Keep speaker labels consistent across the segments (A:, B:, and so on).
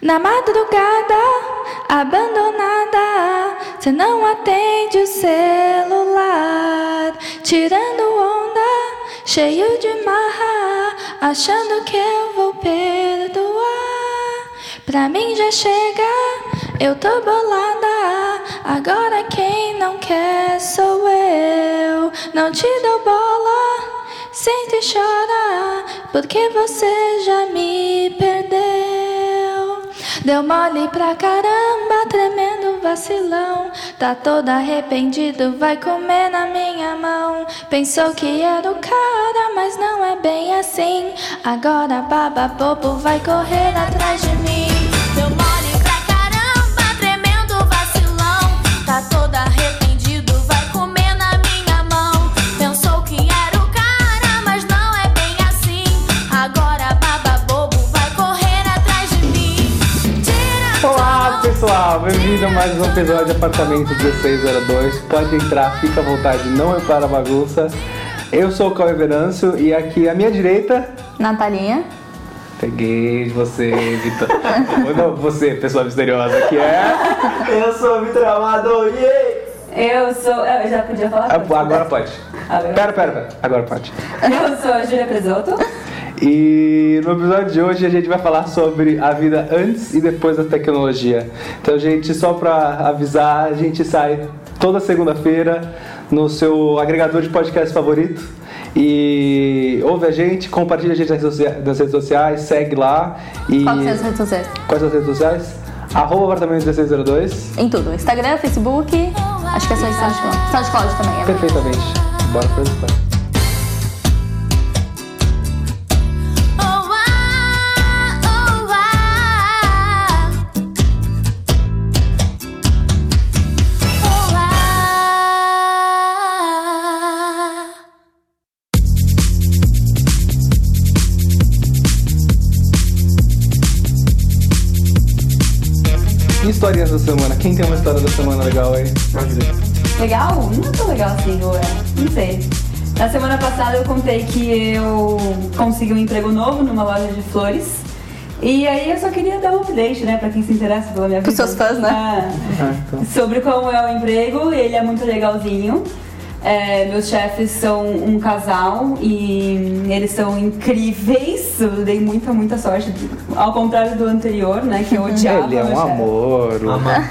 A: Na madrugada, abandonada, você não atende o celular. Tirando onda, cheio de marra, achando que eu vou perdoar. Pra mim já chega, eu tô bolada. Agora quem não quer sou eu. Não te dou bola, sente e chora, porque você já me perdeu. Deu mole pra caramba, tremendo vacilão. Tá todo arrependido, vai comer na minha mão. Pensou que era o cara, mas não é bem assim. Agora baba bobo vai correr atrás de mim.
B: Deu mole pra caramba, tremendo vacilão. Tá todo arrependido, vai comer na minha mão. Pensou que era o cara, mas não é bem assim. Agora baba bobo vai correr atrás de mim. Tira
C: Olá pessoal, bem-vindo a mais um episódio de Apartamento 1602. Pode entrar, fica à vontade, não é para bagunça. Eu sou o Cauê Venâncio e aqui à minha direita.
D: Natalinha.
C: Peguei você, Vitor. Ou não, você, pessoa misteriosa, que é. Eu sou o Vitor Amado, yeah!
D: Eu sou. Eu já podia falar?
C: Agora Ah, pode. Pera, pera, pera. Agora pode.
D: Eu sou a Júlia Presoto.
C: E no episódio de hoje a gente vai falar sobre a vida antes e depois da tecnologia. Então, gente, só pra avisar, a gente sai toda segunda-feira no seu agregador de podcast favorito. E ouve a gente, compartilha a gente nas redes socia- nas redes sociais, segue lá. E...
D: Qual que são as redes sociais?
C: Quais são as redes sociais? Arroba apartamento 1602.
D: Em tudo. Instagram, Facebook. Acho que é só de SoundCloud. SoundCloud também. é.
C: Perfeitamente. Bora pra isso.
B: Oh ah, oh ah, oh ah.
C: E historinhas da semana? Quem tem uma história da semana legal aí?
D: Legal? Não é tão legal assim, ou é? Não sei. Na semana passada eu contei que eu consegui um emprego novo numa loja de flores. E aí eu só queria dar um update, né, pra quem se interessa pela minha vida.
E: Pros seus fãs, né?
D: Ah.
C: Ah, então.
D: sobre como é o emprego, ele é muito legalzinho. É, meus chefes são um casal e eles são incríveis. Eu dei muita, muita sorte, ao contrário do anterior, né? Que eu odiava.
C: Ele é
D: meu
C: um
D: chefe.
C: amor. Ama.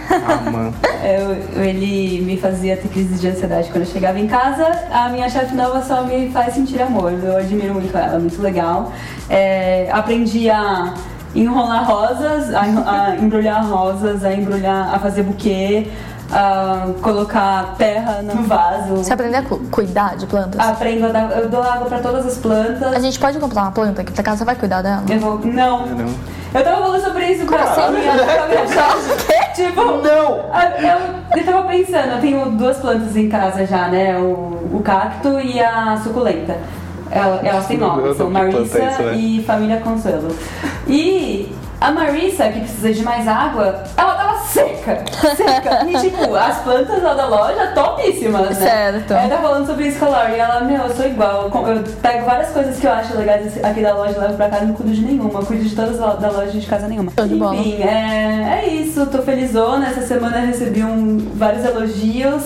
C: Ama.
D: Eu- ele me fazia ter crises de ansiedade quando eu chegava em casa. A minha chefe nova só me faz sentir amor. Eu admiro muito ela, muito legal. É, aprendi a enrolar rosas, a, enro- a embrulhar rosas, a embrulhar, a fazer buquê, a colocar terra no vaso.
E: Uhum. Você aprender a cu- cuidar de plantas.
D: Aprendo a dar, eu dou água para todas as
E: A
D: plantas.
E: é. gente pode comprar uma planta que pra casa você vai cuidar dela.
D: Eu vou, não.
C: Não.
D: Eu tava falando sobre isso com a
E: assim?
D: minha, com a minha chefe. Tipo,
C: Não!
D: Ah, Eu, eu tava pensando, eu tenho duas plantas em casa já, né? O, o cacto e a suculenta. Ela- Elas têm
C: Eu
D: nomes, são
C: não sei que planta
D: Marissa
C: é isso, né?
D: e Família Consuelo. E a Marissa, que precisa de mais água, ela tava seca, seca. E tipo, as plantas lá da loja, topíssimas, né?
E: Certo.
D: Aí Eu tava falando sobre isso com a Laura e ela, meu, eu sou igual. Eu com- Eu pego várias coisas que eu acho legais aqui da loja, levo pra casa e não cuido de nenhuma. Eu cuido de todas lá- da loja de casa nenhuma.
E: Show de bola.
D: Enfim, é, é isso, tô felizona. Essa semana eu recebi um- vários elogios.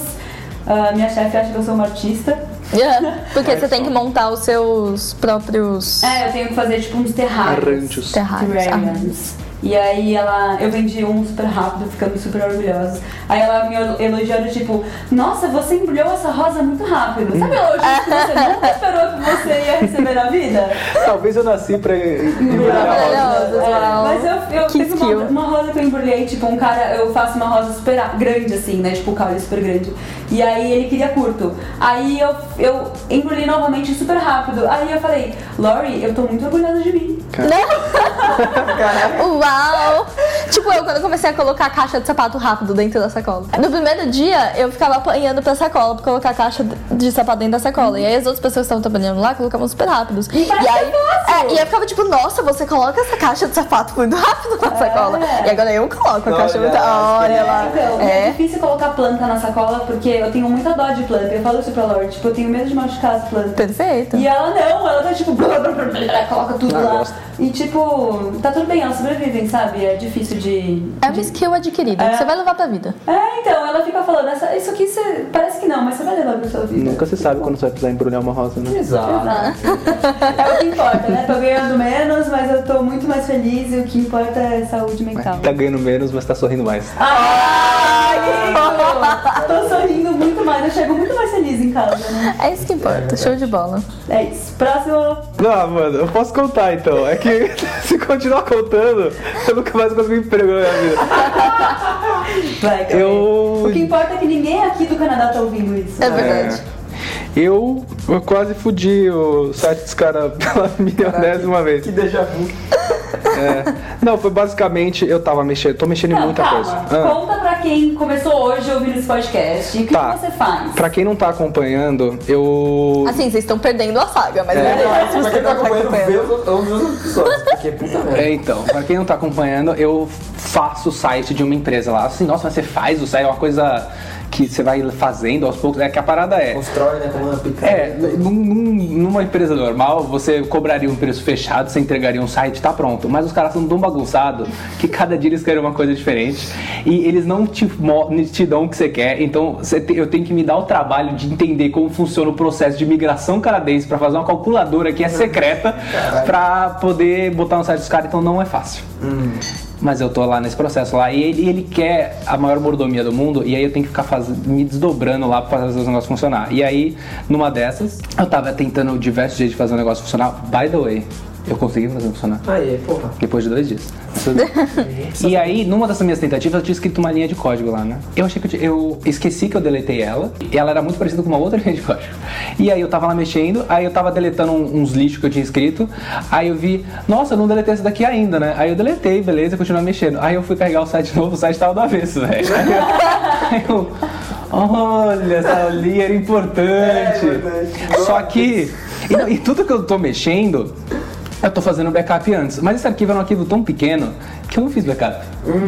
D: Ah, minha chefe acha que eu sou uma artista.
E: Yeah, Porque você tem que montar os seus próprios
D: É, eu tenho que fazer tipo uns terrários.
C: Arranjos.
E: terrários. Ah,
D: Terrariums. E aí ela, eu vendi um super rápido, ficamos super orgulhosos. Aí ela me elo- elogiando, tipo, nossa, você embrulhou essa rosa muito rápido. Sabe elogios que você nunca esperou que você ia receber na vida?
C: Talvez eu nasci pra embrulhar
E: Maravilhosa.
C: rosas.
E: Maravilhoso, uau.
D: Tipo, é, Mas eu, eu
E: Que
D: fiz uma,
E: skill.
D: uma rosa que eu embrulhei, tipo, um cara, eu faço uma rosa super a- grande, assim, né? Tipo, o caule super grande. E aí ele queria curto. Aí eu, eu embrulhei novamente super rápido. Aí eu falei, Lori, eu tô muito orgulhosa de mim.
E: Né? Uau! Tipo, eu quando comecei a colocar a caixa de sapato rápido dentro da sacola. No primeiro dia, eu ficava apanhando pra sacola pra colocar a caixa de sapato dentro da sacola. E aí as outras pessoas que estavam trabalhando lá colocavam super rápidos. E, aí, é, e eu ficava tipo, nossa, você coloca essa caixa de sapato muito rápido na sacola. E agora eu coloco a caixa
C: Olha
E: muito.
C: lá,
E: É. Olha lá.
D: Então, é.
E: É.
D: difícil colocar planta na sacola porque eu tenho muita dó de planta. Eu falo isso pra Lorde, tipo, eu tenho medo de machucar as plantas.
E: Perfeito.
D: E ela não, ela tá tipo, blá, blá, blá, blá, blá, coloca tudo
C: Ah,
D: lá.
C: gosto.
D: E tipo, tá tudo bem, elas sobrevivem, sabe? É difícil de.
E: É uma skill adquirida, que
D: É.
E: você vai levar pra vida.
D: É, então, ela fica falando, "Essa- isso aqui você- parece que não, mas você vai levar pra sua vida.
C: Nunca se sabe quando você vai precisar embrulhar uma rosa, né?
F: Exato.
D: É o que importa, né? Tô ganhando menos, mas eu tô muito mais feliz e o que importa é saúde mental.
C: Tá ganhando menos, mas tá sorrindo mais.
D: Ai, lindo! Tô sorrindo muito mais, eu chego muito mais feliz em casa, né?
E: É isso que importa, show de bola.
D: É isso. Próximo!
C: Não, mano, eu posso contar então. É que se continuar contando, eu nunca mais consigo emprego na minha vida.
D: Vai, Cauê.
C: Eu-
D: O que importa é que ninguém aqui do Canadá tá ouvindo isso.
E: É verdade.
C: Eu, eu quase fudi o site dos caras pela milionésima vez.
F: Que déjà vu.
C: É. Não, foi basicamente eu tava mexendo, tô mexendo em
D: Não,
C: muita
D: calma.
C: coisa. Ah.
D: Conta pra quem começou hoje ouvindo esse podcast. O que,
C: Tá.
D: que você faz?
C: Pra quem não tá acompanhando, eu.
E: Assim, vocês estão perdendo a saga, mas é melhor se
F: Pra
E: você
F: quem tá
E: não tá
F: acompanhando, vê
E: acompanhando.
F: os outros- ouve os outros episódios. Porque puta merda.
C: É, então, pra quem não tá acompanhando, eu faço o site de uma empresa lá. Assim, nossa, mas você faz o site, é uma coisa que você vai fazendo aos poucos. É que a parada é.
F: Constrói, né? Como uma
C: É,
F: picanha.
C: num- num- numa empresa normal, você cobraria um preço fechado, você entregaria um site, tá pronto. Mas os caras são tão bagunçados que cada dia eles querem uma coisa diferente. E eles não te, mo- te dão o que você quer. Então você te- eu tenho que me dar o trabalho de entender como funciona o processo de migração canadense pra fazer uma calculadora que é secreta pra poder botar no site dos caras. Então não é fácil. Mas eu tô lá nesse processo lá. E ele, ele quer a maior mordomia do mundo. E aí eu tenho que ficar faz- me desdobrando lá pra fazer os negócios funcionar. E aí, numa dessas, eu tava tentando diversos jeitos de fazer o negócio funcionar. By the way, eu consegui fazer funcionar.
F: Aí, porra.
C: Depois de dois dias. e aí, numa dessas minhas tentativas, eu tinha escrito uma linha de código lá, né? Eu achei que eu, tinha- eu esqueci que eu deletei ela. E ela era muito parecida com uma outra linha de código. E aí eu tava lá mexendo, aí eu tava deletando um- uns lixos que eu tinha escrito. Aí eu vi, nossa, eu não deletei essa daqui ainda, né? Aí eu deletei, beleza, eu continuava mexendo. Aí eu fui carregar o site novo, o site tava do avesso, velho. Aí eu- Aí eu. Olha, essa linha era importante.
F: importante.
C: Só que. E, não, e tudo que eu tô mexendo, eu tô fazendo backup antes. Mas esse arquivo era um arquivo tão pequeno que eu não fiz backup.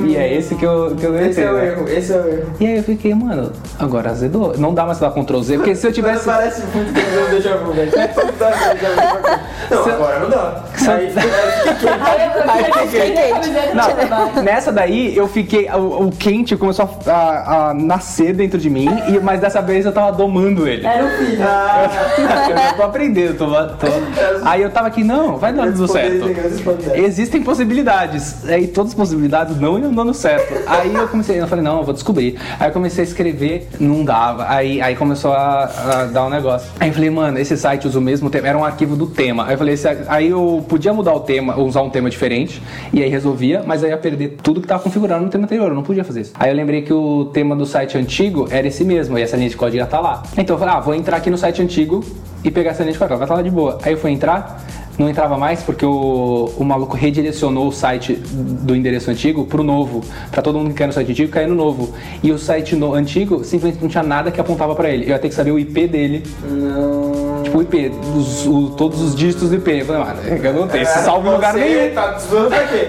C: E é esse que eu, que eu
F: Hum. Esse
C: deletei,
F: é o
C: né?
F: erro, esse é o erro.
C: E aí eu fiquei, mano, agora azedou. Não dá mais pra dar Ctrl Z, porque se eu tivesse.
F: Parece muito que eu dei um déjà vu, velho. Puta merda, Não,
C: Se-
F: agora não dá.
C: Se-
F: Aí fica- aí fica quente.
D: Aí eu-
E: Ai,
D: eu-
E: fiquei
D: eu-
E: quente.
D: eu- eu-
C: Não, nessa daí eu fiquei. O, o quente começou a, a- a nascer dentro de mim, e, mas dessa vez eu tava domando ele.
D: Era o filho.
C: eu já tô aprendendo, tô,
F: É.
C: tô- Aí eu tava aqui, não, vai dar tudo
F: Grandes poderes
C: certo.
F: e grandes poderes.
C: Existem possibilidades. Aí todas as possibilidades não iam dando certo. Aí eu comecei, eu falei, não, eu vou descobrir. Aí eu comecei a escrever, não dava. Aí, aí começou a, a dar um negócio. Aí eu falei, mano, esse site usa o mesmo tema, era um arquivo do tema. Aí eu falei, esse- aí eu podia mudar o tema, ou usar um tema diferente, e aí resolvia, mas aí ia perder tudo que tava configurado no tema anterior, eu não podia fazer isso. Aí eu lembrei que o tema do site antigo era esse mesmo, e essa linha de código ia tá lá. Então eu falei, ah, vou entrar aqui no site antigo e pegar essa linha de código, ela vai estar lá de boa. Aí eu fui entrar, não entrava mais porque o, o maluco redirecionou o site do endereço antigo pro novo. Pra todo mundo que caiu no site antigo, cair no novo. E o site no, antigo simplesmente não tinha nada que apontava pra ele. Eu ia ter que saber o IP dele.
F: Não.
C: Tipo, o IP, os- o- todos os dígitos do IP. Eu falei, mano, é, eu não tenho,
F: Cara,
C: salvo em lugar
F: Ah, você
C: nenhum.
F: Tá zoando pra quê?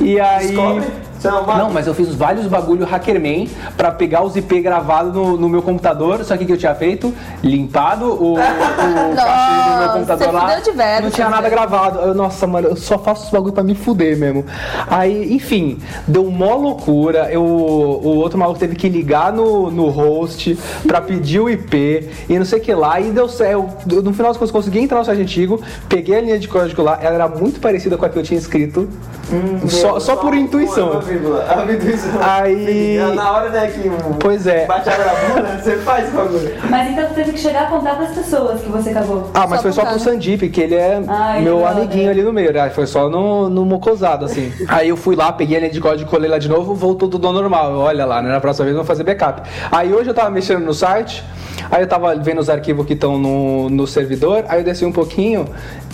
C: E aí.
F: Descobre. Você não vai.
C: Não, mas eu fiz vários bagulho hackerman pra pegar os IP gravados no, no meu computador, só que o que eu tinha feito, limpado o, o cache do meu
E: Nossa,
C: computador
E: você
C: lá.
E: fudeu diversos,
C: não tinha nada
E: né?
C: gravado. Eu, nossa, mano, eu só faço os bagulho pra me fuder mesmo. Aí, enfim, deu mó loucura. Eu, o outro maluco teve que ligar no, no host pra pedir o IP e não sei o que lá. E deu certo. Eu- No final das contas, consegui entrar no site antigo, peguei a linha de código lá, ela era muito parecida com a que eu tinha escrito.
F: Hum,
C: só, só por
F: Uma
C: intuição.
F: vírgula, a intuição.
C: Aí-
F: Fica Na hora, né, que um-
C: Pois é.
F: bate a gravura, você faz o bagulho.
D: Mas então tu teve que chegar a contar pras pessoas que você cagou.
C: Ah, mas
E: Só
C: foi só
E: pro
C: pro
E: cara.
C: Sandip, que ele é
D: Ah, ele
C: meu
D: não,
C: amiguinho
D: né?
C: ali no meio. Aí foi só no, no mocosado, assim. Aí eu fui lá, peguei a linha de código, colei lá de novo, voltou tudo ao normal. Eu, Olha lá, né? Na próxima vez eu vou fazer backup. Aí hoje eu tava mexendo no site, aí eu tava vendo os arquivos que estão no, no servidor, aí eu desci um pouquinho,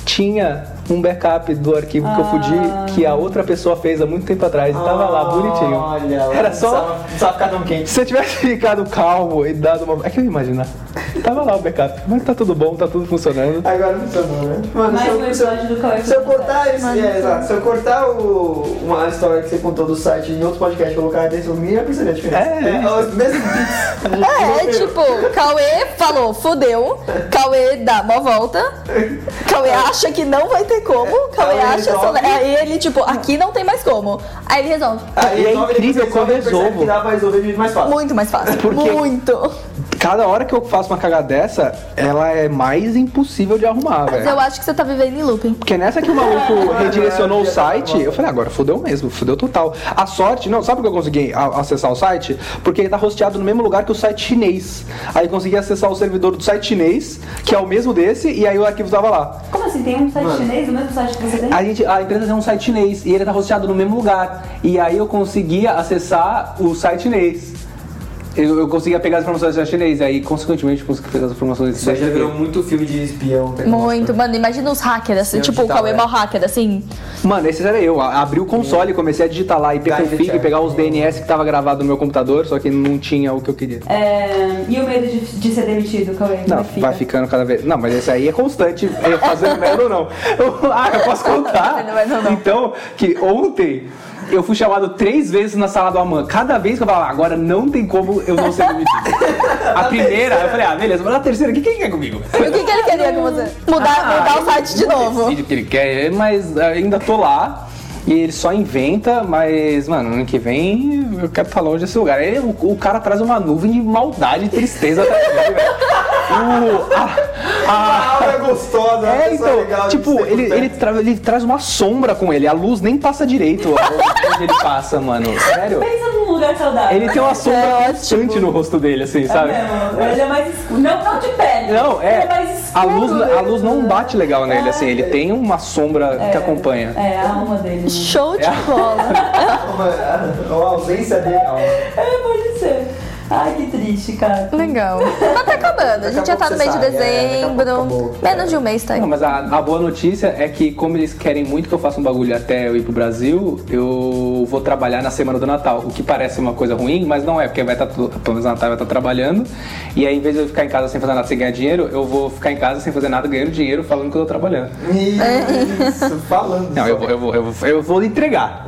C: tinha um backup do arquivo que eu fudi, que a outra pessoa fez há muito tempo atrás, e tava lá, bonitinho.
F: Olha lá.
C: Era só...
F: Só, só ficar tão quente.
C: Se eu tivesse ficado calmo e dado uma. É que eu ia imaginar. Tava lá o backup, mas tá tudo bom, tá tudo funcionando.
F: Agora funcionou, né?
C: Ah,
F: Mano,
D: Mais
F: se eu-
D: um
F: se eu-
D: episódio do Cauê.
F: Se eu cortar esse, é, exato. Se eu cortar o, uma história que você contou do site em outro podcast e colocar dentro do mim, eu percebi a diferença.
C: É, é
F: os mesmos bits.
E: É, é tipo, Cauê falou, fudeu. Cauê dá uma volta. Cauê acha que não vai ter tem como, o Cauê
F: Aí ele
E: acha, só-
F: resolve.
E: aí ele, tipo, aqui não tem mais como. Aí ele resolve.
F: Aí
C: E é
F: resolve, depois
C: incrível como
F: resolve, percebe
C: resolvo.
F: Que dá pra resolver de jeito mais fácil.
E: Muito mais fácil.
C: Porque-
E: Muito.
C: Cada hora que eu faço uma cagada dessa, ela é mais impossível de arrumar,
F: É.
E: Mas eu
C: velho.
E: acho que você tá vivendo em looping.
C: Porque nessa que o maluco redirecionou o
F: já tá
C: site, eu falei, agora fudeu mesmo, fudeu total. A sorte, não, sabe por que eu consegui a- acessar o site? Porque ele tá hosteado no mesmo lugar que o site chinês. Aí eu consegui acessar o servidor do site chinês, que é o mesmo desse, e aí o arquivo tava lá.
D: Como assim? Tem um site chinês, o mesmo site que você tem?
C: A, gente, a empresa tem um site chinês e ele tá hosteado no mesmo lugar. E aí eu conseguia acessar o site chinês. Eu, eu conseguia pegar as informações do site chinês, aí consequentemente eu consegui pegar as informações do
F: Isso aí
C: site
F: já virou
C: chinês.
F: muito filme de espião. tá tecnológico.
E: Muito, mano. Imagina os hackers, assim,
F: Sim,
E: tipo, o
F: digital,
E: Cauê
F: é.
E: mal hacker, assim.
F: um-
C: Mano, esse era eu. A- Abri o console, comecei a digitar lá IP
F: Guide
C: config,
F: check.
C: pegar os DNS que tava gravado no meu computador, só que não tinha o que eu queria.
D: É, e o medo de, de ser demitido, Cauê? como
C: Não,
D: é que fica?
C: vai ficando cada vez. Não, mas esse aí é constante, é fazendo merda ou não. Eu- ah, eu posso contar.
E: Não, não, não.
C: Então, que ontem eu fui chamado três vezes na sala do Aman. Cada vez que eu falava, agora não tem como eu não ser demitido. A primeira, eu falei, ah, beleza, mas na terceira, o que, que quer comigo?
E: E o que, que ele queria com você? Mudar, mudar o site de novo.
C: Decide o que ele quer, mas ah, ainda tô lá. E ele só inventa, mas, mano, ano que vem eu quero estar longe desse lugar. Aí o, o cara traz uma nuvem de maldade e tristeza atrás dele, velho. O- a- a-
F: A aula é gostosa, uma
C: Ah, É,
F: pessoa
C: então,
F: legal de
C: tipo,
F: ser
C: ele,
F: por
C: ele,
F: perto.
C: tra- ele traz uma sombra com ele, a luz nem passa direito onde ele passa, mano. Sério?
D: Pensa num lugar saudável.
C: Ele tem uma sombra
E: É ótimo.
C: constante no rosto dele, assim, sabe?
D: mesmo, ele é mais escuro. Não, não de pele.
C: Não,
D: Ele
C: é.
D: é mais escuro.
C: A luz, a luz não
D: né?
C: bate legal nele, assim, ele tem uma sombra que acompanha.
D: É, a alma dele. né?
E: Show de
F: É.
E: bola.
F: Uma, uma ausência de alma.
D: É, pode ser. Ai, que triste, cara.
E: Legal. Mas tá acabando. A gente já tá no mês de
F: Acabou que você sabe, é, daqui a pouco
E: dezembro.
F: acabou.
E: Menos de um mês tá aí.
C: Não, mas a, a boa notícia é que, como eles querem muito que eu faça um bagulho até eu ir pro Brasil, eu vou trabalhar na semana do Natal. O que parece uma coisa ruim, mas não é, porque vai estar, pelo menos Natal vai estar trabalhando. E aí, em vez de eu ficar em casa sem fazer nada, sem ganhar dinheiro, eu vou ficar em casa sem fazer nada, ganhando dinheiro, falando que eu tô trabalhando.
F: Isso, falando.
C: Não, eu vou, eu vou, eu vou, eu vou entregar.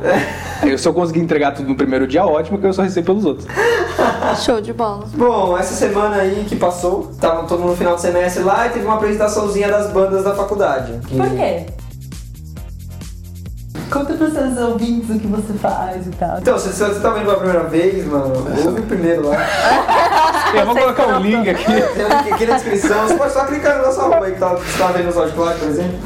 C: Eu, se eu conseguir entregar tudo no primeiro dia, ótimo, que eu só recebo pelos outros.
E: Show de bola.
F: Bom, essa semana aí que passou, tava todo mundo no final do semestre lá e teve uma apresentaçãozinha das bandas da faculdade.
D: Por quê? Conta pros seus ouvintes o que você faz e tal.
F: Então, se você tá indo pela primeira vez, mano, ouve o primeiro lá.
C: Eu vou colocar um
E: tá-
C: link aqui.
F: Tem um link aqui na descrição, você pode só clicar no nosso arroba aí que tá, que você tá vendo no SoundCloud, por exemplo.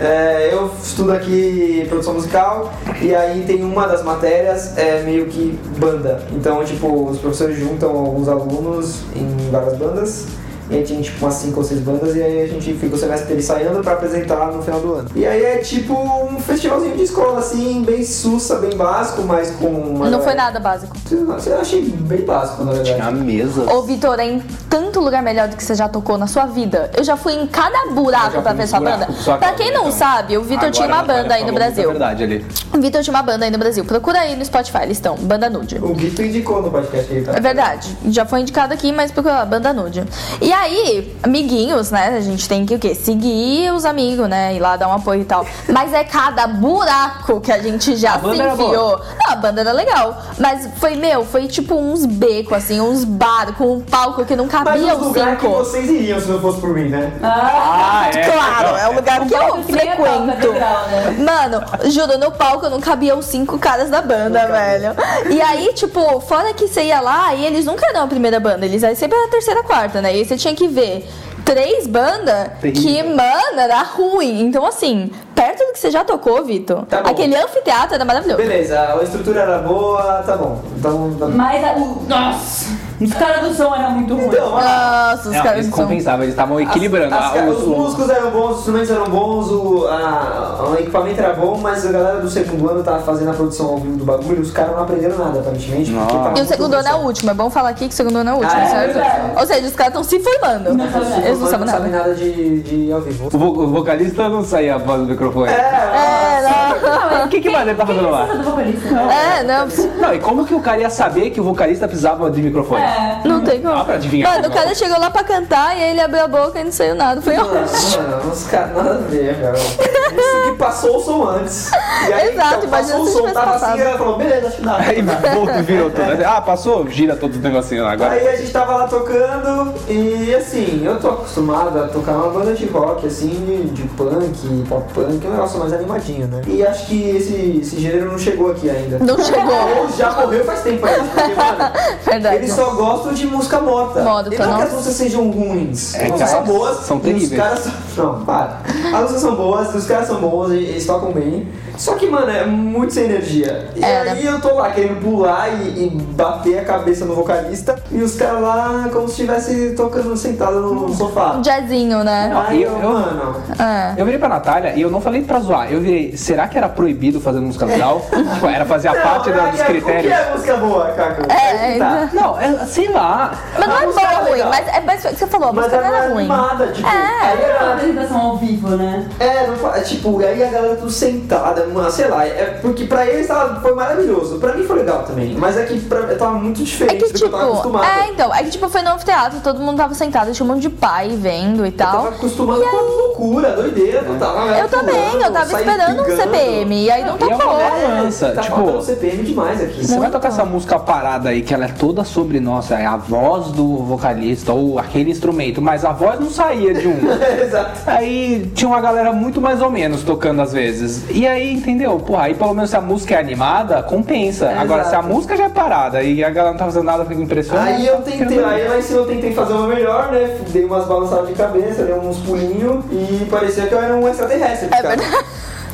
F: É, eu estudo aqui produção musical e aí tem uma das matérias é meio que banda. Então, tipo, os professores juntam alguns alunos em várias bandas. E aí tinha tipo umas 5 ou 6 bandas e aí a gente fica o semestre ensaiando pra apresentar no final do ano. E aí é tipo um festivalzinho de escola, assim, bem sussa, bem básico, mas é. com uma.
E: Não foi nada básico.
F: Eu achei bem básico, na verdade.
C: Na mesa.
E: Ô, Vitor, é em tanto lugar melhor do que você já tocou na sua vida. Eu já fui em cada
C: Eu já fui
E: buraco pra ver
C: nos
E: essa
C: buracos,
E: banda.
C: só que
E: Pra quem não
C: então,
E: sabe, o Vitor tinha uma
C: Agora, Natália
E: banda aí no
C: falou muita
E: Brasil.
C: é verdade ali.
E: O Vitor tinha uma banda aí no Brasil. Procura aí no Spotify, eles estão. Banda Nude.
F: O Guito indicou no podcast que ele tá.
E: É verdade. Já foi indicado aqui, mas porque a banda é nude. E aí, amiguinhos, né? A gente tem que o quê? Seguir os amigos, né? Ir lá dar um apoio e tal. Mas é cada buraco que a gente já se
C: banda era boa.
E: enfiou. Não, a banda era legal. Mas foi, meu, foi tipo uns becos, assim, uns bar com um palco que não
F: Mas
E: cabia
F: o
E: os
F: lugar que
E: cinco.
F: vocês iriam se não fosse por mim, né?
C: Ah, é.
E: Claro, é o lugar que eu
D: que nem é a
E: frequento.
D: catedral, né?
E: Mano, juro, no palco não cabia os cinco caras da banda, velho. E aí, tipo, fora que você ia lá e eles nunca eram a primeira banda, eles aí sempre eram a terceira, quarta, né? E aí você tinha que ver três bandas que,
C: Terrível.
E: mano, era ruim. Então, assim, perto do que você já tocou, Vitor,
F: Tá bom.
E: aquele anfiteatro era maravilhoso.
F: Beleza, a estrutura era boa, tá bom. Então, tá...
D: Mas a, o. Nossa! Os caras do som eram muito ruins.
F: então olha lá.
E: Nossa, os
C: Não,
E: caras
C: eles
E: são...
C: compensavam, eles estavam
F: As-
C: equilibrando.
F: as
C: ah,
F: ca-
C: os-
F: os músicos eram bons, os instrumentos eram bons, o, a- o equipamento era bom, mas a galera do segundo ano tava fazendo a produção ao vivo do bagulho e os caras não aprenderam nada, aparentemente.
C: Nossa.
F: porque tava
E: E o
F: muito
E: segundo ano é o
F: avançado.
E: último. É bom falar aqui que o segundo ano é o último,
F: Ah, é
E: certo?
D: verdade.
E: Ou seja, os caras estão se formando.
D: sabem.
E: Eles não sabem nada.
F: sabem nada de, de ao vivo.
C: O vo- o vocalista não saía a voz do microfone.
E: É, não.
C: O que, que o Maneiro tá fazendo lá?
D: Precisa do vocalista. né? Não.
E: É, não.
C: Não, e como que o cara ia saber que o vocalista precisava de microfone?
D: É.
E: Não tem como.
C: Dá pra adivinhar
E: Mano, o
C: como
E: cara chegou lá pra cantar e aí ele abriu a boca e não saiu nada. Foi um ótimo.
F: Mano, mano, os caras nada a ver, velho. Isso que passou o som antes. E aí,
E: Exato,
F: então,
E: imagina
F: passou o
E: se
F: som,
E: tivesse
F: tava assim,
E: passado.
F: e ela falou, beleza, acho que dá.
C: é. Aí volta, virou tudo. Ah, passou? Gira todo o negocinho lá agora.
F: Aí a gente tava lá tocando e assim, eu toco acostumado a tocar uma banda de rock, assim, de, de punk, pop punk, é um negócio mais animadinho, né? E acho que esse, esse gênero não chegou aqui ainda.
E: Não chegou.
F: Ou já morreu faz tempo aí, porque, mano,
E: Verdade.
F: eles só gostam de música morta.
E: Morta,
F: e não que
E: nossa.
F: as músicas sejam ruins.
C: É,
F: as
C: cara,
F: músicas são boas.
C: são
F: e Os
C: terríveis.
F: caras são... Não, para. As músicas são boas, os caras são bons, e- eles tocam bem. Só que, mano, é muito sem energia. E
E: É, né?
F: aí eu tô lá querendo pular e, e bater a cabeça no vocalista. E os caras lá como se estivesse tocando sentado no sofá.
E: Jazzinho, né?
F: Aí eu,
C: eu-
F: mano...
E: É.
C: Eu virei pra Natália e eu não falei pra zoar. Eu virei, será que era proibido fazer música legal? tipo, era fazer a
F: Não,
C: parte da-
F: cara,
C: dos
F: O que
C: critérios.
F: é música boa, Caco?
E: É,
F: tá.
C: Não, é- sei lá.
E: Mas não é
F: música
E: boa
F: era
E: ou ruim,
F: legal.
E: mas é mas foi o que você falou, a
F: Mas
E: música não
F: ela
E: era
F: é
E: ruim.
F: animada, tipo...
E: É.
F: aí
D: uma
F: era-
D: apresentação ao vivo, né?
F: É, não fa- tipo, aí a galera tudo sentada, mano, sei lá, é porque pra eles tava, foi maravilhoso, pra mim foi legal também, mas é que pra, tava muito
E: É
F: diferente
E: que
F: do que eu tava
E: tipo,
F: acostumado.
E: é então, é que tipo foi no anfiteatro, todo mundo tava sentado, tinha um monte de pai vendo e
F: Eu tava
E: tal.
F: acostumado com a loucura, doideira, eu tava.
E: Eu também, eu tava esperando um CPM, e aí não
C: E é uma
E: tocou.
C: balança,
F: tá
C: tipo...
F: faltando CPM demais aqui.
C: Você vai tocar essa música parada aí, que ela é toda sobre, nossa, é a voz do vocalista ou aquele instrumento, mas a voz não saía de um.
F: É, Exato.
C: Aí tinha uma galera muito mais ou menos tocando às vezes. E aí, entendeu? Porra, aí pelo menos se a música é animada, compensa. Agora, se a
F: exato.
C: música já é parada e a galera não tá fazendo nada, fica tá impressionante.
F: Aí eu tentei, aí lá em cima eu tentei fazer uma melhor, né? Dei umas balançadas de cabeça, dei uns pulinhos e parecia que eu era um extraterrestre.
E: É
F: cara.
E: verdade.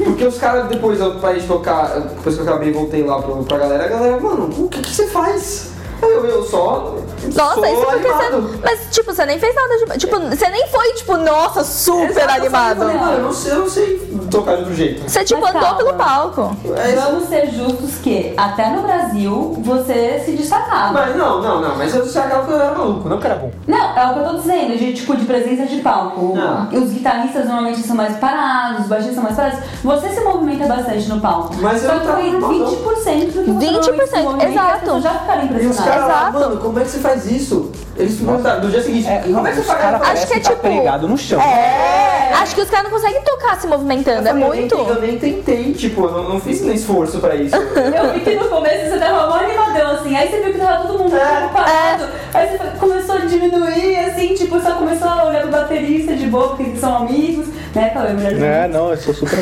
F: Porque os caras, depois eu parei de tocar, depois que eu acabei e voltei lá pro, pra galera, a galera, mano, o que, que você faz? Aí eu, eu só. sou
E: Nossa, isso porque
F: animado.
E: você. Mas, tipo, você nem fez nada de. Tipo, você nem foi, tipo, nossa, super
F: Exato, eu falei,
E: tá animado.
F: Eu, falei, mano, eu não sei, eu não sei tocar de outro jeito.
E: Você, tipo,
D: Mas
E: andou
D: calma.
E: pelo palco.
F: É isso.
D: Vamos ser justos que até no Brasil você se destacava.
F: Mas não, não, não, mas eu disse aquela que eu era maluco, não que era bom.
D: Não, é o que eu tô dizendo, de tipo, de presença de palco.
F: Ah.
D: Os guitarristas normalmente são mais parados, os baixistas são mais parados. Você se movimenta bastante no palco.
F: Mas eu
D: Só que
F: tava
D: foi 20%
F: normal, não.
D: do que você
E: 20%,
D: normalmente se movimenta,
E: exato.
D: as pessoas já ficaram
F: E os
D: impressionadas.
F: caras lá,
E: Exato.
F: mano, como é que você faz isso? Eles perguntaram do dia seguinte,
C: É,
F: como é que você
C: os caras
F: faz isso?
E: Acho que é
C: parecem tá
E: tipo-
C: pregado no chão.
E: É. Acho que os caras não conseguem tocar se movimentando. É
F: Eu nem-
E: muito.
F: Eu nem tentei, tipo, eu não, não fiz nem esforço pra isso.
D: Eu vi que no começo você tava mó animadão, assim, aí você viu que tava todo mundo
F: É.
D: muito parado, aí você foi- começou a diminuir, assim, tipo, só começou a olhar pro baterista de boa, porque eles são amigos, né, Cauê? Melhor dizer.
G: É, não, eu sou super.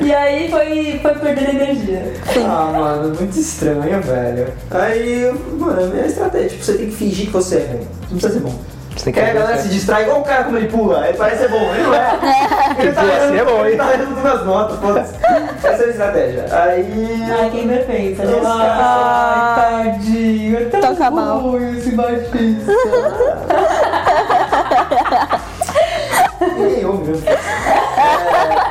D: E aí foi, foi perdendo energia.
F: Ah, mano, muito estranho, velho. Aí, mano, a minha estratégia, tipo, você tem que fingir que você é ruim. Não precisa ser bom.
G: Você tem
F: Porque
G: que
F: aí a galera se distrai, igual o cara como ele pula, ele parece ser bom, ele não é. Ele
G: pula assim
F: errando-
G: é bom, hein?
F: Ele tá errando todas as notas, foda-se. Essa é a estratégia. Aí...
D: Ai, quem perfeita, né?
F: Ai, tadinho, é tão
E: Toca mal.
F: ruim esse baixista. Ninguém ouve, né? É,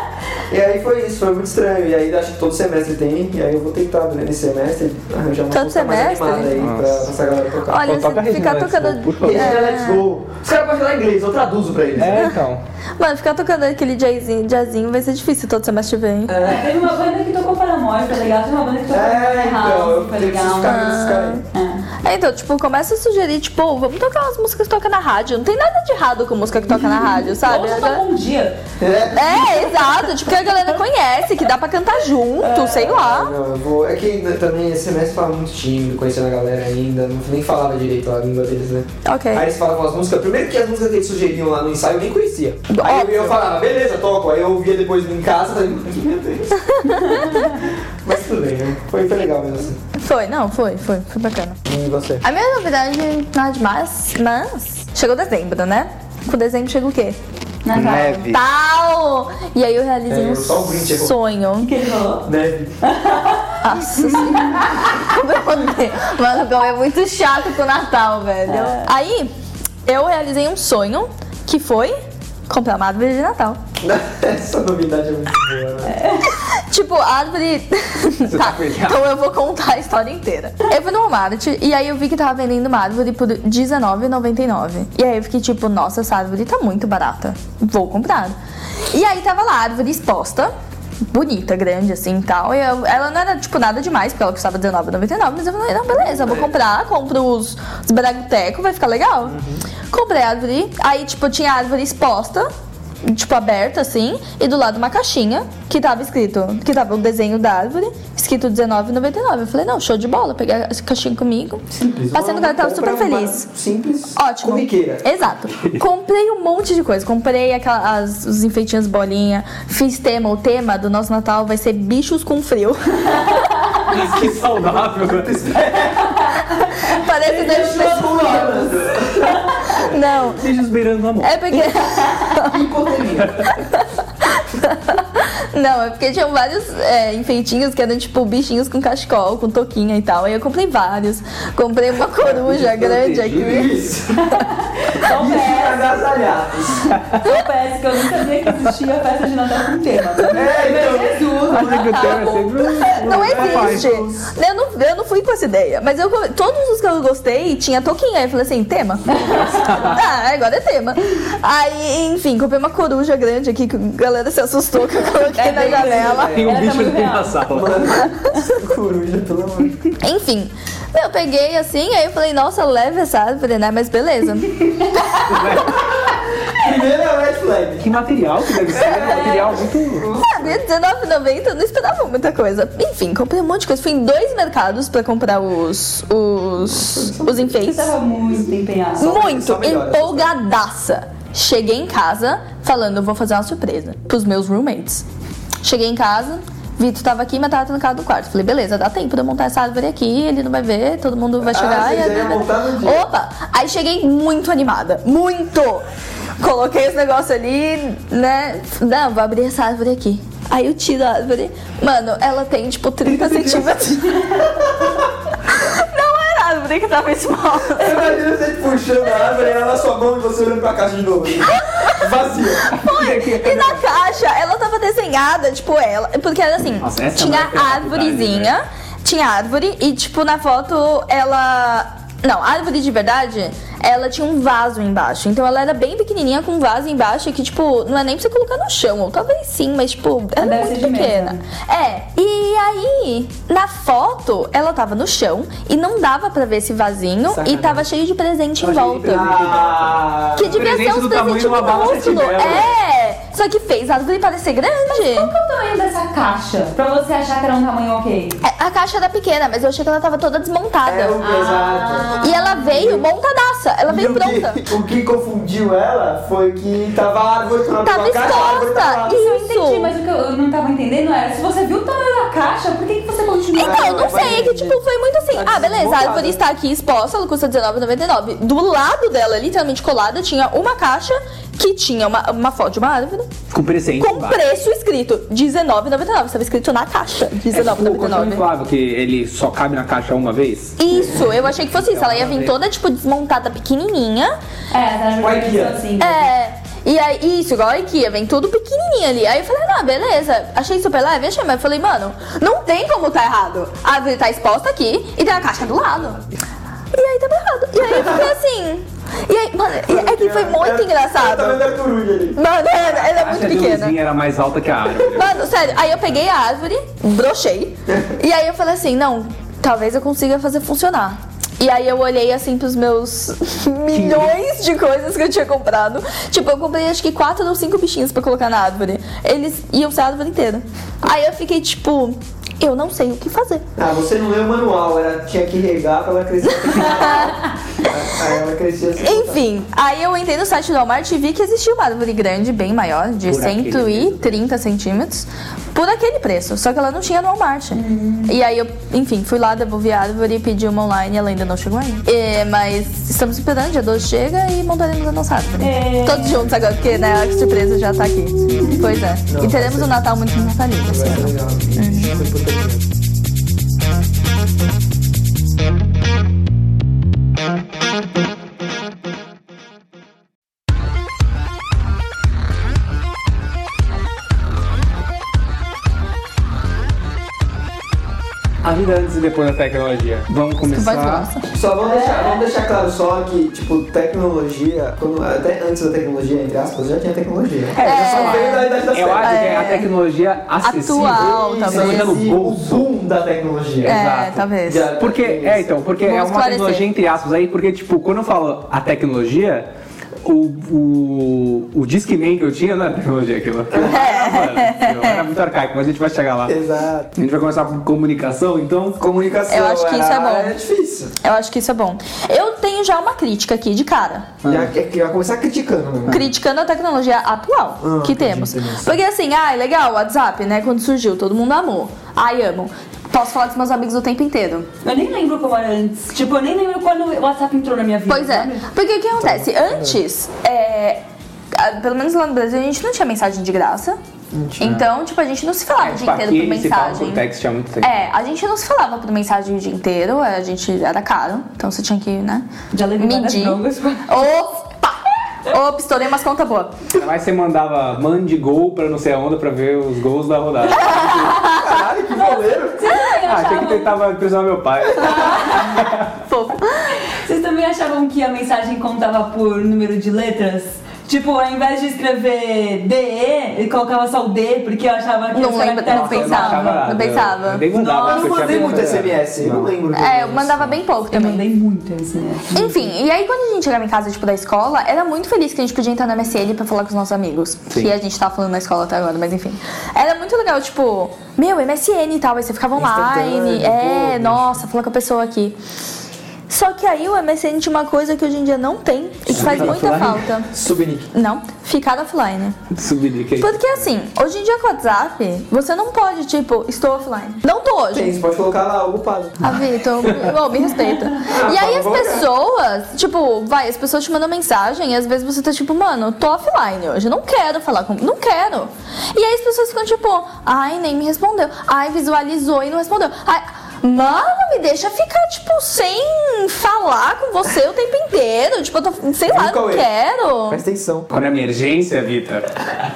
F: E aí foi isso, foi muito estranho. E aí acho que todo semestre tem, e aí eu vou tentar né, nesse semestre arranjar uma
E: Todo
F: música mais
E: semestre?
F: animada aí pra, pra essa galera É. tocar.
E: Olha,
C: Pô, toca
E: se ficar
C: Reginaldo,
E: tocando.
C: por favor.
F: Eles já let's go. Os caras podem falar inglês, eu traduzo pra eles.
C: É, então.
E: Mano, ficar tocando aquele jazzinho, jazzinho vai ser difícil todo semestre vem.
D: É, Teve uma banda que tocou para morte, foi legal. Teve uma banda que tocou
F: É,
D: para tá
F: então, eu
D: house, foi
F: preciso
D: legal.
F: ficar com esses
E: Ah.
F: caras aí.
E: É, então, tipo, começa a sugerir, tipo, vamos tocar umas músicas que toca na rádio. Não tem nada de errado com música que toca na rádio, sabe?
D: Hoje
E: A
D: tocou
E: galera-
D: um dia.
F: É.
E: É, exato. Tipo, que a galera conhece, que dá pra cantar
F: É.
E: junto, sei lá.
F: Não, eu vou. É que né, também esse semestre tava muito tímido, conhecendo a galera ainda, não, nem falava direito a língua deles, né?
E: Ok.
F: Aí eles falavam as músicas, primeiro que as músicas que eles sugeriam lá no ensaio eu nem conhecia. Aí
E: é.
F: eu, eu falava, beleza, toco. Aí eu ouvia depois em casa, falei, meu Deus. Mas tudo bem, né? Foi, foi legal mesmo assim.
E: Foi, não, foi, foi, foi bacana.
F: E você?
E: A minha novidade, nada demais, mas chegou dezembro, né? Com dezembro chega o quê?
D: Natal.
G: Neve.
E: Natal! E aí eu realizei
F: É,
E: um
F: só o Grinch chegou.
E: sonho.
D: O que ele falou?
F: Neve.
E: Nossa senhora. Meu Deus. Mano, o Cauê é muito chato com o Natal, velho. Aí, eu realizei um sonho que foi comprar uma árvore de Natal.
F: Essa novidade é muito boa, né?
E: Tipo, a árvore.
C: tá com ele?
E: então eu vou contar a história inteira. Eu fui no Walmart e aí eu vi que tava vendendo uma árvore por R$19,99. E aí eu fiquei tipo, nossa, essa árvore tá muito barata. Vou comprar. E aí tava lá a árvore exposta. Bonita, grande assim e tal. E eu- ela não era tipo nada demais, porque ela custava R$19,99. Mas eu falei, não, beleza, eu vou comprar, compro os, os bragutecos, vai ficar legal. Comprei a árvore. Aí, tipo, tinha a árvore exposta. tipo, aberta assim, e do lado uma caixinha que tava escrito, que tava o desenho da árvore, escrito R$19,99. Eu falei, não, show de bola, peguei a caixinha comigo.
F: Simples.
E: Passei no
F: Uma
E: cara, tava super
F: compra
E: feliz.
F: mais Simples.
E: Ótimo. É.
F: Corriqueira.
E: Exato. Comprei um monte de coisa. Comprei aquela, as, os enfeitinhos bolinha, fiz tema. O tema do nosso Natal vai ser bichos com frio.
C: Que saudável.
E: Parece
F: Deixa
E: deve
F: eu pular.
E: Não.
C: Beijos beirando a mão.
E: É porque.
F: Hipotermia.
E: Não, é porque tinham vários é, enfeitinhos que eram tipo bichinhos com cachecol, com touquinha e tal. Aí eu comprei vários. Comprei uma coruja grande aqui.
F: Isso.
D: Só
F: Isso pra
D: peço,
F: agasalhar.
D: só peço, que eu nunca sabia que existia festa de Natal com tema.
F: É, então.
C: Acho que o tema é sempre um- um-
E: Não
D: É,
C: um-
E: existe. Né, Eu não, eu não fui com essa ideia. Mas eu, todos os que eu gostei tinha touquinha. Aí eu falei assim, tema. ah, agora é tema. Aí, enfim, comprei uma coruja grande aqui que a galera se assustou que eu coloquei
D: É
E: na
D: bem grande,
E: janela.
C: Tem um
D: Era
C: bicho
D: tamanho
C: dentro da
D: real.
C: sala.
F: Mano, coruja, pelo amor de Deus.
E: Enfim, eu peguei assim, aí eu falei, nossa, leve essa árvore, né? Mas beleza.
F: Primeira red flag.
C: Que material que deve ser? É. um Material muito.
E: Sabe, R$19,90 eu não esperava muita coisa. Enfim, comprei um monte de coisa. Fui em dois mercados pra comprar os. os. os
D: Você
E: enfeites.
D: tava muito empenhado.
E: Muito
F: só melhora essa
E: empolgadaça. Cheguei em casa falando, vou fazer uma surpresa pros meus roommates. Cheguei em casa, Vitor tava aqui, mas tava trancado no quarto. Falei, beleza, dá tempo de eu montar essa árvore aqui, ele não vai ver, todo mundo vai
F: Ah,
E: chegar.
F: você
E: e é
F: já ia montar no dia.
E: Opa! Aí cheguei muito animada, muito! Coloquei esse negócio ali, né? Não, vou abrir essa árvore aqui. Aí eu tiro a árvore. Mano, ela tem tipo 30 centímetros. não era a árvore que tava exposta.
F: Você Imagina você tipo, puxando a árvore, ela na sua mão e você olhando pra caixa de novo. Vazia.
E: E na caixa, ela tava desenhada, tipo, ela. Porque era assim,
C: Nossa, essa é uma
E: tinha
C: criatividade,
E: árvorezinha, tinha árvore, e tipo, na foto ela. Não, a árvore de verdade, ela tinha um vaso embaixo. Então ela era bem pequenininha com um vaso embaixo que, tipo, não é nem pra você colocar no chão. Ou talvez sim, mas, tipo, ela é
D: Deve ser
E: muito
D: de mesa.
E: pequena. É, e aí, na foto, ela tava no chão e não dava pra ver esse vazinho e tava cheio de presente em volta.
F: Ah,
E: Que devia
C: presente
E: ser uns
C: do tamanho de
E: presentes
C: uma bala
E: minúsculo.
C: sete belo.
E: É! Só que fez a árvore parecer grande.
D: Qual o tamanho dessa caixa? Pra você achar que era um tamanho ok.
E: É, A caixa era pequena, mas eu achei que ela tava toda desmontada.
F: é o exato.
E: E ela veio montadaça. Ela
F: E
E: veio
F: o
E: pronta.
F: que, o que confundiu ela foi que tava a árvore na
E: Tava
F: sua caixa, a árvore
E: exposta.
F: tava lá.
E: Isso.
D: Eu entendi, mas o que eu não tava entendendo era, se você viu o tamanho da caixa, por que, que você continua?
E: Então, eu não
F: vai
E: sei, é que
F: entender.
E: tipo, foi muito assim.
F: Tá
E: Ah, beleza, a
F: desmontada.
E: árvore está aqui exposta, ela custa R$19,99. Do lado dela, literalmente colada, tinha uma caixa que tinha uma, uma foto de uma árvore
C: Com presente.
E: com preço escrito R$19,99. Estava escrito na caixa,
C: É O colchão
E: R$19,99.
C: inflável, que ele só cabe na caixa uma vez.
E: Isso, eu achei que fosse isso. Ela ia vir toda, tipo, desmontada, pequenininha.
D: É, tá na
F: Vai
D: verdade,
F: que é.
D: assim.
E: É. E aí, isso, igual a IKEA, vem tudo pequenininho ali. Aí eu falei, não, beleza, achei super leve, achei, mas eu falei, mano, não tem como tá errado. A árvore tá exposta aqui e tem a caixa do lado. E aí tava errado. E aí eu fiquei assim. E aí, mano, e- é que foi muito
F: Eu tava
E: engraçado.
F: vendo a coruja ali.
E: Mano, ela, ela é
C: A
E: muito
C: caixa de
E: pequena.
C: luzinha era mais alta que a árvore.
E: Mano, sério, aí eu peguei a árvore, brochei, e aí eu falei assim, não, talvez eu consiga fazer funcionar. E aí eu olhei assim pros meus milhões de coisas que eu tinha comprado. Tipo, eu comprei acho que quatro ou cinco bichinhos pra colocar na árvore. Eles iam ser a árvore inteira. Aí eu fiquei tipo, eu não sei o que fazer.
F: Ah, você não leu o manual, ela tinha que regar pra ela crescer. Aí ela crescia assim.
E: Enfim, aí eu entrei no site do Walmart e vi que existia uma árvore grande, bem maior, de
C: Por aquele
E: 130 centímetros, por aquele preço. Só que ela não tinha no Walmart.
C: Hum.
E: E aí eu, enfim, fui lá, devolvi a árvore e pedi uma online ela ainda não chegou ainda. É, mas estamos esperando, dia 12 chega e montaremos a nossa árvore.
C: É.
E: Todos juntos agora, porque né, a surpresa já tá aqui. Pois é.
C: tá
E: e teremos um Natal muito natalino assim, esse ano.
F: Tá, Legal. Hipotermia.
C: A vida antes e depois da tecnologia. Vamos
E: Vai
C: começar.
E: nossa.
F: Só vamos deixar, vamos deixar claro só que, tipo, tecnologia, quando- até antes da tecnologia, entre aspas, já tinha tecnologia.
C: É,
F: Só veio da idade da
C: Eu
F: Serra.
C: acho que é a tecnologia acessível.
E: Atual,
C: Isso,
E: talvez.
C: tá no
F: Esse- é o
C: bolso.
F: boom da tecnologia.
E: É,
C: Exato.
E: talvez.
F: Já-
C: Porque, é então, porque
E: Vamos
C: é uma
E: esclarecer.
C: tecnologia entre aspas aí, porque tipo, quando eu falo a tecnologia, o, o, o Discman que eu tinha não era tecnologia aquilo. Aquilo era, mano, era muito arcaico, mas a gente vai chegar lá.
F: Exato.
C: A gente vai começar com comunicação, então.
F: Comunicação.
E: Eu acho que isso
F: era-
E: é bom.
F: É difícil.
E: Eu acho que isso é bom. Eu tenho já uma crítica aqui de cara.
F: Já, é que vai começar criticando, né?
E: criticando a tecnologia atual
F: Ah,
E: que
F: entendi,
E: temos.
F: entendi.
E: Porque assim, ai, legal, WhatsApp, né? Quando surgiu, todo mundo amou. Ai, amo. Posso falar com meus amigos o tempo inteiro.
D: Eu nem lembro como era antes. Tipo, eu nem lembro quando o WhatsApp entrou na minha vida.
E: Pois é. Porque o que acontece?
F: Tá
E: Antes, é, a- pelo menos lá no Brasil, a gente não tinha mensagem de graça. Então, tipo, a gente não se falava o dia inteiro por
C: É, se fala por
E: mensagem.
C: text há muito tempo.
E: É, a gente não se falava por mensagem o dia inteiro, é, a gente era caro, então você tinha que, né?
D: Já levei várias
E: medir.
D: longas.
E: Opa! Opa, estourei umas contas boas.
C: Ainda mais você mandava mande gol pra não sei aonde pra ver os gols da rodada.
F: Caralho, que goleiro.
D: Vocês também,
C: ah, achei que
D: achavam,
C: tentava impressionar meu pai.
E: Fofo.
D: vocês também achavam que a mensagem contava por número de letras? Tipo, ao invés de escrever DE, eu colocava só o D, porque eu achava que
E: Não
D: os
E: lembro,
D: caracteres
C: Eu
E: não pensava,
C: achava nada.
E: não pensava.
C: Eu nem mandava, porque
D: Nossa,
F: Eu
C: eu
F: não
C: tinha
F: mandei muito
C: vergonha.
F: SMS, eu não lembro.
E: É, eu mandava bem pouco
D: Eu
E: também.
D: mandei muito né? SMS.
E: Enfim, e aí quando a gente chegava em casa, tipo, da escola, era muito feliz que a gente podia entrar na MSN pra falar com os nossos amigos. Que a gente tava falando na escola até agora, mas enfim. Era muito legal, tipo, meu, MSN e tal, aí você ficava online.
F: Instantâneo,
E: É,
F: pô,
E: nossa, falar com a pessoa aqui. Só que aí o MSN tinha uma coisa que hoje em dia não tem e que faz muita falta.
F: Subnick.
E: Não, ficar offline.
C: Subnique aí.
E: Porque assim, hoje em dia com o WhatsApp, você não pode, tipo, estou offline. Não tô hoje.
F: Tem, você pode colocar lá ocupado.
E: Ah, Vitor, bom, me respeita. E aí as pessoas, tipo, vai, as pessoas te mandam mensagem e às vezes você tá tipo, mano, tô offline hoje, não quero falar com. Não quero. E aí as pessoas ficam tipo, ai, nem me respondeu. Ai, visualizou e não respondeu. Ai, mano, me deixa ficar, tipo, sem falar com você o tempo inteiro. Tipo, eu tô, sei lá,
F: Nunca
E: não
F: eu.
E: quero.
F: Presta atenção.
C: Quando é emergência, Vitor,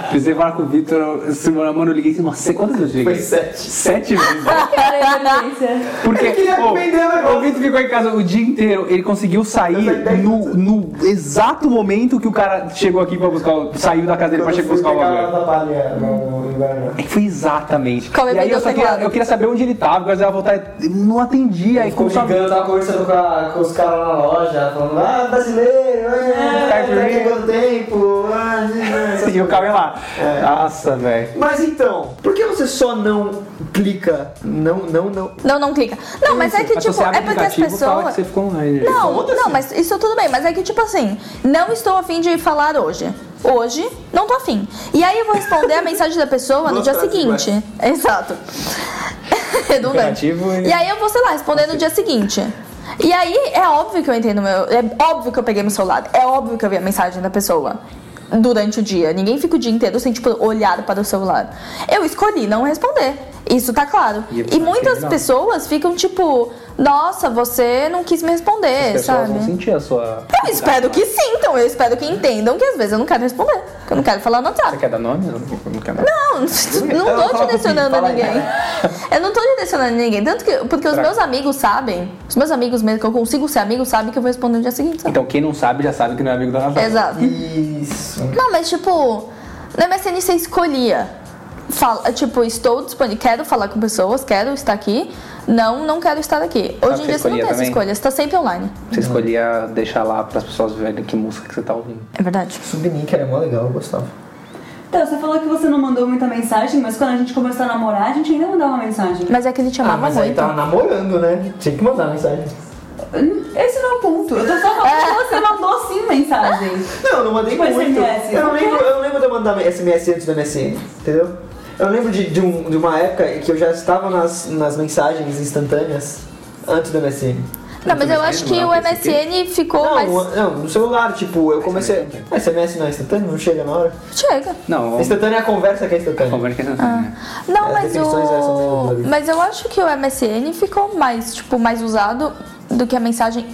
C: precisei falar com o Vitor, esse mano, eu liguei assim, nossa, quantas vezes eu liguei?
F: Foi sete.
C: Sete vezes.
D: Experiência.
C: Porque
F: Eu queria
C: pô,
F: vender o negócio.
C: o Vitor ficou em casa o dia inteiro, ele conseguiu sair
F: Eu saí dez
C: no, no exato momento que o cara chegou aqui pra buscar, o- saiu da casa dele pra
F: Quando eu
C: chegar buscar
F: fui
C: o
F: pegar
C: bagulho.
F: lá na Bahia, no no inverno.
C: É, Foi exatamente.
E: Como é
C: e aí
E: que
C: eu
E: deu
C: só queria,
E: teclado?
C: eu queria saber onde ele tava, porque às vezes ela voltar, não atendia, aí
F: Ficou
C: começou a...
F: ligando, tava conversando com, a- com os caras lá na loja, falando, ah, brasileiro, ah, tá
C: Caipirinha.
F: chegando o tempo, ah, essas
C: E assim, o cara lá.
F: É.
C: Nossa, velho.
F: Mas então, por que você só não clica? Não, não, não.
E: Não, não clica. Não, mas é que,
C: Mas
E: tipo,
C: você abre
E: é
C: o
E: porque as
C: aplicativo, Fala
E: pessoas.
C: que você ficou online.
E: Não,
F: Foda-se.
E: não,
C: assim.
E: mas isso tudo bem, mas é que tipo assim, não estou afim de falar hoje. Hoje, não tô afim. E aí eu vou responder a mensagem da pessoa no
F: Duas
E: dia
F: frases
E: seguinte. Exato. Redundante.
C: Imperativo e-
E: E aí eu vou, sei lá, responder no dia seguinte. E aí é óbvio que eu entrei no meu. É óbvio que eu peguei meu celular. É óbvio que eu vi a mensagem da pessoa. Durante o dia. Ninguém fica o dia inteiro sem, tipo, olhar para o celular. Eu escolhi não responder. Isso tá claro.
C: E é
E: E muitas
C: criminal.
E: pessoas ficam tipo, nossa, você não quis me responder,
C: pessoas vão
E: sabe?
C: sentir a sua.
E: Eu espero que sintam, eu espero que entendam que às vezes eu não quero responder, que eu não quero falar no
C: Você
E: WhatsApp.
C: quer dar nome? Eu não quero dar.
E: Não,
F: Eu
E: não
F: falo
E: tô
F: comigo,
E: direcionando a
F: fala aí.
E: ninguém. Eu não tô direcionando a ninguém, tanto que porque os
C: Será?
E: meus amigos sabem, os meus amigos mesmo que eu consigo ser amigo sabem que eu vou responder no dia seguinte. sabe?
C: Então quem não sabe já sabe que não é amigo da Natália.
E: Exato.
F: Isso.
E: Não, mas tipo, na MSN você escolhia. Fala, tipo, estou disponível, quero falar com pessoas, quero estar aqui. Não, não quero estar aqui.
C: Sabe
E: Hoje em
C: que
E: dia você
C: escolhia
E: não tem essa
C: também?
E: escolha, você tá sempre online.
C: Você escolhia deixar lá pras pessoas verem que música que você tá ouvindo.
E: É verdade.
F: Subnick era mó legal, eu gostava.
D: Então, você falou que você não mandou muita mensagem, mas quando a gente começou a namorar, a gente ainda mandava mensagem.
E: Mas é que ele te
F: Ah,
E: amava
F: mas aí
E: muito.
F: tava namorando, né? Tinha que mandar mensagem.
D: Esse não é o ponto. Eu tô só falando que você mandou sim mensagem.
F: Não, eu não mandei
D: Tipo
F: muito.
D: SMS.
F: Eu não lembro, eu não lembro de eu mandar SMS antes do MSN, entendeu? Eu lembro de, de, um- de uma época em que eu já estava nas, nas mensagens instantâneas antes do MSN.
E: Não, mas eu
C: MSN,
E: acho que
F: é
C: não,
E: o MSN ficou
F: Não,
E: mais.
F: não, no celular, tipo, eu comecei. SMS não é instantâneo? Não chega na hora?
E: Chega.
C: Não,
F: Instantânea é a conversa que é instantânea.
C: conversa que é ah.
E: Não,
F: As
E: mas
F: definições elas são meio
E: o.
F: dúvidas.
E: Mas eu acho que o MSN ficou mais, tipo, mais usado do que a mensagem.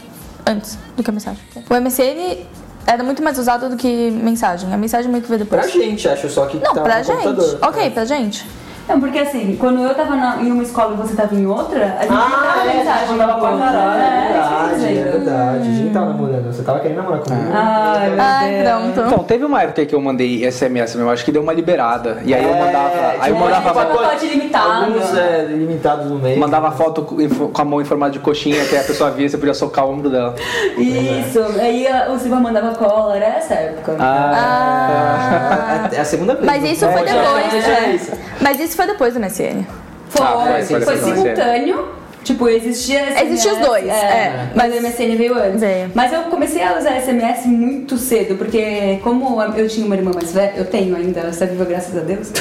E: Antes do que a mensagem. O MSN era muito mais usado do que mensagem. A mensagem meio que veio
F: Pra
E: depois.
F: gente, acho só que
E: Não,
F: tá
E: pra
F: no
E: gente.
F: computador.
E: Ok, pra gente.
D: Não, porque assim, quando eu tava na- em uma escola e você tava em outra, a gente
F: Ah,
D: mandava
F: é,
D: mensagem.
F: você mandava pra
D: pro outro.
F: caralho. É
D: É, isso
F: verdade, é
D: mesmo.
F: verdade. A gente tava namorando, você tava querendo namorar comigo.
D: Ai, meu
E: Ai,
D: Deus.
E: pronto.
C: Então, teve uma época que eu mandei SMS, eu acho que deu uma liberada. E aí eu
F: É,
C: mandava. Aí eu
F: tinha
C: mandava.
F: um
D: pacote
F: pacote
D: limitado.
F: Alguns é, limitados no meio.
E: Ah.
C: Mandava foto com info- com a mão em formato de coxinha, que aí a pessoa via, você podia socar o ombro dela.
D: Isso, aí a- o Silva mandava cola, era essa época.
E: Ah.
F: É a segunda vez.
E: Mas
F: né?
E: isso foi
F: É, já-
E: depois,
F: já-
E: né?
F: isso.
E: Mas isso foi depois do MSN.
D: Foi,
C: Ah, foi,
D: foi,
C: foi depois do
D: simultâneo. Tipo, existia SMS.
E: Existia os dois, é.
D: Mas o MSN veio antes.
E: Veio.
D: Mas eu comecei a usar SMS muito cedo, porque como eu tinha uma irmã mais velha, eu tenho ainda, ela está viva graças a Deus.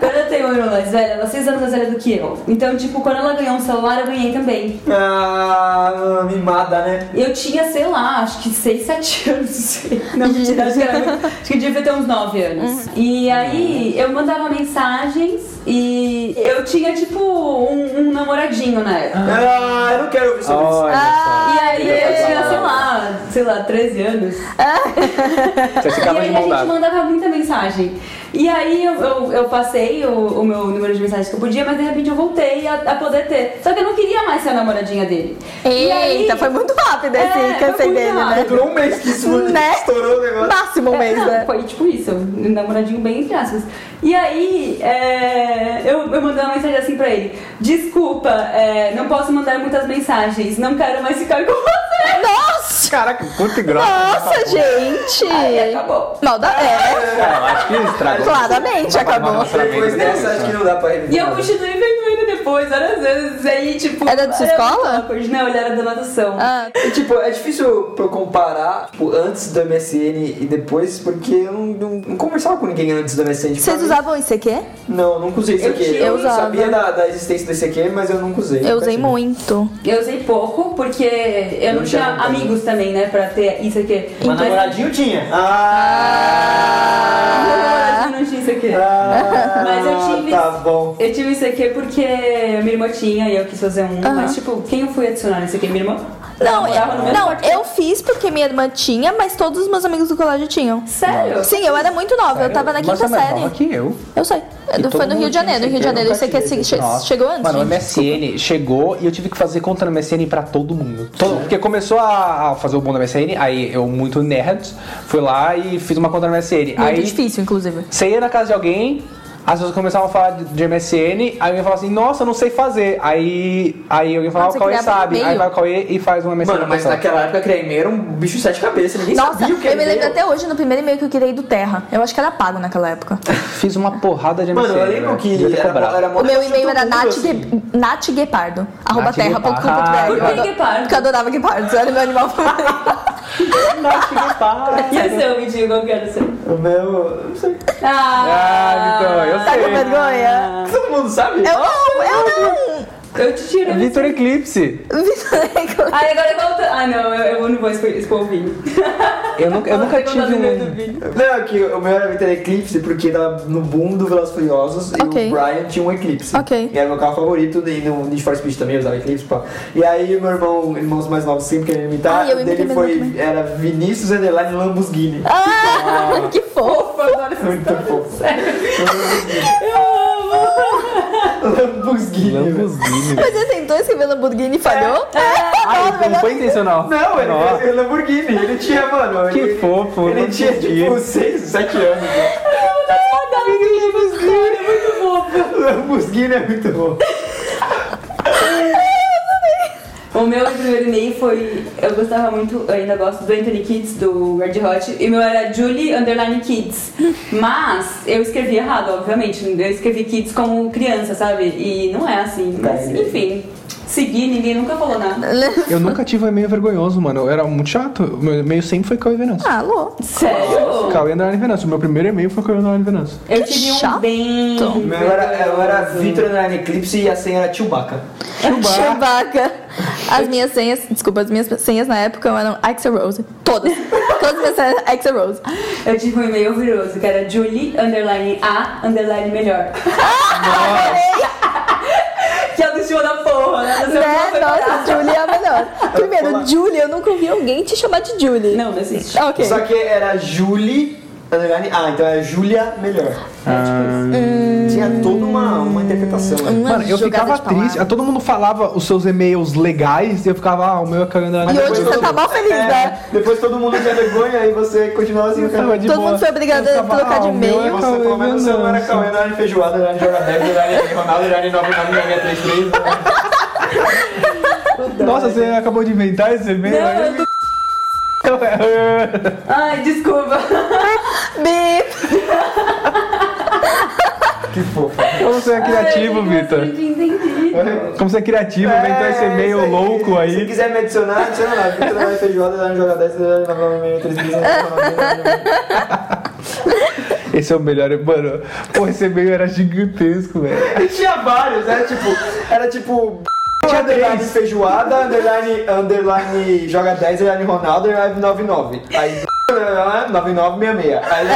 D: quando eu tenho uma irmã mais velha, ela é seis anos mais velha do que eu. Então, tipo, quando ela ganhou um celular, eu ganhei também.
F: Ah, mimada, né?
D: Eu tinha, sei lá, acho que 6, 7 anos, não sei. Não, mentira, acho que, era, muito- acho que devia ter uns 9 anos. E aí eu mandava mensagens e eu tinha, tipo, um, um namoradinho na época.
F: Ah, eu não quero ouvir sobre isso.
E: Ah,
D: E aí eu tinha,
E: Deus.
D: sei lá, sei lá, 13 anos.
C: Você
D: e
C: ficava de
D: aí a
C: mão
D: gente
C: dada.
D: mandava muita mensagem. E aí eu, eu, eu passei o, o meu número de mensagens que eu podia, mas de repente eu voltei a, a poder ter. Só que eu não queria mais ser a namoradinha dele. E aí-
E: Eita, foi muito rápido esse
D: É, foi
E: cansei
D: muito
E: dele, né?
D: rápido.
F: Durou um mês que isso
E: Né?
F: estourou o negócio.
E: Máximo um mês,
D: Não,
E: né?
D: Foi tipo isso, um namoradinho bem entre aspas. E aí, é, eu, eu mandei uma mensagem assim pra ele: Desculpa, é, não posso mandar muitas mensagens, não quero mais ficar com você.
E: Nossa!
C: Caraca, puta graça.
E: Nossa, gente!
D: Aí acabou.
E: Malda é,
C: Não, acho que estragou.
E: claramente acabou.
F: Depois dessa, acho que não dá pra
D: E
F: reviver.
D: eu continuei vendo ele depois, várias vezes. Aí, tipo.
E: Era da sua
D: muito
E: escola?
D: awkward. Não, ele era da natação.
E: Ah,
F: E, tipo, é difícil pra eu comparar, tipo, antes do MSN e depois, porque eu não, não- não conversava com ninguém antes do MSN. Tipo,
E: vocês usavam isso aqui?
F: Não, nunca usei isso
D: Eu
F: aqui.
D: tinha-
E: eu usava.
F: sabia da, da existência desse aqui, mas eu nunca usei.
E: Eu
F: nunca
E: usei
F: tive.
E: muito.
D: Eu usei pouco, porque eu não,
F: Não
D: tinha
F: tinha nada.
D: amigos também, né, pra ter isso aqui. Então,
F: Mas namoradinho tinha. Ah!
D: Meu namoradinho não tinha isso aqui.
F: Ah,
D: Mas eu tive-
F: Tá bom.
D: Eu tive isso aqui porque minha irmã tinha e eu quis fazer um,
E: Aham.
D: mas tipo, quem eu fui adicionar nesse aqui? Minha irmã? Ela
E: Não,
D: morava no
E: eu,
D: mesmo
E: não,
D: quarto.
E: eu fiz porque minha irmã tinha, mas todos os meus amigos do colégio tinham.
D: Sério?
E: Sim, eu era muito nova, eu tava na
C: Mas
E: quinta
C: é mais nova
E: série.
C: que eu.
E: Eu sei. É,
C: todo
E: Foi no
C: mundo
E: Rio de
C: tinha
E: Janeiro,
C: isso
E: no Rio
C: aqui,
E: de
C: eu
E: Janeiro. Eu sei que
F: nunca tive
E: esse- che-
C: Nossa.
E: chegou antes.
C: Mano, o
E: gente.
C: MSN chegou e eu tive que fazer conta no MSN pra todo mundo. Todo, porque começou a a fazer o bom da MSN, aí eu, muito nerd, fui lá e fiz uma conta no MSN.
E: Muito
C: aí
E: difícil, inclusive.
C: você ia na casa de alguém, as pessoas começavam a falar de, de MSN, aí alguém falava assim, nossa, eu não sei fazer. Aí, aí alguém falava, ah,
E: Ah,
C: o
E: você
C: Cauê
E: criava
C: sabe.
E: e-mail.
C: Aí vai o Cauê e faz uma MSN.
F: Mano, mas
C: pra pessoa.
F: naquela época Kramer era um bicho de sete cabeças, ninguém
E: Nossa,
F: sabia
E: eu
F: o que é
E: me lembro
F: era.
E: até hoje no primeiro e-mail que eu criei do Terra. Eu acho que era pago naquela época.
C: Fiz uma porrada de MSN.
F: Mano, eu lembro
C: velho.
F: que
C: né? Devia ter
F: era,
C: cobrado.
F: era
E: O meu e-mail era
F: todo mundo,
E: nath,
F: assim.
E: Ge- nath Guepardo, arroba
C: Nath
E: terra ponto com ponto
C: Guepardo.
D: Por
E: br.
D: que
E: Eu ado-
D: Guepardo?
E: Porque eu adorava guepardos, era meu animal favorito.
D: E
F: um
D: o seu, me diga qual que era o seu.
F: O meu, não sei.
C: Ah, Vitor, eu
E: Tá com
C: sei.
E: vergonha?
F: Todo mundo sabe?
E: Eu não, eu
D: Eu te tiro.
C: É Vitor Eclipse.
E: não. Vitor
D: Ai, agora volta. Ah, não, eu, eu não vou expor, expor o vinho.
C: Eu nunca, eu nunca
D: Você conta
C: tive
D: do meu do
C: um...
D: vinho.
F: Não, é que o meu era Vitor Eclipse, porque tava no boom do Velas Furiosos e
E: Ok.
F: o Brian tinha um Eclipse.
E: Ok.
F: E era meu carro favorito, e no Need for Speed também eu usava Eclipse, pá. E aí meu irmão, irmãos mais novos sempre querendo imitar,
E: Ah, eu
F: o
E: imitei meu
F: dele foi,
E: irmão
F: era Vinícius Underline Lamborghini.
E: Ah, que fofo.
F: Muito fofo. Lamborghini. velho.
E: Mas você tentou escrever Lamborghini e falhou?
C: Ah, então não foi intencional.
F: Não, ele
C: Nossa.
F: era Lamborghini, ele tinha, mano...
C: Que
F: ele-
C: fofo,
F: Ele tinha,
C: Lamborghini.
F: tipo, 6, 7 anos. né?
D: Lamborghini é muito fofo.
F: Lamborghini é muito bom.
D: O meu primeiro e-mail foi. Eu gostava muito, eu ainda gosto do Anthony Kids, do Red Hot, e o meu era Julie Underline Kids. Mas eu escrevi errado, obviamente. Eu escrevi Kids como criança, sabe? E não é assim. Mas, enfim, segui, ninguém nunca falou nada.
C: Eu nunca tive um e-mail vergonhoso, mano. Eu era muito chato. O meu e-mail sempre foi Cauê Venâncio.
E: Ah, alô.
D: Sério?
C: Cauê Andrade Venâncio. O meu primeiro e-mail foi Cauê Andrade Venâncio.
D: Eu
E: Que
D: tive um
E: chato.
D: bem.
F: O meu era, eu era Vitor Underline Eclipse e a senha era Chewbacca.
E: Chewbacca. As minhas senhas, desculpa, as minhas senhas na época eram Axel Rose. Todas. Todas as minhas senhas eram Axel Rose.
D: Eu tive um e-mail horroroso que era Julie underline A underline melhor. que é do show da porra, né? Não sei como
E: Né?
D: foi
E: Nossa,
D: parar.
E: Julie é a melhor.
D: assim,
E: Primeiro, Julie, eu nunca ouvi alguém te chamar de Julie.
D: Não, não existe.
E: Ok.
F: Só que era Julie
H: underline A. Então é Júlia melhor.
I: Ah.
H: Tinha toda uma, uma interpretação. né?
E: Uma
I: Mano, eu
E: jogada
I: ficava
E: de palavras.
I: triste. Todo mundo falava os seus e-mails legais e eu ficava, ah, o meu é cagando.
E: E hoje você tá mal feliz,
H: É,
E: né?
H: Depois todo mundo tinha vergonha e você continuava assim. cara.
E: Todo mundo foi obrigado a trocar de
H: E
E: e-mail.
H: você, pelo menos, você não era Cauê, não era feijoada, não era Jordan Beck, não era Ronaldo, não era 99, 633.
I: Nossa, você acabou de inventar esse e-mail?
D: tipo, Não, eu não- Ai, desculpa.
E: Bip!
I: Como você é
D: Ai,
I: criativo,
D: eu
I: Vitor.
D: sempre entendi.
I: Como você é criativo, inventou esse e-mail
H: isso aí.
I: louco
H: Se
I: aí.
H: quiser me adicionar, adiciona lá. Vitor Daniel Feijoada, Daniel Jordan Beck, Daniel 99,
I: Esse é o melhor, mano. Pô, esse e-mail era gigantesco, velho.
H: 633. Tinha vários, né? Tipo, era tipo... Tinha underline feijoada, underline, underline joga 10, underline Ronaldo, underline 99. Aí... 9966. Aí...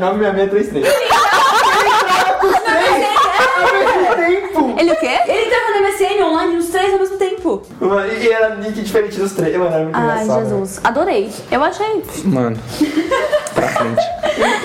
H: 996633. Tempo!
E: Ele o quê?
D: Ele tá tava no MSN online os três ao mesmo tempo.
H: Mano, E era nick diferente dos três, mano, era muito
E: Ai,
H: engraçado. né?
E: Jesus. Adorei. Eu achei.
C: Mano. Pra frente.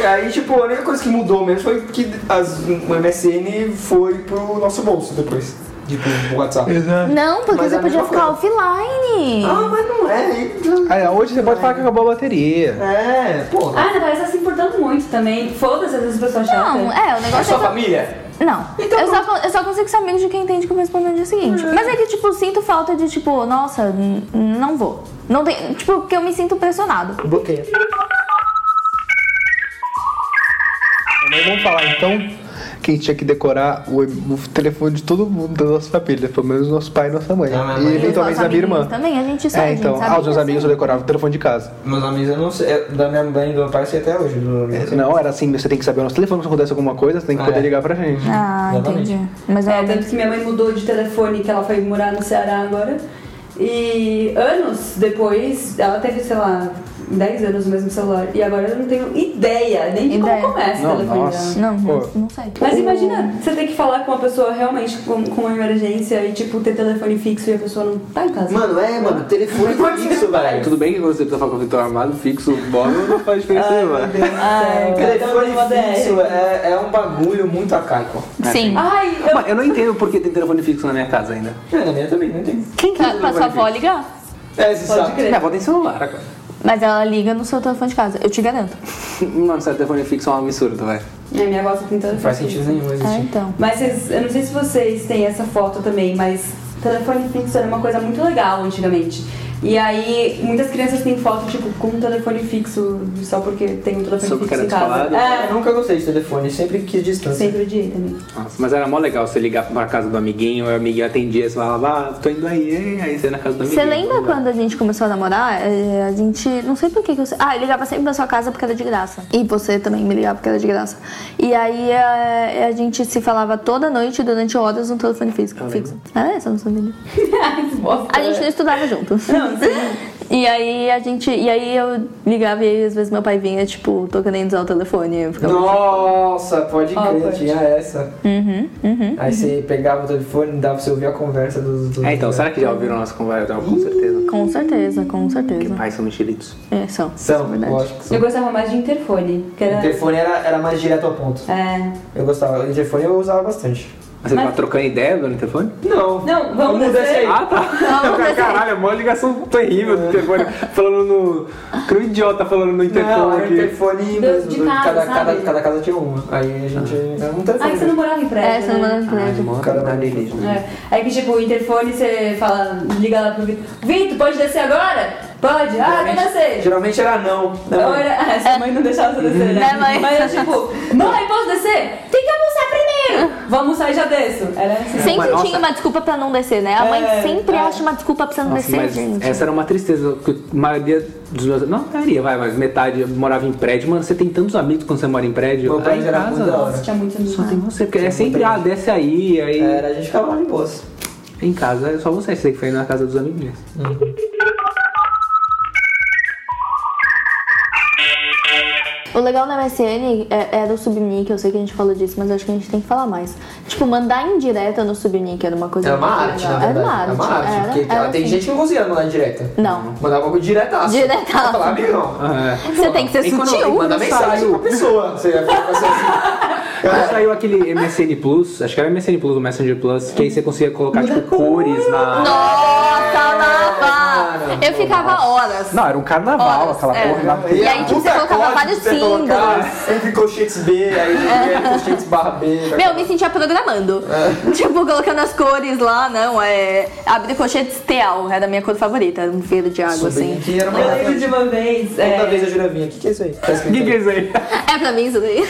H: E aí, tipo, a única coisa que mudou mesmo foi que as, o MSN foi pro nosso bolso depois. Tipo, o WhatsApp.
I: Exato.
E: Não, porque
H: Mas é
E: você
H: a
E: podia
H: mesma
E: ficar offline.
H: Ah, mas não é. então-
I: Aí, hoje você pode falar que acabou a bateria.
H: É, porra.
D: Ah, mas tá se importando muito também. Foda-se, às vezes pessoas chata.
E: Não, é, o negócio
H: A
E: é.
H: sua
E: que-
H: família?
E: Não. eu, só, con- eu só consigo ser amigo de quem entende que eu respondo no dia seguinte. Mas é que, tipo, sinto falta de, tipo, nossa, n- não vou. Não tem. Tipo, porque eu me sinto pressionado.
H: Bloqueia.
I: Mas vamos falar então que a gente tinha que decorar o, e- o telefone de todo mundo da nossa família, pelo menos nosso pai e nossa mãe.
F: Ah, minha
I: e
F: mãe.
I: eventualmente
E: Os
I: da minha
E: amiguinhos
I: irmã.
E: Também, a gente só.
I: É,
E: gente,
I: então,
E: sabe?
I: ah, os meus amigos eu decorava o telefone de casa.
F: Meus amigos, eu não sei. é, Da minha mãe e do meu pai, eu sei até hoje. do-
I: É, Não, era assim, você tem que saber o nosso telefone, se acontece alguma coisa, você tem que
F: Ah,
I: poder
F: é.
I: ligar pra gente.
E: Ah,
F: Exatamente.
E: entendi. Mas
D: É,
E: eu-
D: tanto que minha mãe mudou de telefone, que ela foi morar no Ceará agora. E anos depois, ela teve, sei lá, 10 anos no mesmo celular. E agora eu não tenho ideia nem de
E: Ideia. Hum.
D: como começa
I: Não,
D: o telefone
I: nossa.
D: dela.
E: Não, não,
I: Pô.
E: não sei.
D: Mas imagina, você tem que falar com uma pessoa realmente com, com uma emergência e, tipo, ter telefone fixo e a pessoa não tá em casa.
F: Mano, é, mano, telefone fixo, velho.
C: É, Tudo bem que quando você precisa falar com o Vitor Armado, fixo, móvel, não faz diferença nenhuma.
H: É,
D: Ai,
E: É,
D: cara, tá
F: Telefone
D: dando uma
F: fixo
D: DR.
F: é, é um bagulho muito arcaico.
E: Sim.
D: Ai, eu...
C: Mano, eu não entendo por que tem telefone fixo na minha casa ainda.
F: É, na minha também, não tem.
E: Quem que pra sua avó ligar?
F: É, você
D: Pode
F: sabe.
D: crer.
C: Minha avó tem celular agora.
E: Mas ela liga no seu telefone de casa, eu te garanto. tá?
C: Mano, sério, telefone fixo é uma absurda, velho.
D: É, minha avó tem telefone
F: Não faz
D: fixo.
F: sentido nenhum
E: Ah,
F: existir.
E: então.
D: Mas vocês, eu não sei se vocês têm essa foto também, mas telefone fixo era uma coisa muito legal antigamente. E aí, muitas crianças têm foto, tipo, com um telefone fixo, só porque tem um telefone
C: Só porque
D: fixo
C: era
D: em casa.
C: descolado.
F: É, eu nunca gostei de telefone, sempre quis
D: É,
F: distância.
D: sempre odiei também.
C: Nossa, mas era mó legal você ligar pra casa do amiguinho, aí o amiguinho atendia, você falava, ah, tô indo aí, hein? aí você ia na casa do amiguinho.
E: Você lembra quando a gente começou a namorar? É, A gente. Não sei por que que eu. Ah, eu ligava sempre pra sua casa porque era de graça. E você também me ligava porque era de graça. E aí é, a, gente se falava toda noite durante horas no telefone físico, fixo. Ah, é? Você não sabia?
D: Ai, que bosta.
E: A gente não estudava junto.
D: É. Não, sim.
E: E aí a gente. E aí eu ligava e aí, às vezes meu pai vinha, tipo, tô querendo usar o telefone. e Eu ficava.
F: Nossa, pode crer,
D: Awkward.
F: tinha essa.
E: Uhum, uhum.
F: Aí você pegava o telefone, dava pra você ouvir a conversa dos. dos
C: É, então, será que já ouviram a nossa conversa? Não, com certeza.
E: Com certeza, com certeza.
C: Pais são mexeritos.
E: É, são.
F: São,
E: Verdade.
F: lógico que são.
D: Eu gostava mais de interfone, que
F: O
D: era...
F: telefone era, era mais direto ao ponto.
D: É...
F: Eu gostava. O telefone eu usava bastante.
C: Mas Ah, você tava trocando ideia no telefone?
F: Não.
D: Não, vamos
F: mudar isso
D: descer.
F: aí.
C: Ah, tá. Caralho, é mó ligação terrível do telefone. Falando no. Que um idiota falando no
F: Não,
C: interfone
F: era um
C: aqui.
F: telefone
D: Do-
F: mesmo.
D: de
F: do-
D: casa,
F: cada,
D: sabe?
F: cada, cada casa tinha uma. Aí a gente. Era um telefone. um
D: Ah, que você não morava em prédio,
E: É, você não
D: né?
E: manda no
C: Ai,
E: prédio.
C: mó
F: Cara,
C: da alienígena.
D: É. Aí que tipo, o interfone você fala, liga lá pro Vitor. Vitor, pode descer agora? Pode? Ah, quer descer?
F: Geralmente era não.
D: Eu
F: não.
D: era- Ah, sua mãe não deixava você descer, né?
E: É, mãe.
D: Mas eu, tipo, mãe, posso descer? Tem que almoçar primeiro! Vou almoçar e já desço. Era assim.
E: Sempre
C: Mas,
E: tinha
C: nossa.
E: uma desculpa pra não descer, né? A mãe
F: É,
E: sempre
F: é.
E: acha uma desculpa pra você não
C: Nossa,
E: descer,
C: mas
E: gente.
C: essa era uma tristeza, porque a maioria dos meus... Não, a maioria, vai, mas metade morava em prédio. Mano, você tem tantos amigos quando você mora em prédio.
F: Meu
C: aí em
F: prédio era muito da
C: casa,
F: hora.
D: Tinha muito amigo.
C: só tem você, porque é sempre, ah, desce aí, aí...
F: Era, a gente ficava lá de boas.
C: Em casa é só você, você que foi na casa dos amiguinhos.
J: O legal na MSN é, era o subnick, eu sei que a gente falou disso, mas acho que a gente tem que falar mais. Tipo, mandar indireta no subnick era uma coisa.
F: Era É uma
J: muito
F: arte, na
E: é
J: legal.
F: verdade.
J: Era uma arte.
F: arte, porque
J: era-
F: ela
J: era
F: tem
J: assim.
F: gente que não conseguia mandar direta.
J: Não.
F: Mandava algo diretaço.
J: Diretaço.
F: Vai falar, amigão.
C: Ah.
E: Você tem que ser
F: E quando- e
E: sutil.
F: Mandar mensagem pra pessoa. Você ia falar pra você assim.
C: Quando É. saiu aquele MSN Plus, acho que era MSN Plus ou Messenger Plus, que aí você conseguia colocar, tipo, cores na...
E: Nossa, amava! Eu ficava horas.
C: Não, era um carnaval
E: Horas,
C: aquela
E: é.
C: porra. na-
E: E aí, tipo, você
F: puta
E: colocava
F: código
E: vários
F: que você colocava
E: símbolos.
F: Entre colchetes B, aí é. colchetes barra B.
E: Meu, eu me sentia programando.
F: É.
E: Tipo, colocando as cores lá, não, é. Abre colchetes teal, era a é minha cor favorita, um verde água, assim.
F: Que era uma
D: Eu lembro de uma vez.
F: Toda
D: É,
F: vez a Jura vinha, o que, que é isso aí? Tá escrito
C: Que que é isso aí?
E: É pra mim isso daí.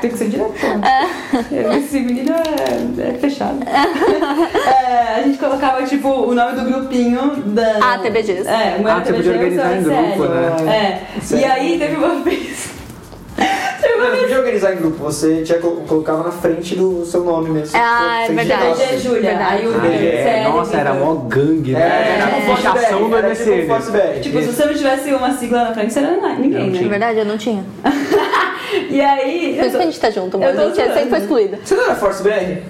F: Tem que ser direto.
D: Esse menino é, é fechado. É, a gente colocava, tipo, o nome do grupinho da.
E: Ah, TBGs.
D: É, uma era
C: Ah, tipo, de
D: TBG,
C: organizar
D: outra era
C: em grupo, né?
D: sério. É. E aí teve uma vez. teve uma
F: Não,
D: vez.
F: podia organizar em grupo, você tinha, co- colocava na frente do seu nome mesmo.
E: Ah, é
F: Sem
E: verdade.
F: direto.
D: TBG Júlia. Aí o
C: Ah, é.
D: sério,
C: Nossa, era
D: amigo.
C: mó gangue, né? Era a
D: é.
C: fichação do
F: Era tipo um Force
C: MSN.
F: Bag.
D: Tipo, se você não tivesse uma sigla na frente, você não era ninguém,
C: Não
D: né?
C: tinha.
E: Na verdade, eu não tinha.
D: E aí.
E: Por isso que a
D: eu
E: gente tá junto, mas
D: eu tô
E: a gente sempre
D: zoando.
E: foi excluída.
F: Você não era Force BR?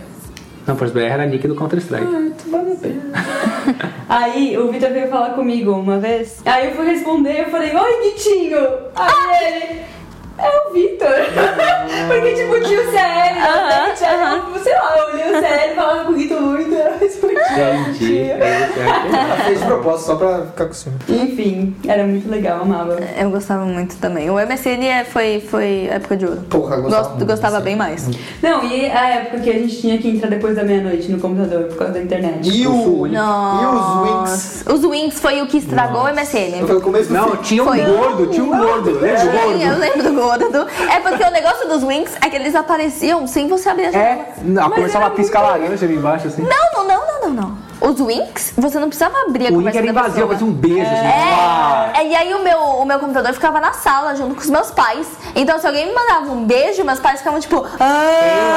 C: Não, Force BR era nick do Counter-Strike.
D: tô- Aí o Vitor veio falar comigo uma vez. Aí eu fui responder, eu falei, oi, Vitinho!
E: Ah!
D: Aí ele. É o Vitor! Porque tipo, tinha o CL na frente, aí eu, né? um, sei lá, eu olhei o CL, falava com o Vitor muito, eu respondi.
C: Entendi.
F: Ela fez de propósito, só pra ficar com ciúme.
D: Enfim, era muito legal, amava.
E: Eu gostava muito também. O MSN é- foi, foi época de ouro.
F: Porra, eu gostava
E: Gosto-
F: muito
E: gostava
F: disso.
E: bem mais.
D: Não, e a época que a gente tinha que entrar depois da meia-noite no computador por causa da internet.
F: E o... E os Winx?
E: Nossa. Os Wings foi o que estragou o MSN.
F: Foi o começo do
C: Não,
F: fim.
C: tinha um
E: Foi.
C: gordo, tinha um gordo. Lembra o
E: Sim, eu
C: gordo?
E: lembro do gordo. É porque o negócio dos Wings é que eles apareciam sem você abrir a janela.
C: É, não, começava a piscar laranja ali embaixo, assim.
E: Não, não, não, não, não, não. Os Winx, você não precisava abrir É, a
C: O Wink
E: conversa
C: era
E: da
C: invasivo,
E: pessoa.
C: parecia um beijo, assim. Uau.
E: É, e aí o meu, o meu computador ficava na sala junto com os meus pais. Então se alguém me mandava um beijo, meus pais ficavam tipo.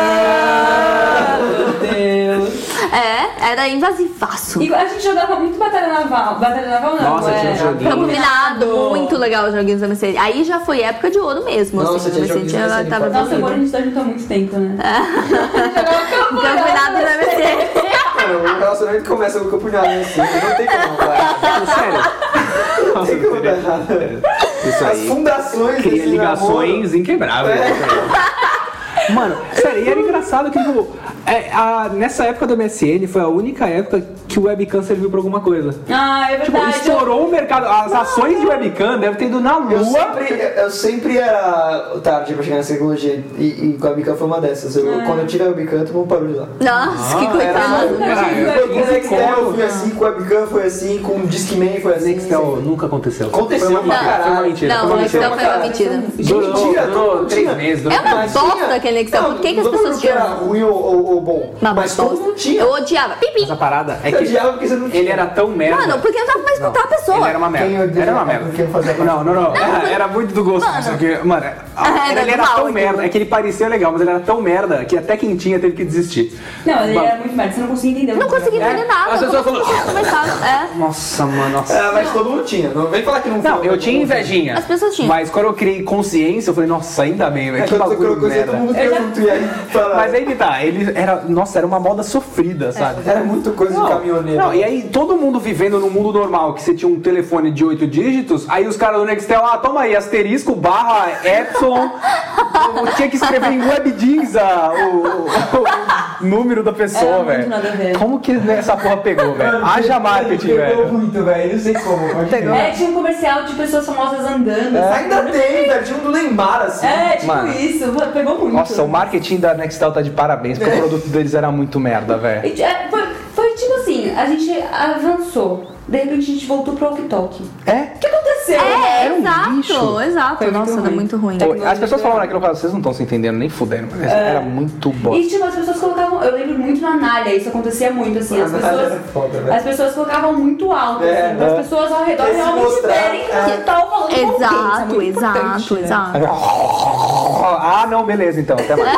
E: "Ah".
D: Meu Deus!
E: É, era invasivaço.
D: E a gente jogava muito Batalha Naval. Batalha Naval não,
C: Nossa,
D: era.
C: tinha um joguinho.
E: Campo Minado, muito legal os joguinhos da MSN. Aí já foi época de ouro mesmo.
F: Nossa,
E: assim,
F: tinha
E: a
F: joguinhos da
E: já
F: MSN
E: tava
F: pra
D: Nossa, agora a
E: evoluindo.
D: gente tá junto há muito tempo, né?
E: Campo Minado da MSN.
F: Cara, o relacionamento começa com o campunhado, né, assim. Não tem como, cara.
C: Sério.
F: Não tem como dar errado.
C: É, Isso
F: As
C: aí.
F: fundações
C: Cria
F: desse
C: ligações inquebráveis. né? É. Mano, sério, e era engraçado que, tipo, é, a- nessa época do MSN foi a única época que o webcam serviu pra alguma coisa.
D: Ah, é
C: Tipo,
D: verdade.
C: estourou o mercado. As ações de webcam devem ter ido na lua.
F: Eu sempre, eu sempre era tarde pra chegar nessa tecnologia e, e com a Webcam foi uma dessas. Eu- Quando eu tive a um Webcam, todo mundo parou de usar.
E: Nossa, que É.
F: um-
E: coitado. né?
F: assim, Eu, com o Nextel
C: Nextel.
F: foi assim, com o Webcam foi assim, com o Discman foi assim.
C: Nextel nunca aconteceu.
F: Aconteceu
C: Foi uma
F: pra
C: mentira, foi uma
F: caralho.
C: mentira.
E: Não,
C: foi uma
E: o
C: mentira.
E: Nextel foi uma mentira.
F: Gente,
C: Durou,
F: tira,
C: durou
F: tira.
C: três meses.
E: É
C: Durou.
E: uma bosta
F: tinha-
E: aquele Nextel. Por que, que as
F: não tô
E: pessoas
F: falando que era
E: tinham?
F: ruim ou, ou- ou bom,
E: Uma
F: mas todo mundo
E: bosta.
F: tinha.
E: Eu odiava. Pipi.
C: Mas a parada é
F: Eu
C: que
F: odiava porque você não tinha.
C: ele era tão merda.
E: Mano, porque não dava pra escutar a pessoa.
C: Ele era uma
F: Quem
C: merda.
F: odeia
C: Era uma
F: é
C: merda.
F: porque eu fazia
C: Não, não, não. Era, era muito do gosto. Mano, porque, mano a-
E: era
C: ele
E: do
C: era
E: mal,
C: tão
E: aquilo.
C: merda. É que ele parecia legal, mas ele era tão merda que até quem tinha teve que desistir.
D: Não, ele
C: Mano,
D: era muito merda, você não conseguia entender. o
E: Não
D: que
E: conseguia
C: É.
E: entender
C: As
E: nada. Como
C: pessoas
E: é que
C: falam- "Ah,
E: vocês conversavam? É.
C: Nossa, mano, nossa.
F: Ah, mas todo mundo tinha. Não vem falar que não
C: Não,
F: foi.
C: eu tinha invejinha.
E: As pessoas tinham.
C: Mas quando eu criei consciência, eu falei, nossa, ainda bem, velho.
F: É
C: Que
F: quando você
C: bagulho
F: colocou isso aí,
C: merda.
F: todo mundo criou junto. E aí, fala,
C: Mas aí que tá, ele era. Nossa, era uma moda
E: É,
C: sofrida, sabe?
F: era muito coisa de caminhoneiro. né?
C: não, e aí todo mundo vivendo no mundo normal, que você tinha um telefone de oito dígitos, aí os caras do Nextel, ah, toma aí, asterisco, barra, epsilon, eu tinha que escrever em webdins ah, o, o- o número da pessoa,
D: Era muito
C: velho.
D: nada a ver.
C: Como que né, essa porra pegou, velho?
F: Mano,
C: Haja
F: pegou-
C: marketing,
F: pegou
C: velho.
F: muito, velho. Não sei como. pode
D: eu-
F: ver.
D: É, tinha um comercial de pessoas famosas andando.
F: É,
D: sabe?
F: Ainda tem, velho. Tinha um do Neymar, assim.
D: É, tipo
C: Mano.
D: isso, mano, pegou muito.
C: Nossa, o marketing da Nextel tá de parabéns, porque o produto deles era muito merda, velho.
D: E, é, foi, foi tipo assim, a gente avançou. De repente a gente voltou pro walkie-talkie.
C: É?
D: O que aconteceu?
E: É,
C: um lixo.
E: exato, exato. Nossa, era muito ruim.
C: Pô, As pessoas falavam naquilo, eu falava, vocês não estão se entendendo nem fudendo, mas era muito bom.
D: É. E tipo, as pessoas colocavam. Eu lembro muito na Nália, isso acontecia muito, assim, as
F: A Nália
D: pessoas.
F: era foda, velho.
D: As pessoas colocavam muito alto,
F: É,
D: assim, pra as pessoas ao redor
F: Quer se
D: realmente
F: mostrar,
D: verem
F: é.
D: que tá tal falando com alguém, isso é
E: Exato,
D: muito importante,
E: exato,
D: né?
E: exato.
C: Ah, não, beleza então. Até mais.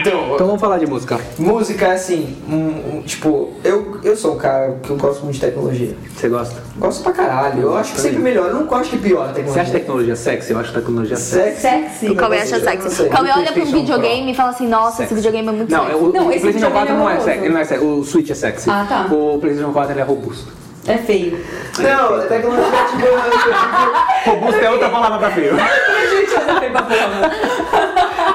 K: Então,
C: Então vamos falar de música.
K: música é assim, um- um- tipo, eu, eu sou um cara que eu gosto muito de tecnologia.
C: Você gosta?
K: Gosto pra caralho. Eu acho que sempre melhor. Eu não acho que pior a
C: Você
K: tecnologia.
C: acha tecnologia é sexy? Eu acho tecnologia sexy.
K: sexy?
D: Sexy.
E: O Cauê acha
K: Eu não
E: é sexy.
K: sei.
E: O Cauê olha pra um
C: PlayStation
E: videogame e fala assim, nossa,
C: Sexy.
E: esse videogame é muito
C: Não, é
E: sexy.
C: o,
D: Não,
C: o
D: esse
C: PlayStation
D: videogame
C: 4 não
D: é
C: é
D: horroroso.
C: sexy. Ele não é sexy. O Switch é sexy.
D: Ah, tá.
C: O PlayStation 4 ele é robusto.
D: É feio.
K: Não, a tecnologia é tipo.
C: Robusto é outra palavra pra feio.
D: Gente, olha feio pra porra.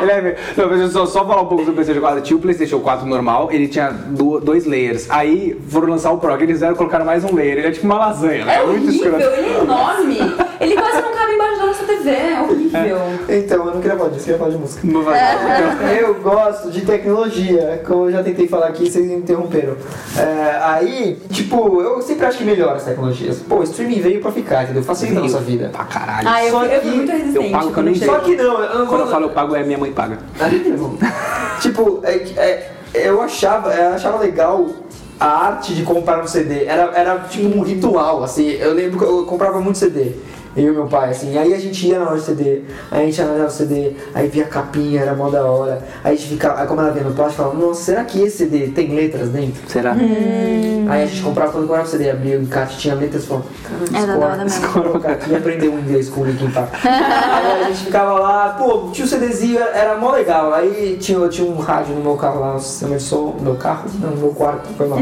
C: Ele é meio- Não, mas eu só, só falar um pouco do PlayStation 4. Tinha o PlayStation 4 normal, ele tinha du- dois layers. Aí foram lançar o Pro, que eles fizeram colocaram mais um layer. Ele é tipo uma lasanha. né?
D: É
C: muito escuro.
D: horrível, ele é enorme. Ele quase não cabe embaixo da nossa TV, é horrível.
F: Então, eu não queria falar disso, eu queria falar de música.
C: Não vai-
F: É.
C: Então,
F: Eu gosto de tecnologia, como eu já tentei falar aqui, vocês me interromperam. É, aí, tipo, eu sempre acho que melhora as tecnologias. Pô, o streaming veio pra ficar, entendeu? Facilita a nossa vida.
C: Pra caralho.
D: Ah, eu,
F: Só
D: fui- eu fui
F: que
D: muito resistente.
C: eu pago que eu nem
D: chegou.
F: Só que não, eu não
C: Quando eu
F: vou...
C: falo eu pago, é minha mãe paga.
F: tipo, é que- é- eu achava, eu achava legal a arte de comprar um CD. Era, era tipo um ritual, assim. Eu lembro que eu comprava muito CD. Eu e meu pai, assim, aí a gente ia na loja de CD, aí a gente analisava o CD, aí via a capinha, era mó da hora, aí a gente ficava, aí como ela via no plástico, falava, nossa, será que esse CD tem letras dentro?
C: Será?
E: Hum.
F: Aí a gente comprava quando comprava o CD, abria o encarte, tinha letras, falava, caramba,
E: Era da hora mesmo.
F: escora, cara, ia aprender um inglês com o Linkin Park. Aí a gente ficava lá, pô, tinha o CDzinho, era, era mó legal. Aí tinha, eu tinha um rádio no meu carro lá, um sistema de som, no meu carro, não, no meu quarto, foi mal.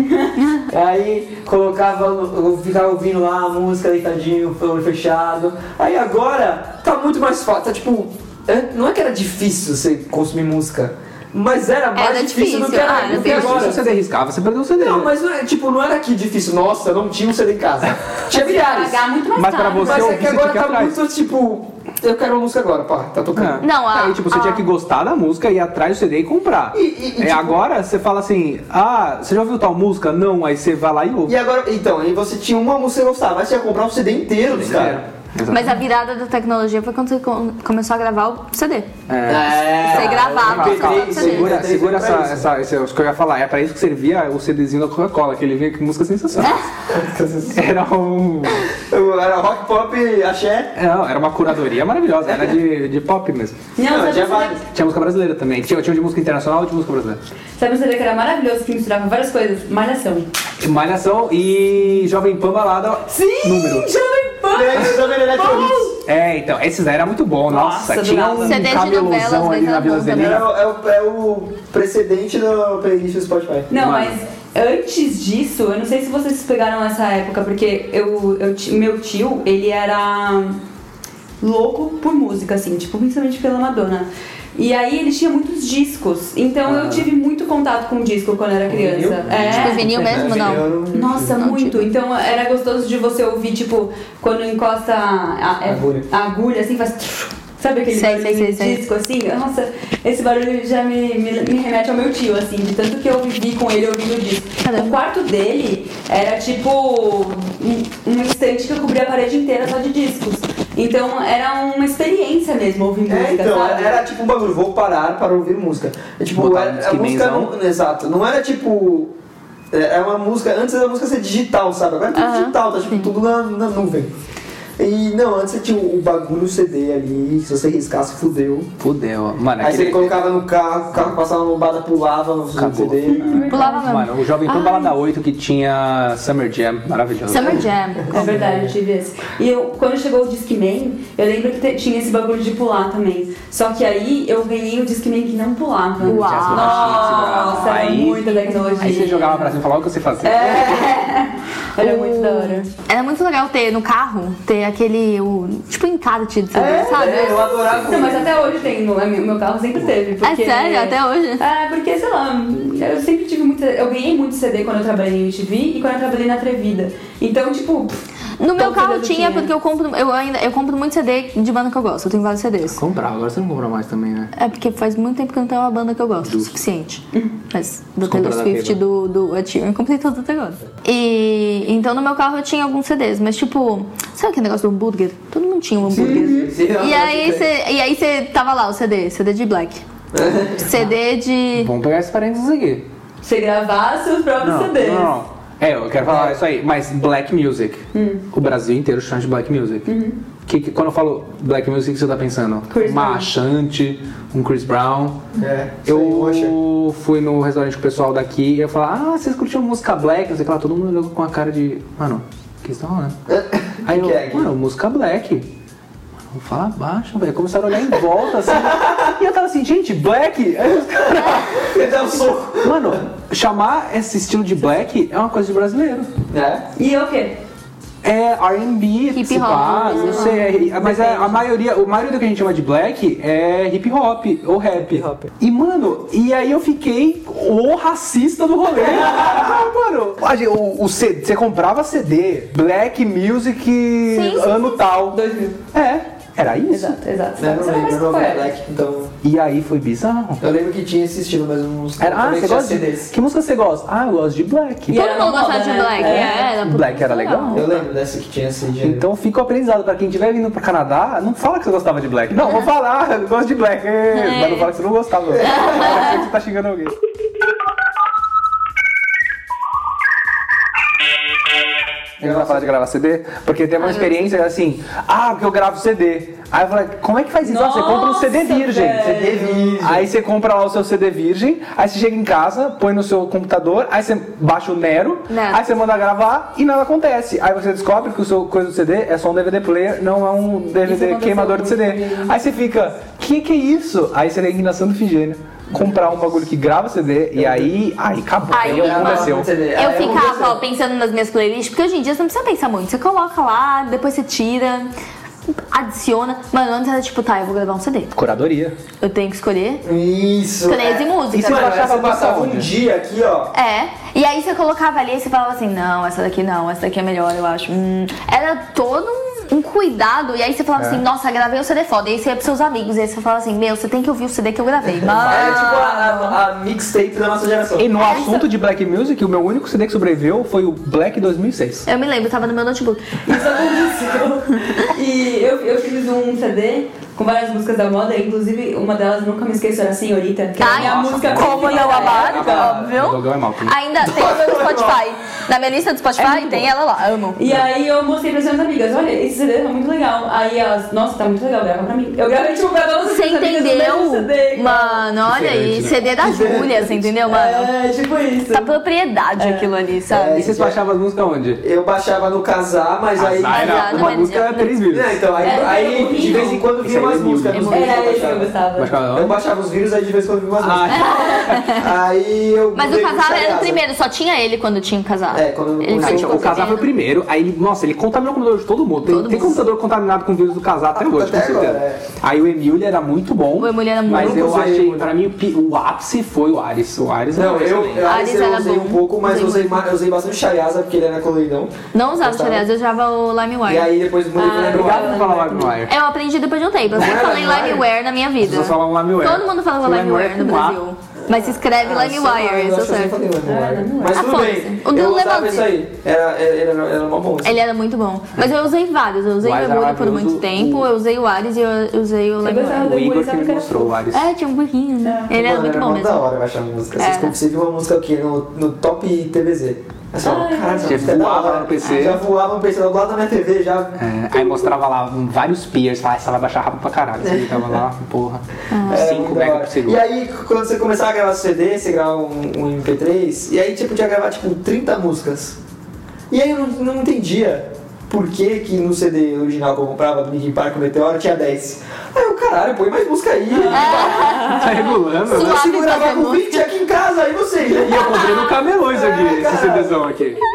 F: Aí colocava, eu ficava ouvindo lá a música deitadinho, com o olho fechado. Aí agora tá muito mais fácil, tá tipo, é- não é que era difícil você consumir música, mas era mais
E: Era
F: difícil, do que
E: difícil, ah,
F: era,
E: era
F: do que
E: difícil.
F: agora.
C: Se você arriscava, você perdeu o CD.
F: Não, mas não é, tipo, não era que difícil, nossa, não tinha um CD em casa. Tinha milhares.
D: Pagar muito mais
C: Mas pra
D: caro.
C: você
F: Mas é
C: ouvir,
F: que
C: você tinha
F: agora
C: que ir
F: tá
C: atrás.
F: muito tipo. Eu quero uma música agora, pá, tá tocando.
E: Não, a-
C: Aí, tipo, você
E: a-
C: tinha que gostar da música, ir atrás do CD e comprar.
F: E- e- e,
C: é,
F: tipo-
C: agora você fala assim: ah, você já ouviu tal música? Não, aí você vai lá e ouve.
F: E agora, então, aí você tinha uma música que você gostava, mas você ia comprar um CD inteiro dos caras.
E: Mas a virada da tecnologia foi quando você com- começou a gravar o CD.
C: É.
F: É.
E: Você gravava,
C: Calma,
E: você
C: calma.
E: gravava o CD.
C: Segura,
F: Tem
C: segura
F: pra
C: essa,
F: isso.
C: essa, esse é o que eu ia falar. É pra isso que servia o CDzinho da Coca-Cola, que ele vinha com música sensacional.
E: É.
C: Era um.
F: Eu era rock, pop, axé.
C: é, não, era uma curadoria maravilhosa, era de, de pop mesmo.
D: Não,
F: Não,
D: sabe
F: já
D: o CD
F: vai.
C: Tinha música brasileira também. Tinha, tinha de música internacional e de música brasileira.
D: Sabe um CD que era maravilhoso, que misturava várias coisas? Malhação.
C: E Malhação e Jovem Pan Balada.
D: Sim!
C: Número.
D: Jovem Pan!
F: Jovem Electro Hits.
C: É, então, esses daí era muito bom. Nossa,
D: Nossa,
C: tinha
D: adorava.
C: um
E: CD de novelas,
C: cabelozão
E: mas
C: ali na
E: era
C: Vila
E: bom também.
F: É,
C: Zelina.
F: o- é o, é o precedente do playlist do Spotify.
C: Mano.
D: Não, mas antes disso, eu não sei se vocês pegaram essa época, porque eu, eu ti- meu tio, ele era louco por música, assim, tipo, principalmente pela Madonna. E aí ele tinha muitos discos, então eu tive muito contato com disco quando era criança.
E: Tipo,
D: É.
E: vinil mesmo, não.
D: Nossa,
E: Não,
D: muito. Então era gostoso de você ouvir, tipo, quando encosta a, a-
F: Agulha.
D: a agulha, assim, faz. tru- Sabe aquele
E: Sei,
D: barulho
E: sei,
D: de
E: sei, sei.
D: disco assim? Nossa, esse barulho já me, me, me remete ao meu tio, assim, de tanto que eu vivi com ele ouvindo o disco.
E: Caramba.
D: O quarto dele era tipo um, um estante que eu cobria a parede inteira só de discos. Então era uma experiência mesmo ouvir
F: É,
D: música,
F: então,
D: sabe?
F: era tipo um bagulho, vou parar para ouvir música. É, tipo,
C: Botar
F: era-
C: um
F: a música
C: discmanzão.
F: não, exato, não era tipo é é uma música, antes da música ser digital, sabe? Agora é tudo digital, tá tipo tudo na, na nuvem. E não, antes você tinha o bagulho CD ali, se você riscasse, fudeu.
C: Fudeu. Mano,
F: Aí você
C: aquele...
F: colocava no carro, o carro passava na lombada, pulava no
C: Acabou.
F: CD.
E: Pulava mesmo.
C: Mano, o Jovem Pan Balada 8 que tinha Summer Jam, maravilhoso.
E: Summer Jam.
D: É verdade, eu tive esse. E eu, quando chegou o Discman, eu lembro que te- tinha esse bagulho de pular também. Só que aí eu ganhei o Discman que não pulava.
E: Uau.
D: Nossa, era
C: Aí-
D: muita tecnologia. É.
C: Aí você jogava pra cima e falava o que você fazia.
E: É.
D: Era muito da hora.
E: Era muito legal ter É no carro, ter aquele, o, tipo, encarte de CD, sabe?
F: É, eu adorava.
D: Não, mas até hoje tem, no- o meu carro sempre teve. Porque...
E: É sério, até hoje.
D: É, porque, sei lá, eu sempre tive muito. Eu ganhei muito CD quando eu trabalhei em MTV e quando eu trabalhei na Atrevida. Então, tipo,
E: No meu
D: Todo
E: carro
D: mundo
E: tinha,
D: tinha.
E: porque eu compro, eu ainda, eu compro muito CD de banda que eu gosto, eu tenho vários CDs.
C: Comprava, agora você não compra mais também, né?
E: É porque faz muito tempo que eu não tenho uma banda que eu gosto, o suficiente. Mas do
C: Comprar
E: Taylor
C: da
E: Swift,
C: Taylor.
E: do, do Ed Sheeran, eu comprei tudo até agora. E então no meu carro eu tinha alguns CDs, mas tipo, sabe aquele negócio do hambúrguer? Todo mundo tinha um hambúrguer. E aí, cê, e aí você tava lá o CD, CD de Black. CD de.
C: Vamos pegar esses parênteses aqui.
D: você gravar seus próprios
C: Não,
D: CDs.
C: não,
E: Hum. Uhum.
C: não. É, eu quero falar isso aí, mas black music. O Brasil inteiro chama de black music. Que, que- quando eu falo black music, o que você tá pensando?
D: Chris
C: Uma
D: Brown.
C: Achante, um Chris Brown.
L: É,
C: Eu
L: sei, eu
C: fui no restaurante com o pessoal daqui e eu falei, ah, vocês curtiram música black? Não sei o que lá, todo mundo olhou com a cara de. Mano, o que estão né? Aí
L: Que
C: eu,
L: que é, que-
C: mano, música black. Mano, fala baixo, velho. Começaram a olhar em volta assim. e eu tava assim, gente, black? Aí os caras.
L: Ele dá um soco.
C: Mano, chamar esse estilo de black é uma coisa de brasileiro.
L: É.
D: E é o quê?
C: É R&B,
E: Hip
C: se
E: hop,
C: pá,
E: sei
C: não sei, é- mas é a maioria, o maioria do que a gente chama de black é hip hop ou rap. E mano, e aí eu fiquei o racista do rolê. Ah, mano, a gente- o, o C- você comprava CD, black music ano tal.
D: 2000.
C: É, era isso.
D: Exato, exato.
F: Né, não
D: Você
F: lembro,
D: mais
F: eu não ouvi
D: poeta.
F: black, então.
C: E aí foi bizarro.
F: Eu lembro que tinha esse estilo, mas eu não
C: Era, ah,
F: também
C: você
F: tinha
C: gosta de,
F: CDs.
C: que música você gosta? Ah, eu gosto de black.
D: E era
E: Todo mundo
D: uma
E: gostava
D: moda,
E: de
D: né?
E: black.
D: É.
E: é, era
C: Black era legal.
F: Eu lembro dessa que tinha esse gênero.
C: Então fica o aprendizado pra quem estiver vindo pro Canadá, não fala que você gostava de black. Não, vou falar, eu gosto de black, é, mas não fala que você não gostava. Parece que você tá xingando alguém. A gente vai falar de gravar CD, porque
D: Ah,
C: teve uma experiência assim, ah, porque eu gravo CD. Aí eu falei, como é que faz isso? Ah, você compra um CD
D: Nossa,
C: virgem.
D: velho.
C: CD virgem. Aí você compra lá o seu CD virgem, aí você chega em casa, põe no seu computador, aí você baixa o Nero,
E: Nero.
C: aí você manda gravar e nada acontece. Aí você descobre que o seu coisa do CD é só um DVD player, não é um DVD
D: aconteceu
C: queimador de CD.
D: comigo.
C: Aí você fica, que que é isso? Aí você liga na Santa Figênia. Comprar um bagulho que grava CD e aí. Aí acabou.
E: Aí
C: Aí, o mundo é
E: acabou.
C: seu.
F: CD.
E: Eu
F: Aí
E: ficava ó,
F: aconteceu.
E: pensando nas minhas playlists, porque hoje em dia você não precisa pensar muito. Você coloca lá, depois você tira, adiciona. Mano, antes era tipo, tá, eu vou gravar um CD.
C: Curadoria.
E: Eu tenho que escolher
F: ah, Isso.
E: 13 músicas.
C: Isso é
F: Mano,
C: Baixava
F: essa passava
C: onde?
F: um dia aqui, ó.
E: É, e aí você colocava ali e você falava assim, não, essa daqui não, essa daqui é melhor, eu acho. Hum. Era todo um, um cuidado, e aí você falava assim, nossa, gravei um CD foda, e aí você ia pros seus amigos, e aí você falava assim, meu, você tem que ouvir o CD que eu gravei.
F: Era tipo
E: Mano,
F: a, a- a mixtape da nossa geração.
C: E no assunto de Black Music, o meu único CD que sobreviveu foi o Black 2006.
E: eu me lembro, tava no meu notebook.
D: Isso aconteceu. e eu, eu fiz um CD com várias músicas da moda, inclusive uma delas nunca me esqueço, era Senhorita, que era a minha música
E: Tá, como
D: preferida
E: não é
D: da
E: amar,
D: época.
C: Dogão
E: óbvio.
C: é mal, tem.
E: Ainda tem no meu Spotify. Na minha lista do Spotify tem ela lá, amo.
D: E aí eu mostrei para as minhas amigas, olha, esse CD tá muito legal. Aí elas, nossa, tá muito legal, grava pra mim. Eu gravei tipo pra todas as
E: Você
D: minhas amigas o mesmo CD.
E: entendeu? Mano, olha aí,
C: né?
E: CD da Júlia, você entendeu, mano?
D: É, tipo isso.
E: Essa
F: É.
E: propriedade aquilo ali,
C: E
E: sabe?
C: vocês baixavam as músicas onde?
F: Eu baixava no casar, mas aí.
C: Ah,
E: era-
C: não, uma
E: Exatamente.
C: música era três vírus.
F: Não, então, aí,
D: É,
F: aí
D: eu
E: tipo
D: vi,
F: de vez em quando
C: Isso aí
F: vinha
C: é
F: umas
C: mil.
F: músicas dos vírus.
D: Era isso que eu
F: eu baixava.
D: gostava.
C: Baixava
F: Eu
C: onde?
F: baixava os vírus, aí de vez em quando vinha umas músicas.
C: Ah,
F: Aí eu.
E: Mas o
F: mudei pro
E: casal era o
F: Sagasa.
E: primeiro, só tinha ele quando tinha o casal.
F: É, quando-
E: ele
F: quando
E: foi
F: tinha
E: tipo
C: o casal foi o primeiro, aí ele, nossa, ele contaminou o computador de todo mundo. Tem,
E: Todo
C: tem
E: mundo.
C: computador contaminado com o vírus do casal até hoje,
F: Até
C: com certeza.
F: agora, é.
C: Aí o Emílio era muito bom.
E: O Emílio era
C: Mas
F: muito
C: eu
F: bom.
C: achei, pra mim, o, pi- o ápice foi o Ares. O Ares era
F: Não, eu,
C: excelente.
F: eu,
E: Ares
F: eu
E: era
F: usei
E: bom.
F: um pouco, mas
E: Usei
F: eu usei,
E: muito.
F: ma- eu usei bastante Chariasa, porque ele era coloridão.
E: Não usava o
F: Gostava.
E: Xerez, eu usava o LimeWire.
F: E aí depois mudei
E: Ah,
F: pra
C: Obrigado
F: Nebular.
C: por
E: É,
C: falar LimeWire.
E: Eu aprendi depois de um tempo. Eu sempre
F: Não era
E: falei
F: LimeWire?
E: LimeWire na minha vida.
C: As pessoas falam LimeWire.
E: Todo mundo falava
C: Porque
E: LimeWire no
C: LimeWire é com A.
E: Brasil. Mas se escreve
F: Ah,
E: LimeWire, isso é certo.
F: Mas
E: Ah,
F: tudo bem.
E: foda-se. O do
F: eu usava
E: Levante.
F: isso aí. Era, era, era, era uma bom.
E: Ele era muito bom. Mas eu usei vários. Eu usei
C: O
E: o
C: Ares
E: Emulho
C: era
E: por muito
C: maravilhoso.
E: tempo. Eu usei o Ares e eu usei o
D: gostava
E: LimeWire.
C: O Igor que me mostrou o Ares.
E: É, tinha um burrinho, né?
F: É.
E: Ele era muito bom mesmo.
F: Tipo,
E: É.
F: da hora baixar música. Vocês
E: Era.
F: conseguiam uma música aqui no, no top TVZ. Assim, ó, caralho, essa
C: Você
F: música é da
C: Tipo, voava
F: hora.
C: no PC.
F: Já voava no PC, do lado da minha TV já.
C: É, aí mostrava lá vários peers, falava, essa vai baixar rápido pra caralho. Você ficava lá, porra,
E: Ah.
F: Era
C: 5
F: muito da
C: mega
F: hora.
C: por segundo.
F: É, E aí, quando você começava a gravar seu CD, você gravava um, um MP3, e aí você podia gravar tipo 30 músicas. E aí eu não, não entendia por que, que no CD original que eu comprava do Linkin Park o Meteoro tinha 10. Aí eu, caralho, põe mais música aí.
C: Tá regulando,
F: Eu
C: né?
F: consigo
E: Ah, Suave
F: gravar
E: fazer
F: com
E: música.
F: 20 aqui em casa, aí você.
C: E eu comprei no camelô isso aqui,
F: É,
C: esse
F: cara.
C: CDzão aqui.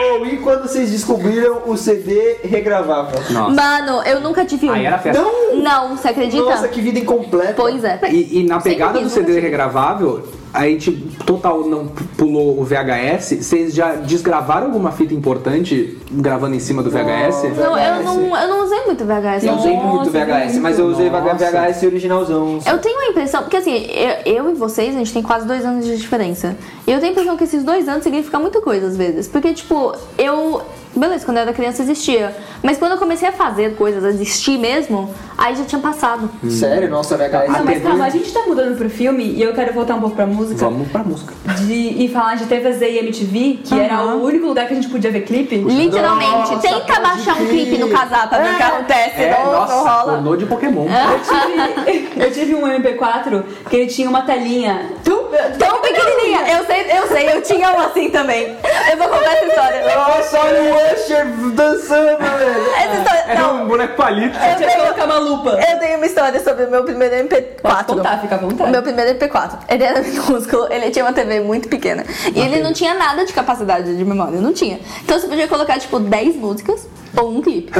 F: Ou e quando vocês descobriram o CD regravava?
C: Nossa.
E: Mano, eu nunca tive um.
C: Aí era festa.
F: Não!
E: Não, você acredita?
F: Nossa, que vida incompleta.
E: Pois é.
C: E, e na
E: Sempre
C: pegada
E: quis,
C: do
E: nunca
C: CD
E: tive.
C: regravável, a gente total não p- pulou o VHS. Vocês já desgravaram alguma fita importante gravando em cima do VHS?
E: Não, eu não, eu não usei muito VHS.
C: Eu
E: não.
C: usei muito
E: é
C: VHS, mas eu usei VHS.
F: originalzão.
E: Eu tenho a impressão, porque assim, eu, eu e vocês, a gente tem quase dois anos de diferença. E eu tenho a impressão que esses dois anos significam muita coisa às vezes. Porque, tipo, eu beleza, quando eu era criança existia. Mas quando eu comecei a fazer coisas, a existir mesmo, aí já tinha passado.
F: Sério? Nossa, VHS.
D: Não, mas calma, a gente tá mudando pro filme e eu quero voltar um pouco pra música.
C: Vamos pra música.
D: De, e falar de TVZ e MTV, que era o único lugar que a gente podia ver clipe.
E: Literalmente.
F: Nossa,
E: Tenta
F: pode
E: baixar um
F: crer.
E: clipe no casal pra ver o que acontece.
C: É,
E: não,
C: nossa,
E: não rola.
C: pornô de Pokémon.
D: Eu tive, eu tive um MP4 que ele tinha uma telinha. Tu,
E: Tão pequenininha. Eu sei, eu sei. Eu tinha um assim também. Eu vou contar essa história.
F: Nossa, olha o Usher dançando, velho.
E: Essa história...
C: Era
E: Não,
C: um boneco palito.
D: eu tinha que colocar uma lupa.
E: eu tenho uma história sobre o meu primeiro
D: Pode
E: MP4.
D: contar, fica à
E: O
D: vontade.
E: meu primeiro MP4, ele era minúsculo, ele tinha uma TV muito pequena. E ele não tinha nada de capacidade de memória, não tinha. Então você podia colocar, tipo, 10 músicas ou um clipe.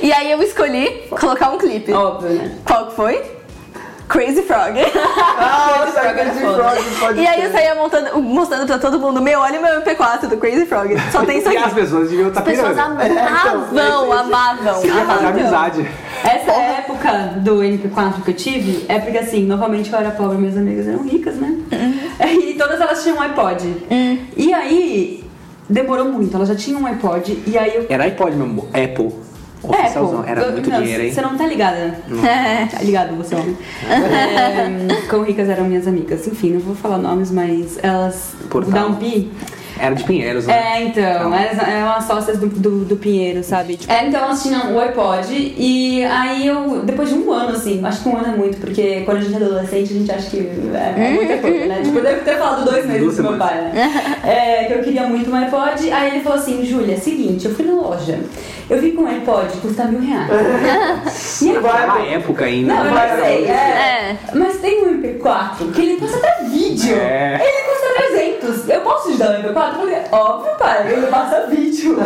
E: e aí eu escolhi colocar um clipe.
D: Óbvio, né?
E: Qual que foi? Crazy Frog.
F: Nossa, Crazy Frog, pode
E: e aí eu
F: crer.
E: saía montando, mostrando pra todo mundo, meu, olha o meu MP4 do Crazy Frog. Só tem isso
C: E
E: aqui.
C: as pessoas deviam estar
E: As pessoas
C: pirando.
E: amavam, amavam.
C: Você ia fazer
E: amavam.
C: amizade.
D: Essa época do MP4 que eu tive é porque, assim, novamente eu era pobre, minhas amigas eram ricas, né? E todas elas tinham um iPod. E aí, demorou muito, elas já tinham um iPod, e aí eu.
C: Era iPod, meu amor. Apple. Oficialzão.
D: É, pô,
C: Era
D: eu-
C: muito
D: não,
C: dinheiro, hein?
D: Você não tá ligada. Tá ligado, você homem. É, quão ricas eram minhas amigas. Enfim, não vou falar nomes, mas elas.
C: Por
D: Vou dar
C: tal.
D: um pi.
C: Era de Pinheiros, né?
D: É, então, elas eram as sócias do, do, do Pinheiro, sabe? Tipo, é, então elas tinham o iPod e aí eu, depois de um ano, assim, acho que um ano é muito, porque quando a gente é adolescente, a gente acha que é, é muita coisa, né? Tipo, eu devo ter falado dois meses
C: Duas
D: pro meu
C: semanas.
D: pai, né? É, que eu queria muito um iPod, aí ele falou assim, Júlia, seguinte, eu fui na loja, eu vi com um iPod, custa mil reais. e aí,
C: Naquela época ainda.
D: não, eu
C: Vai,
D: não sei, é.
E: É.
D: Mas tem um MP4 que ele custa até vídeo.
C: É.
D: Ele custa 300. Eu posso te dar um MP4? Eu falei, óbvio, pai, ele passa vídeo.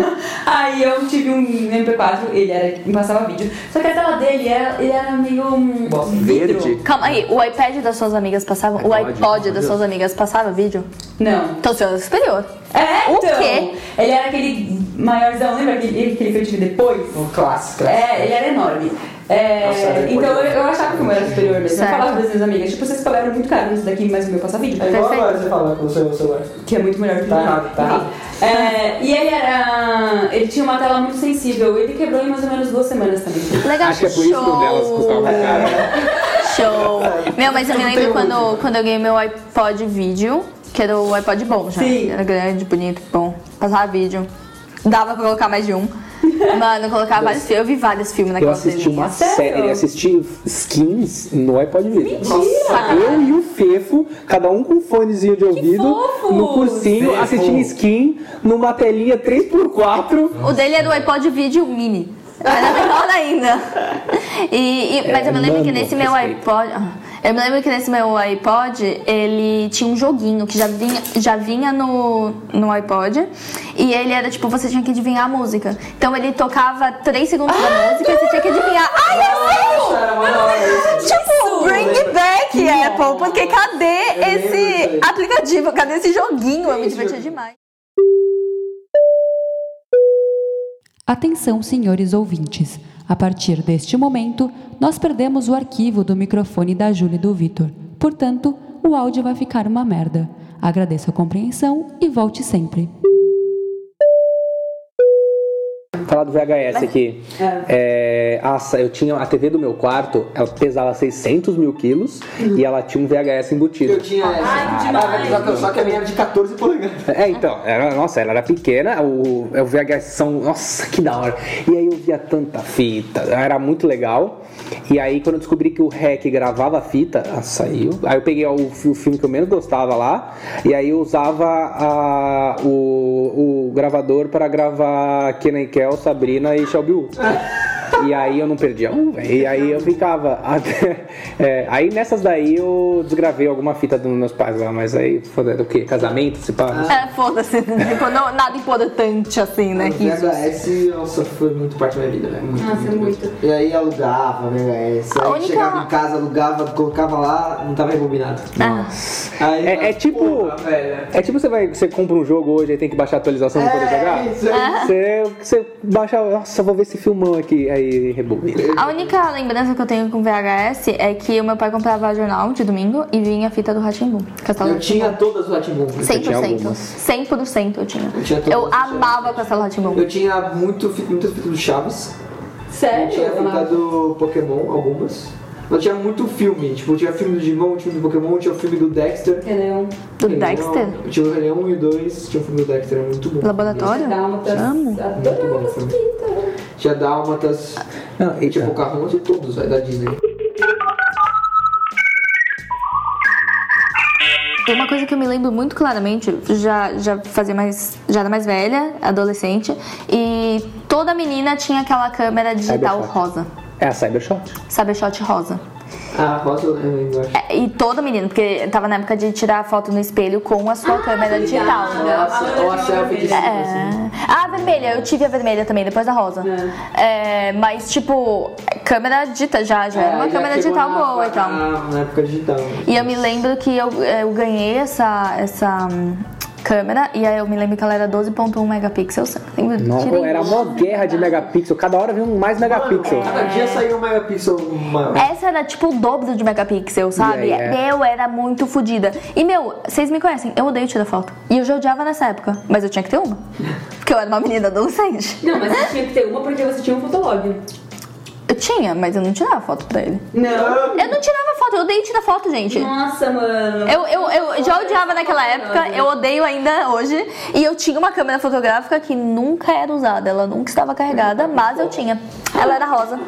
D: Aí eu tive um MP4, ele era, ele passava vídeo. Só que a tela dele era, ele era meio um
F: Nossa,
D: vidro.
C: verde.
E: Calma aí, o iPad das suas amigas passava, o
C: iPod,
E: iPod
C: meu
E: das suas amigas passava vídeo?
D: Não.
E: Então o senhor é superior.
D: É,
E: O
D: então,
E: quê?
D: Ele era aquele maiorzão, lembra aquele, aquele que eu tive depois?
F: Um clássico.
D: É, ele era enorme. É,
F: Nossa, depois-
D: então eu, eu achava que o meu era superior mesmo.
E: Certo.
D: Eu falava das minhas amigas, tipo, vocês pagaram muito caro nisso daqui, mas o meu passa vídeo. tá
F: É igual
E: Perfeito.
F: agora você fala com o seu celular.
D: que é muito melhor que o
F: Tá
D: meu.
F: errado, tá
D: Enfim.
F: errado.
D: É, e ele era. Ele tinha uma tela muito sensível. Ele quebrou em mais ou menos duas semanas também.
E: Legal,
C: Acho que é por isso que
E: show.
C: o delas custava mais caro. um
E: Show! Meu, mas eu me lembro quando, quando eu ganhei meu iPod vídeo, que era o iPod bom já.
D: Sim.
E: Era grande, bonito, bom. Passava vídeo. Dava pra colocar mais de um. Mano, eu colocava vários filmes. Eu vi vários filmes
C: Eu
E: naquela
C: assisti uma
E: telinha.
D: Sério?
C: série, eu assisti skins no iPod Video.
D: Mentira!
C: Eu e o Fefo, cada um com um fonezinho de ouvido,
D: fofos!
C: no cursinho,
F: Fefo.
C: assistindo skin, numa telinha 3x4.
E: O dele era o iPod vídeo mini. Era menor ainda. E, e- mas eu me lembro que
C: mano,
E: nesse meu
C: respeito.
E: iPod. ah, Eu me lembro que nesse meu iPod ele tinha um joguinho que já vinha, já vinha no, no iPod. E ele era tipo, você tinha que adivinhar a música. Então ele tocava 3 segundos da música e você tinha que adivinhar. Ai,
F: Ah,
E: é
F: Nossa, era uma da hora isso.
E: tipo, bring it back, Apple. Porque cadê esse
F: disso aí.
E: aplicativo? Cadê esse joguinho? Eu me divertia demais.
M: Atenção, senhores ouvintes. A partir deste momento, nós perdemos o arquivo do microfone da Júlia e do Vitor. Portanto, o áudio vai ficar uma merda. Agradeço a compreensão e volte sempre.
C: Falar do VHS aqui. É, nossa, eu tinha a TV do meu quarto, ela pesava 600 mil quilos e ela tinha um VHS embutido.
F: Eu tinha essa. Ah, só que- Só que a minha era de 14 polegadas.
C: É, então, era- nossa, ela era pequena, o, o VHS são. Nossa, que da hora! E aí eu via tanta fita, era muito legal. E aí, quando eu descobri que o REC gravava a fita, ah, saiu. Aí eu peguei o, fi- o filme que eu menos gostava lá, e aí eu usava a- o, o gravador para gravar Kenan Kel, Sabrina e Shelby Woo. E aí eu não perdia um, velho. E aí eu ficava. até- é, aí nessas daí eu desgravei alguma fita dos meus pais lá, mas aí foda o quê? Casamento, se pá? não sei.
E: É, foda-se. Tipo, não- nada importante assim, né? Que isso.
F: VHS, nossa, foi muito parte da minha vida, velho. Muito,
D: Nossa, muito.
F: E aí alugava VHS.
E: A
F: Aí
E: única-
F: chegava em casa, alugava, colocava lá, não tava rebobinado.
E: Ah.
F: Aí,
C: É, é tipo.
F: Porra, velho.
C: é tipo você vai, você compra um jogo hoje e tem que baixar a atualização pra poder
F: É,
C: jogar.
F: isso aí.
C: Você, você baixa, nossa, vou ver esse filmão aqui. Aí e
F: é
C: rebobina.
E: A única lembrança que eu tenho com VHS é que o meu pai comprava jornal de domingo e vinha a fita do Ratimbum. Castelo
F: Eu tinha todas do Ratimbum.
E: 100%. 100% eu tinha.
F: Eu tinha todas
E: Eu
F: do Rá-Tim-Bum.
E: amava Castelo Ratimbum.
F: Eu tinha muito, fi- muitas fitas do Chaves. Eu
D: Sério?
F: tinha fita do Pokémon, algumas. Eu tinha muito filme, tipo, eu tinha filme do Digimon, tinha filme do Pokémon, tinha filme do Dexter.
D: Entendeu?
E: Do
F: Rei Leão.
E: Dexter?
F: Eu tinha o Rei Leão 1 e o 2, tinha o filme do Dexter, era muito bom.
E: Laboratório? Amo.
F: Muito bom tá o filme. Tinha Dálmatas,
C: Não, então.
F: tinha Pocahontas e tipo, todos, velho, da Disney.
E: E Uma coisa que eu me lembro muito claramente, já, já fazia mais. já era mais velha, adolescente, e toda menina tinha aquela câmera digital
C: Cybershot.
E: rosa,
C: É a Cybershot.
E: Cybershot rosa.
F: Ah, rosa eu lembro, eu acho.
E: É, E toda menina, porque tava na época de tirar foto no espelho com a sua câmera digital.
F: Ah, Nossa, ou a selfie de cima, assim.
E: É. Ah, a vermelha, eu tive a vermelha também, depois a rosa. É, mas, tipo, câmera digital, já, já era uma
F: Aí É, já
E: câmera
F: chegou
E: digital
F: na-
E: boa e tal.
F: Na, na época digital.
E: E eu me lembro que eu, eu ganhei essa, essa hum, câmera e aí eu me lembro que ela era 12.1 megapixels. Lembro,
C: Não,
E: tirei-
C: era uma guerra de megapixel. Cada hora vinha um mais megapixel.
F: Cada dia saiu um megapixel maior.
E: Essa era tipo o dobro de megapixel, sabe?
C: E aí, é.
E: Eu era muito fodida. E meu, vocês me conhecem, eu odeio tirar foto. E eu já odiava nessa época, mas eu tinha que ter uma. Porque eu era uma menina adolescente.
D: Não, mas você tinha que ter uma porque você tinha um fotolog.
E: Eu tinha, mas eu não tirava foto pra ele.
D: Não.
E: Eu não tirava foto, eu odeio tirar foto, gente.
D: Nossa, mano.
E: Eu, eu, eu já odiava naquela época, eu odeio ainda hoje. E eu tinha uma câmera fotográfica que nunca era usada, ela nunca estava carregada, mas eu tinha. Ela era rosa.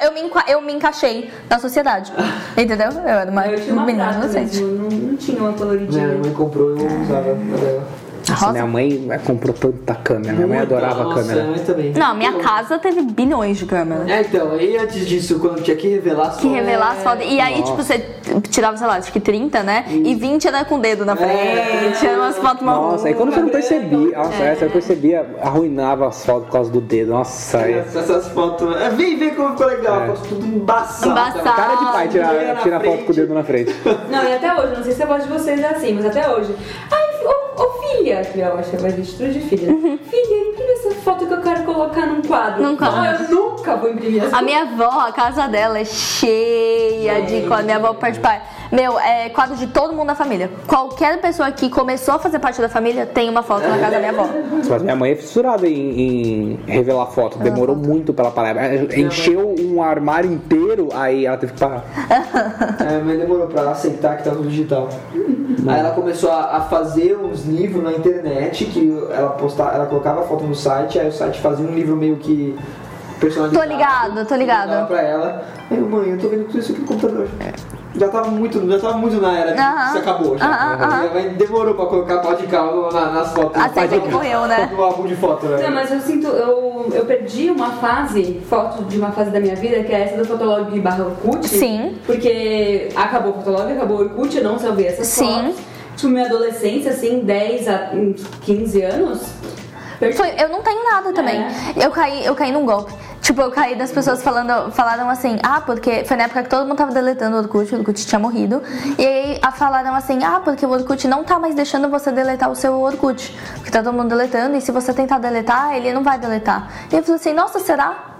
E: Eu, eu me, enqua- eu me encaixei na sociedade. Entendeu? Eu era uma
D: Eu tinha uma
E: menina
D: prata
E: inocente.
D: mesmo, não, não tinha uma
F: Minha
D: coloridinha.
F: mãe comprou e eu usava a dela.
C: Nossa, minha
E: Rosa?
C: mãe eh, comprou tanta câmera. Minha mãe adorava
F: Nossa,
C: a câmera.
F: minha mãe também.
E: Não, minha casa teve bilhões de câmeras.
F: É, então, aí antes disso, quando tinha que revelar um as
E: Que
F: fotos-
E: revelar as fotos. E aí, tipo, você tirava, sei lá, acho que 30, né? E 20 era com o dedo na
D: É.
E: frente. Era umas fotos malucas.
C: Nossa, aí quando você não percebia, nossa, essa eu percebia, arruinava as fotos por causa do dedo. Nossa, aí.
F: Essas, essas fotos. É, vem ver como ficou legal.
C: É.
F: a Foto tudo embaçada.
E: Embaçada.
C: Cara de pai
F: Primeira na
C: tirar tira foto
F: frente.
C: com o dedo na frente.
D: Não, e até hoje, não sei se a voz de vocês é assim, mas até hoje. Ai, fi- ô, ô filha, que eu acho que vai destruir de filha. Filha, imprime essa foto que eu quero colocar num quadro.
E: Uhum. Num quadro.
D: Não, eu nunca vou imprimir essa
E: A minha avó, a casa dela é cheia de quadro. Minha avó por parte de pai. Meu, é quadro de todo mundo da família. Qualquer pessoa que começou a fazer parte da família tem uma foto na casa da minha avó.
C: Mas minha mãe é fissurada em, em revelar foto. Demorou muito pra ela parar. Ela Encheu um armário inteiro, aí ela teve que parar.
F: É, mas demorou pra ela aceitar que tava no digital. Aí ela começou a, a fazer uns livros na internet que ela postava, ela colocava a foto no site, aí o site fazia um livro meio que personalizado.
E: Tô ligado, tô ligado.
F: Mandava Pra ela. Aí eu, mãe, eu tô vendo tudo isso aqui no computador. Já tava muito, já tava muito na era de
E: Aham.
F: se acabou já.
E: Aham, aham.
F: Minha mãe demorou pra colocar pau de cal na- nas fotos.
E: Assim
F: Pau de
E: como
F: cal.
E: morreu, né?
F: Do álbum de foto, né?
D: Não, mas eu sinto, eu, eu perdi uma fase, foto de uma fase da minha vida, que é essa do Fotolog barra Orkut.
E: Sim.
D: Porque acabou o Fotolog, acabou o Orkut, eu não salvei essas
E: Sim.
D: fotos. Tipo, minha adolescência, assim, 10 a uns 15 anos. Perdi.
E: Foi, eu não tenho nada também. Eu, caí, eu caí num golpe. Tipo, eu caí das pessoas falando, falaram assim, ah, porque foi na época que todo mundo tava deletando o Orkut, o Orkut tinha morrido. E aí a- falaram assim, ah, porque o Orkut não tá mais deixando você deletar o seu Orkut. Porque tá todo mundo deletando, e se você tentar deletar, ele não vai deletar. E eu falei assim, nossa, será?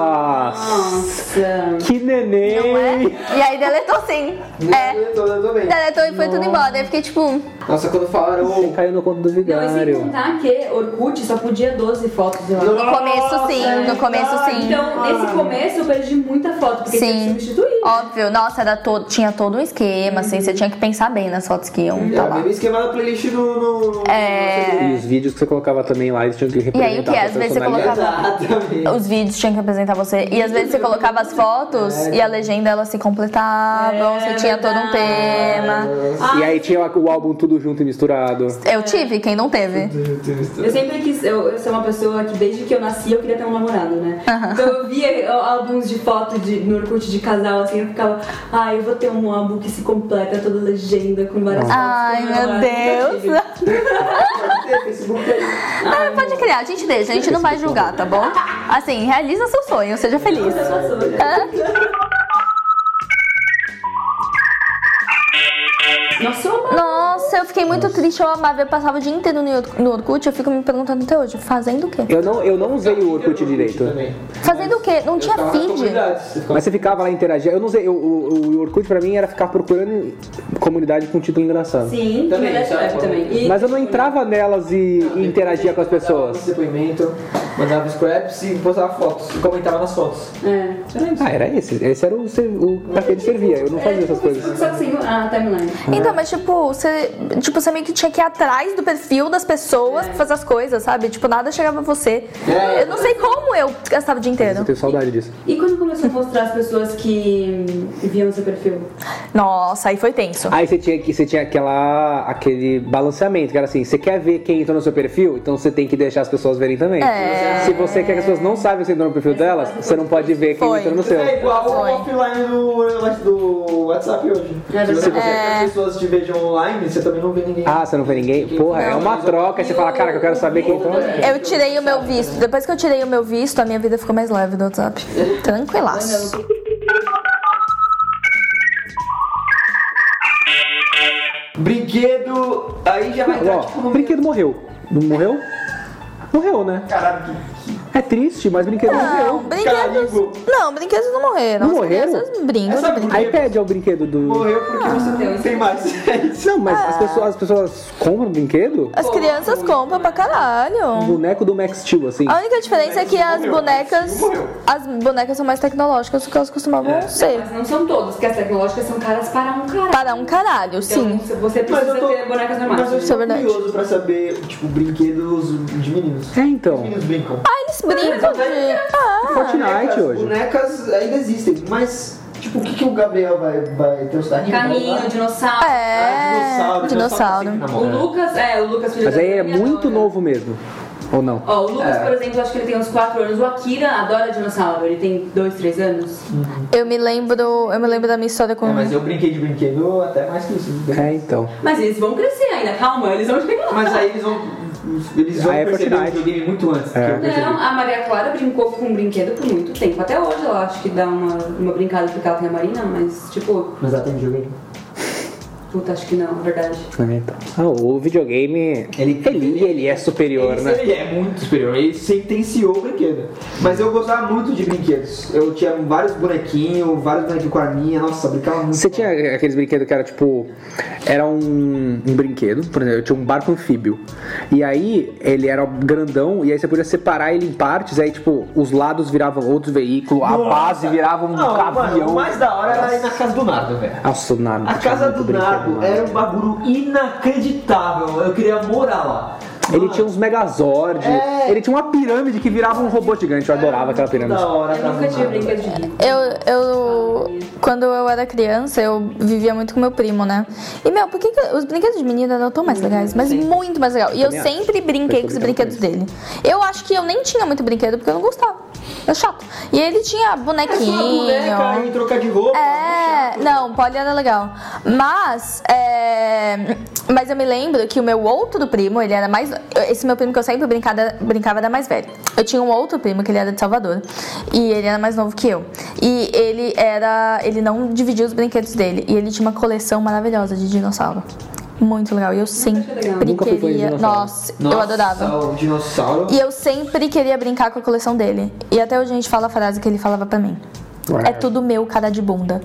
C: Nossa!
D: Nossa.
C: Que neném!
E: Não é? E aí deletou sim. É.
F: Eu tô- eu tô bem.
E: Deletou e foi tudo embora. Aí eu fiquei tipo,
F: Nossa, quando falaram. "Oh,
C: Você caiu no conto do
D: Não, e sem
C: vigário.
D: contar que Orkut só podia 12 fotos, eu acho.
E: no começo sim, no começo sim. Ah.
D: Então, nesse começo eu perdi muita foto, porque tinha que
E: Sim.
D: substituir.
E: Óbvio, nossa, era todo, tinha todo um esquema, assim, você tinha que pensar bem nas fotos que iam
F: É,
E: tá
F: o
E: lá.
F: mesmo esquema da playlist no. no, no é.
C: E os vídeos que você colocava também lá, eles tinham que
E: E
C: representar
E: aí o que?
C: a
E: Às vezes você
C: personalidade.
F: tá
E: colocava.
F: Exatamente.
E: Os vídeos tinham que apresentar você. E às vezes você colocava as fotos e a legenda elas se completavam, você tinha todo um tema.
C: E aí tinha o álbum tudo junto e misturado.
E: Eu tive, quem não teve?
D: Eu sempre quis, eu, eu sou uma pessoa que desde que eu nasci eu queria ter um namorado, né? Então eu via eu, álbuns de foto de, no Orkut de casal, assim, eu ficava, ai, eu vou ter um álbum que se completa toda legenda com várias fotos.
E: Ai,
D: com
E: meu
D: namorado.
E: Deus. Ah, pode criar, a gente deixa, a gente não vai julgar, tá bom? Assim, realiza seu sonho, seja feliz.
D: Nossa, eu amava.
E: Nossa, Nossa, eu fiquei muito triste, eu amava. Eu passava o dia inteiro no York- no Orkut, eu fico me perguntando até hoje, fazendo o quê?
C: Eu não, eu não usei o Orkut direito.
E: Fazendo o quê? Não tinha feed.
C: Mas você ficava lá interagindo. Eu não sei, eu- o, o Orkut pra mim era ficar procurando comunidade com título engraçado.
D: Sim, também, também. E
C: Mas eu não entrava nelas e, e interagia com as pessoas.
F: Depoimento, mandava scraps e postava fotos, e comentava nas fotos.
D: é.
C: Ah, era esse. Esse era o, ser- o pra que ele servia. Eu não fazia essas coisas.
D: só assim, a timeline.
E: Então, mas tipo, você tipo, você meio que tinha que ir atrás do perfil das pessoas
C: É.
E: pra fazer as coisas, sabe? Tipo, nada chegava a você. Eu não sei como eu gastava o dia inteiro.
C: Eu tenho saudade disso.
D: E quando começou a mostrar as pessoas que hum, viam seu perfil?
E: Nossa, aí foi tenso.
C: Aí você tinha, que- você tinha aquela, aquele balanceamento, que era assim, você quer ver quem entrou no seu perfil, então você tem que deixar as pessoas verem também. Se você quer que as pessoas não saibam que você entrou no perfil delas, você não pode ver quem
E: Foi.
C: entrou no seu.
F: É igual
E: Foi.
F: o offline do, do WhatsApp hoje. Se você quer que as pessoas te vejam online, você também não vê ninguém.
C: Ah, você não É. vê ninguém? Porra, é uma troca. Aí você fala, cara, que eu quero saber quem entrou.
E: Eu tirei o meu visto. Depois que eu tirei o meu visto, a minha vida ficou mais leve do WhatsApp. Tranquilaço.
F: Brinquedo. Aí já vai entrar tipo
C: Ó,
F: no
C: brinquedo morreu. Não morreu? Morreu, né?
F: Caralho, que
C: É triste, mas brinquedo
E: Não,
C: morreu.
E: brinquedos.
F: Carigo.
E: Não, brinquedos não morreram.
C: Não
E: As
C: morreram?
E: crianças brincam.
F: Essa-
E: brincam.
C: iPad é o brinquedo do.
F: morreu porque você não tem mais.
C: Não, mas as, pessoas, as pessoas compram brinquedo?
E: As crianças compram pra
C: O
E: caralho.
C: boneco do Max Steel, assim.
E: A única diferença é que as bonecas.
F: morreu. É.
E: As bonecas são mais tecnológicas do que elas costumavam ser.
D: Mas não são todos, porque as tecnológicas são caras para um caralho.
E: É. Para um caralho,
D: Então,
E: sim.
D: se você
F: Mas
D: precisa
F: eu tô,
D: ter bonecas normais.
F: mas eu
E: Isso é
F: tô
E: verdade.
F: curioso pra saber, tipo, brinquedos de meninos.
C: É, então.
F: Meninos brincam.
E: Ah, eles
F: então
E: brincam de. Ah,
F: é,
C: Fortnite hoje.
F: Bonecas ainda existem, mas, tipo, o que, que o Gabriel vai, vai ter o sarrinho?
D: Caminho, dinossauro.
E: é.
F: dinossauro,
E: Dinossauro.
D: O Lucas, é, o Lucas filho
C: Mas
D: da
C: aí é
D: Dani
C: muito
D: adora.
C: novo É. mesmo. Ou não?
D: Ó, o Lucas, por exemplo, acho que ele tem uns 4 anos. O Akira adora dinossauro. Ele tem 2, 3 anos.
C: Uhum.
E: Eu me lembro. Eu me lembro da minha história com.
F: É, mas eu brinquei de brinquedo até mais que isso.
C: É, então.
D: Mas eles vão crescer ainda, calma, eles vão chegar lá.
F: Mas aí eles vão, eles vão
C: Aí é
F: perceber o
C: Fortnite.
F: videogame muito antes.
C: É.
F: que eu percebi.
D: Não, a Maria Clara brincou com um brinquedo por muito tempo. Até hoje ela acho que dá uma, uma brincada porque ela tem a Marina, mas tipo,
F: Mas ela tem videogame.
D: puta, acho que não, na verdade.
C: É, então. Ah, o videogame, ele, ele, ele é superior,
F: Ele,
C: né?
F: ele é muito superior, ele sentenciou o brinquedo. Mas eu gostava muito de brinquedos. Eu tinha vários bonequinhos, vários bonequinhos com arminha, nossa, brincava muito.
C: Você tinha aqueles brinquedos que era tipo. Era um, um brinquedo, por exemplo, eu tinha um barco anfíbio. E aí ele era grandão, e aí você podia separar ele em partes, aí tipo, os lados viravam outro veículo, a base virava um
F: Não, mano,
C: avião.
F: o mais da hora era ir na casa do Nardo, velho.
C: Nossa, o Nardo
F: A
C: tinha
F: casa
C: muito
F: do
C: brinquedo,
F: Nardo
C: mano.
F: era um bagulho inacreditável. Eu queria morar lá.
C: Ele tinha um uns Megazord,
F: É.
C: ele tinha uma pirâmide que virava um robô gigante, eu adorava aquela
F: Muito
C: pirâmide.
F: Da hora, a
D: Eu
F: casa
D: nunca
F: do
D: tive
F: Nardo.
D: brinquedo de rico.
E: Eu, eu, quando eu era criança, eu vivia muito com meu primo, né? E, meu, por que, que os brinquedos de menina não tão mais legais? Mas muito mais legal. E eu
C: também
E: sempre brinquei com os brinquedos dele. Eu acho que eu nem tinha muito brinquedo, porque eu não gostava. É chato. E ele tinha bonequinho.
F: Sua boneca e trocar de roupa.
E: É, não, Polly era legal. Mas, é, mas eu me lembro que o meu outro primo, ele era mais. Esse meu primo que eu sempre brincada, brincava era mais velho. Eu tinha um outro primo que ele era de Salvador. E ele era mais novo que eu. E ele era. Ele não dividia os brinquedos dele. E ele tinha uma coleção maravilhosa de dinossauro. Muito legal. E eu sempre
C: Nunca fui fã de
E: queria.
C: dinossauro.
E: Nossa, eu
F: Nossa,
E: adorava.
F: O dinossauro.
E: E eu sempre queria brincar com a coleção dele. E até hoje a gente fala a frase que ele falava pra mim. É tudo meu, cara de bunda.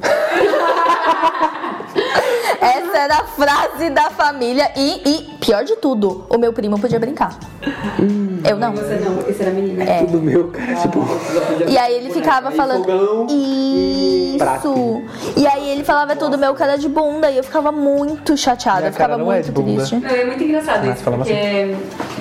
E: Essa era a frase da família e, e, pior de tudo, o meu primo podia brincar.
I: Hum.
E: eu não.
D: Você não, esse era menino.
E: É.
C: Do meu, cara, tipo.
E: E aí ele ficava falando.
F: fogão
E: Isso! E aí ele falava "É tudo meu cara de bunda e eu ficava muito chateada, eu
I: Minha
E: ficava
I: cara não é de
E: muito
I: bunda.
E: triste.
D: Não, é muito engraçado isso,
I: falava
D: porque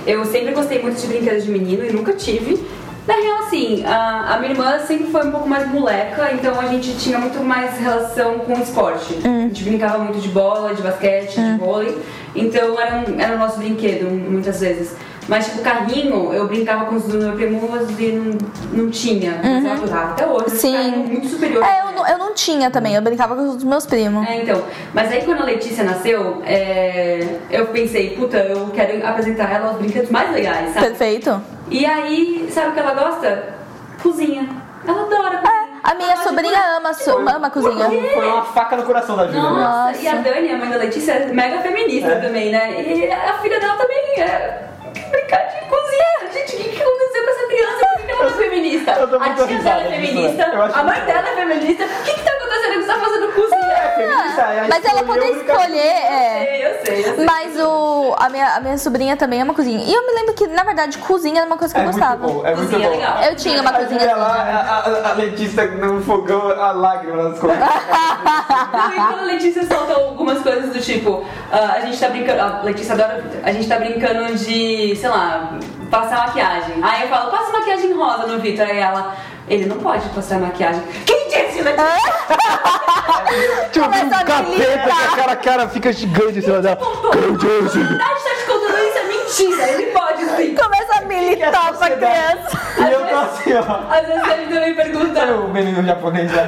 D: eu sempre gostei muito de brinquedos de menino e nunca tive. Na real, assim, a, a minha irmã sempre foi um pouco mais moleca, então a gente tinha muito mais relação com o esporte. A
E: Hum.
D: gente brincava muito de bola, de basquete, de vôlei. Então era, um, era o nosso brinquedo, muitas vezes. Mas, tipo, carrinho, eu brincava com os do meu primo, mas ele não, não tinha. Mas eu adorava até hoje. esse
E: Uhum. Sim.
D: carrinho muito superior.
E: É, eu, não- eu não tinha também, eu brincava com os meus primos.
D: É, então. Mas aí quando a Letícia nasceu, é, eu pensei, puta, eu quero apresentar ela aos brinquedos mais legais, sabe?
E: Perfeito?
D: E aí, sabe o que ela gosta? Cozinha. Ela adora cozinha.
E: É, A minha
D: Ela
E: sobrinha ama, so, ama a cozinha.
F: Foi uma faca no coração da Júlia. né?
D: Nossa, e a Dani, a mãe da Letícia, é mega feminista
F: É.
D: também, né? E a filha dela também é brincar de cozinha. Gente, o que, que aconteceu com essa criança? Por que que ela não é feminista?
F: eu tô
D: A tia
F: muito
D: dela é
F: risada disso,
D: feminista,
F: né? Eu acho
D: a mãe
F: muito-
D: dela é feminista. O que, que tá acontecendo que você tá fazendo cozinha?
F: Feminista, é,
E: Mas ela
F: escolheu
E: poder
F: brincar-
E: escolher, é.
D: Eu sei, eu sei.
E: Mas o, a, minha, a minha sobrinha também ama cozinha. E eu me lembro que, na verdade, cozinha era uma coisa que
F: É
E: eu
F: muito
E: gostava.
F: bom, é muito
D: Cozinha é
F: bom.
D: legal.
E: Eu tinha uma
F: A
E: cozinha
F: Júlia
E: assim.
F: lá, a, a, a Letícia no fogão, a lágrima nas costas.
D: Não, e quando a Letícia soltou algumas coisas do tipo, ah, a gente tá brincando. A Letícia adora o Victor. A gente tá brincando de, sei lá, passar maquiagem. Aí eu falo, passa maquiagem rosa no Victor. Aí ela, ele não pode passar maquiagem. Quem disse, Letícia?
I: Tipo,
E: Começa
I: um
E: a
I: capeta
E: militar.
I: que a cara, a cara fica gigante em cima dela.
D: Contou. A verdade tá te contando isso, é mentira. Ele pode sim.
E: Começa a militar pra criança.
F: E eu tô assim, ó.
D: Às vezes ele também pergunta.
F: O menino japonês lá.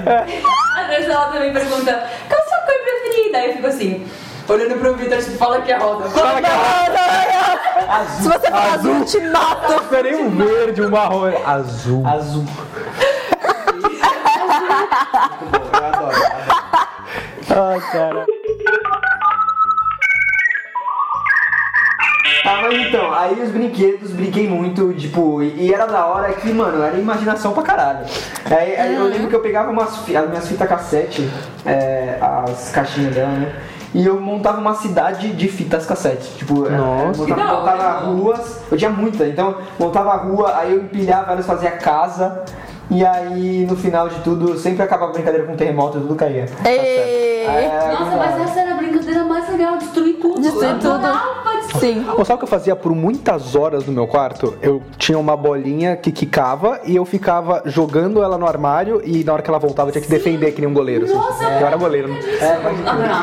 D: Às vezes ela também pergunta, qual a sua cor preferida? Aí eu fico assim, olhando pro Victor, tipo, fala que é rosa.
I: Fala que ela
E: Se você for azul, eu te mato.
I: tem um verde, um marrom. é Azul.
F: Azul. Muito bom, eu adoro.
I: Ai, cara.
F: Ah, mas então, aí os brinquedos, brinquei muito, tipo, e, e era da hora que, mano, era imaginação pra caralho. Aí, aí eu lembro que eu pegava umas fi- as minhas fitas cassete, é, as caixinhas dela, né? E eu montava uma cidade de fitas cassete. Tipo, é,
I: Nossa.
F: montava,
D: Não,
F: montava
D: não.
F: ruas, eu tinha muita, então montava a rua, aí eu empilhava elas, fazia casa. E aí, no final de tudo, sempre acabava a brincadeira com um terremoto e tudo caía.
I: Tá
F: É.
E: Ei.
D: é
F: Nossa,
D: essa era a brincadeira mais legal, destruir tudo.
E: Destruir tudo. Sim.
I: Ô, sabe o que eu fazia por muitas horas no meu quarto? Eu tinha uma bolinha que quicava e eu ficava jogando ela no armário e na hora que ela voltava eu tinha que defender que nem um goleiro. assim. eu era goleiro. né?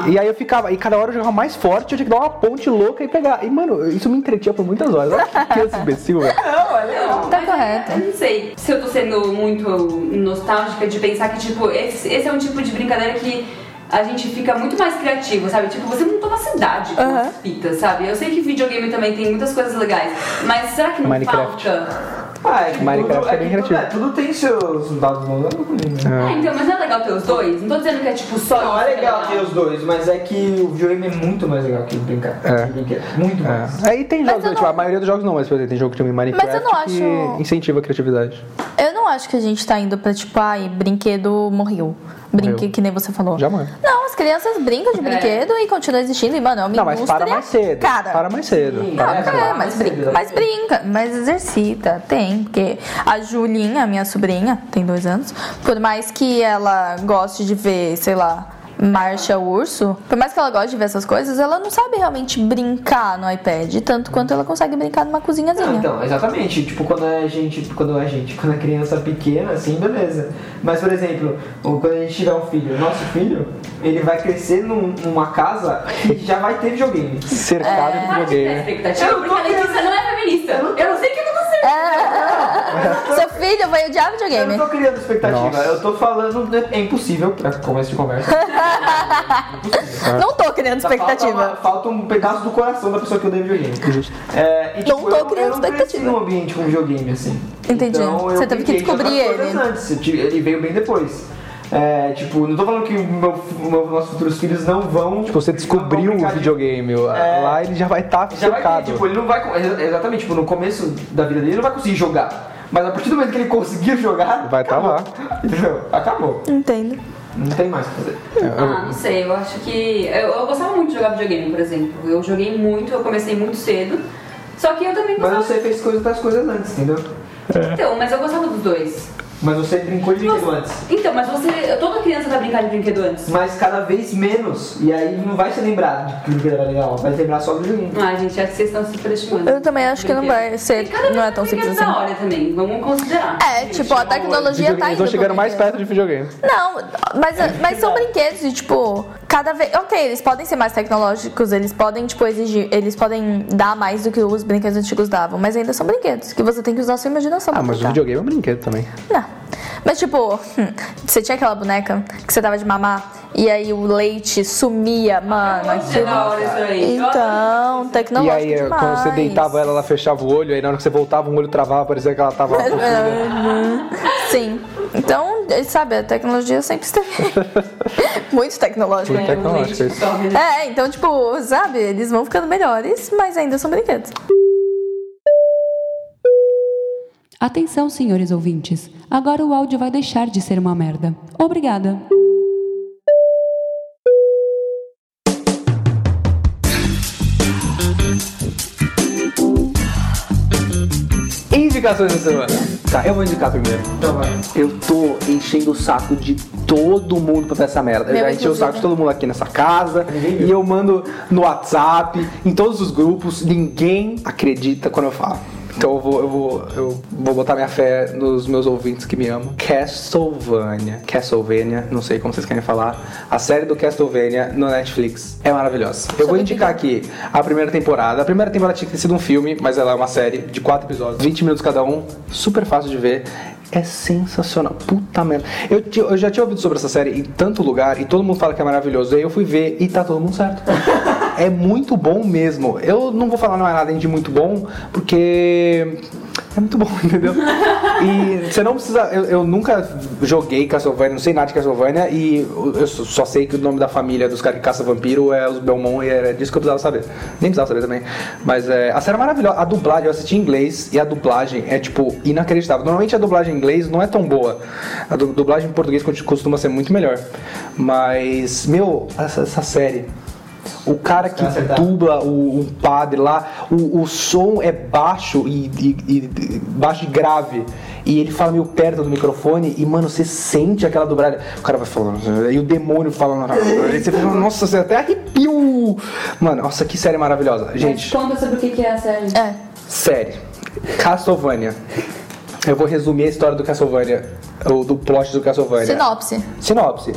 F: É,
I: E aí eu ficava, e cada hora eu jogava mais forte, eu tinha que dar uma ponte louca e pegar. E, mano, isso me entretinha por muitas horas. Olha que criança imbecil, velho.
E: Tá correto.
D: Eu não sei se eu tô sendo muito nostálgica de pensar que, tipo, esse, esse é um tipo de brincadeira que a gente fica muito mais criativo, sabe? Tipo, você montou uma cidade com
E: Aham.
D: as fitas, sabe? Eu sei que videogame também tem muitas coisas legais, mas será que não
I: Minecraft.
D: falta?
F: Ah, é que
I: Minecraft
F: tudo,
I: é bem
F: que tudo-
I: criativo.
F: é, tudo tem seus dados bons, eu não comigo, né?
D: Ah, então, mas não é legal ter os dois? Não tô dizendo que é, tipo, só...
F: Não,
D: isso
F: é
D: que
F: legal ter os dois, mas é que o videogame é muito mais legal que brincar.
I: É.
F: que brinquedo. Muito mais.
I: É. Aí tem
E: Mas
I: jogos,
E: eu
I: né, tipo,
E: não-
I: a maioria dos jogos não, mas por exemplo, tem jogo que chama Minecraft
E: Mas eu não
I: que
E: acho-
I: incentiva a criatividade.
E: Eu não acho que a gente tá indo pra tipo, ai, brinquedo morreu. Brinque,
I: Morreu.
E: que nem você falou.
I: Já morreu.
E: Não, as crianças brincam de brinquedo e continuam existindo. E, mano, é uma
I: Não, mas para
E: indústria,
I: mais cedo.
E: Cara,
I: Para mais cedo.
E: Não,
I: Para mais cedo.
E: é, mas brinca, mas brinca, mas exercita, tem, porque a Julinha, minha sobrinha, tem dois anos, por mais que ela goste de ver, sei lá, marcha urso, por mais que ela goste de ver essas coisas, ela não sabe realmente brincar no iPad, tanto quanto ela consegue brincar numa
F: Não,
E: cozinhazinha.
F: então, exatamente. Tipo, quando é gente, quando é gente, quando é criança pequena, assim, beleza. Mas, por exemplo, o- quando a gente tiver um filho, nosso filho, ele vai crescer num- numa casa que já vai ter videogame.
I: Cercado de
D: Parte da
I: videogame.
D: expectativa,
F: Eu não tô
D: porque a Letícia
F: querendo-
D: não é feminista.
F: Eu não tô-
D: Eu não sei o que aconteceu.
E: É. Seu filho vai odiar
F: Eu não
E: videogame.
F: tô criando expectativa,
I: Nossa.
F: eu tô falando. É impossível pra começo de conversa. É
E: Não tô criando
F: Tá Falta, uma-
E: expectativa.
F: falta um pedaço do coração da pessoa que odeia videogame. É, e,
E: Não Então, tô
F: eu- eu
E: criando
F: não cresci
E: expectativa.
F: num ambiente com videogame, assim.
E: Entendi.
F: Então, eu
E: Você teve que
F: brinquei de outras
E: descobrir
F: coisas
E: ele.
F: Antes. Eu tive- Ele veio bem depois. É, tipo, não tô falando que o meu, o meu- nossos futuros filhos não vão.
I: Tipo, você
F: não vão
I: descobriu o
F: brincar de-
I: videogame, lá ele É. já vai estar tá
F: Já vai ter,
I: cercado.
F: tipo, ele não vai. co- ex- Exatamente, tipo, no começo da vida dele ele não vai conseguir jogar. Mas a partir do momento que ele conseguir jogar.
I: Vai tá
F: acabou.
I: lá.
F: Entendeu? Acabou.
E: Entendo.
F: Não tem mais o que fazer.
I: É.
D: Ah, não sei, eu acho que. Eu, eu gostava muito de jogar videogame, por exemplo. Eu joguei muito, eu comecei muito cedo. Só que eu também
F: Mas
D: gostava.
F: você fez coisas das coisas antes, entendeu?
D: Então, mas eu gostava dos dois.
F: Mas você brincou de brinquedo antes.
D: Então, mas você. Toda criança vai brincar de brinquedo antes.
F: mas cada vez menos. E aí não vai se lembrar de que brinquedo era legal, vai se lembrar só do joguinho.
D: Ah, gente, acho que vocês estão superestimando.
E: Eu também acho que não vai ser-
D: E cada vez
E: não é
D: tem
E: tão simples
D: brinquedo
E: assim.
D: da hora também, vamos considerar.
E: É, tipo, a tecnologia tá
I: Eles estão
E: indo.
I: chegando
E: pro
I: mais
E: brinquedo.
I: perto de videogame.
E: Não, mas,
I: É,
E: mas são brinquedos e, tipo, cada vez. Ok, eles podem ser mais tecnológicos, eles podem, tipo, exigir. Eles podem dar mais do que os brinquedos antigos davam, mas ainda são brinquedos, que você tem que usar a sua imaginação.
I: Ah,
E: pra
I: mas o
E: brincar.
I: videogame é um brinquedo também.
E: Não, Mas, tipo, hum, você tinha aquela boneca que você dava de mamar e aí o leite sumia, mano.
D: Onde é
E: aquilo-
D: da hora isso aí?
E: Então,
N: E
E: tecnológico
N: aí,
E: demais.
N: quando você deitava ela, ela fechava o olho, aí na hora que você voltava, o olho travava, parecia que ela tava.
E: Uhum. Sim. Então, sabe, a tecnologia sempre esteve muito tecnológica.
N: Muito tecnológica, isso.
E: É, então, tipo, sabe, eles vão ficando melhores, mas ainda são brinquedos.
O: Atenção, senhores ouvintes. Agora o áudio vai deixar de ser uma merda. Obrigada.
P: Indicações da semana.
C: Tá, eu vou indicar primeiro.
F: Então
C: Eu tô enchendo o saco de todo mundo pra ver essa merda. Eu
E: Meu,
C: já enchi o
E: inclusive.
C: saco de todo mundo aqui nessa casa. E eu mando no WhatsApp, em todos os grupos. Ninguém acredita quando eu falo.
N: Então eu vou, eu, vou, eu vou botar minha fé nos meus ouvintes que me amam.
C: Castlevania. Castlevania, não sei como vocês querem falar. A série do Castlevania no Netflix é maravilhosa. Eu vou indicar aqui a primeira temporada. A primeira temporada tinha que ter sido um filme, mas ela é uma série de quatro episódios, 20 minutos cada um, super fácil de ver. É sensacional, puta merda. Eu, ti- eu já tinha ouvido sobre essa série em tanto lugar e todo mundo fala que é maravilhoso. Aí eu fui ver e tá todo mundo certo. é muito bom mesmo. Eu não vou falar não é nada de muito bom, porque é muito bom, entendeu? E você não precisa. Eu, eu nunca joguei Castlevania, não sei nada de Castlevania, e eu eu só sei que o nome da família dos caras que caçam vampiro é os Belmont, e era disso que eu precisava saber. Nem precisava saber também. Mas é, a série é maravilhosa. A dublagem, eu assisti em inglês, e a dublagem é, tipo, inacreditável. Normalmente a dublagem em inglês não é tão boa. A du- dublagem em português conti- costuma ser muito melhor. Mas, meu, essa- essa série. O cara que dubla o, o padre lá, o, o som é baixo e, e- e- e- baixo e grave. E ele fala meio perto do microfone e, mano, você sente aquela dobrada. O cara vai falando, e o demônio falando. E você fala, nossa, você até arrepiou. Mano, nossa, que série maravilhosa.
D: Mas
C: Gente,
D: conta sobre o que que é a série.
E: É.
C: série. Castlevania. Eu vou resumir a história do Castlevania, ou do plot do Castlevania.
E: Sinopse.
C: Sinopse.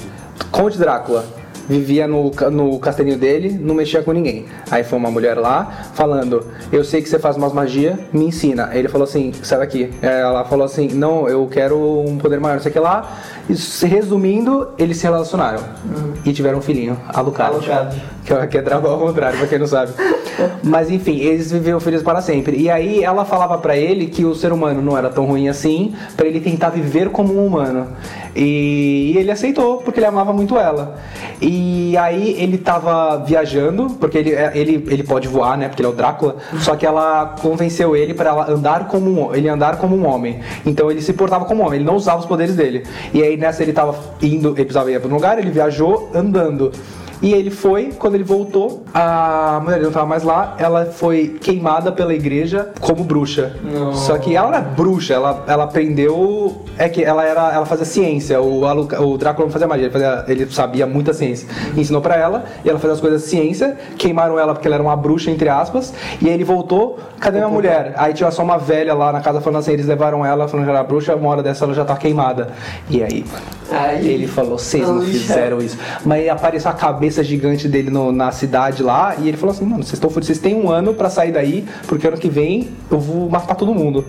C: Conde Drácula vivia no, ca- no castelinho dele, não mexia com ninguém. Aí foi uma mulher lá falando: Eu sei que você faz umas magia, me ensina. Aí ele falou assim: Sai daqui. Aí Ela falou assim: Não, eu quero um poder maior, não sei o que lá. E se- resumindo, eles se relacionaram e tiveram um filhinho, Alucard.
F: Alucard.
C: Que é- que é dragão ao contrário, pra quem não sabe. Mas enfim, eles viveram felizes para sempre. E aí ela falava pra ele que o ser humano não era tão ruim assim, pra ele tentar viver como um humano. E ele aceitou, porque ele amava muito ela. E aí ele tava viajando, porque ele, é, ele, ele pode voar, né? Porque ele é o Drácula. Só que ela convenceu ele pra ela andar como um, ele andar como um homem. Então ele se portava como homem, ele não usava os poderes dele. E aí nessa ele tava indo, ele precisava ir pra um lugar, ele viajou andando. E ele foi, quando ele voltou, a mulher não tava mais lá, ela foi queimada pela igreja como bruxa. Só que ela não era bruxa, ela, ela aprendeu. É que ela era. Ela fazia ciência, o, Aluca- o Drácula não fazia magia, ele, fazia- ele sabia muita ciência. Ensinou pra ela, e ela fazia as coisas ciência, queimaram ela porque ela era uma bruxa, entre aspas, e aí ele voltou, cadê minha mulher? Aí tinha só uma velha lá na casa falando assim, eles levaram ela, falando que ela era bruxa, uma hora dessa ela já tá queimada. E aí,
F: Aí.
C: ele falou, vocês não
F: Ai.
C: fizeram fizeram isso. Mas apareceu a cabeça gigante dele no- na cidade lá e ele falou assim: mano, vocês estão fodidos, vocês têm um ano pra sair daí, porque ano que vem eu vou matar todo mundo.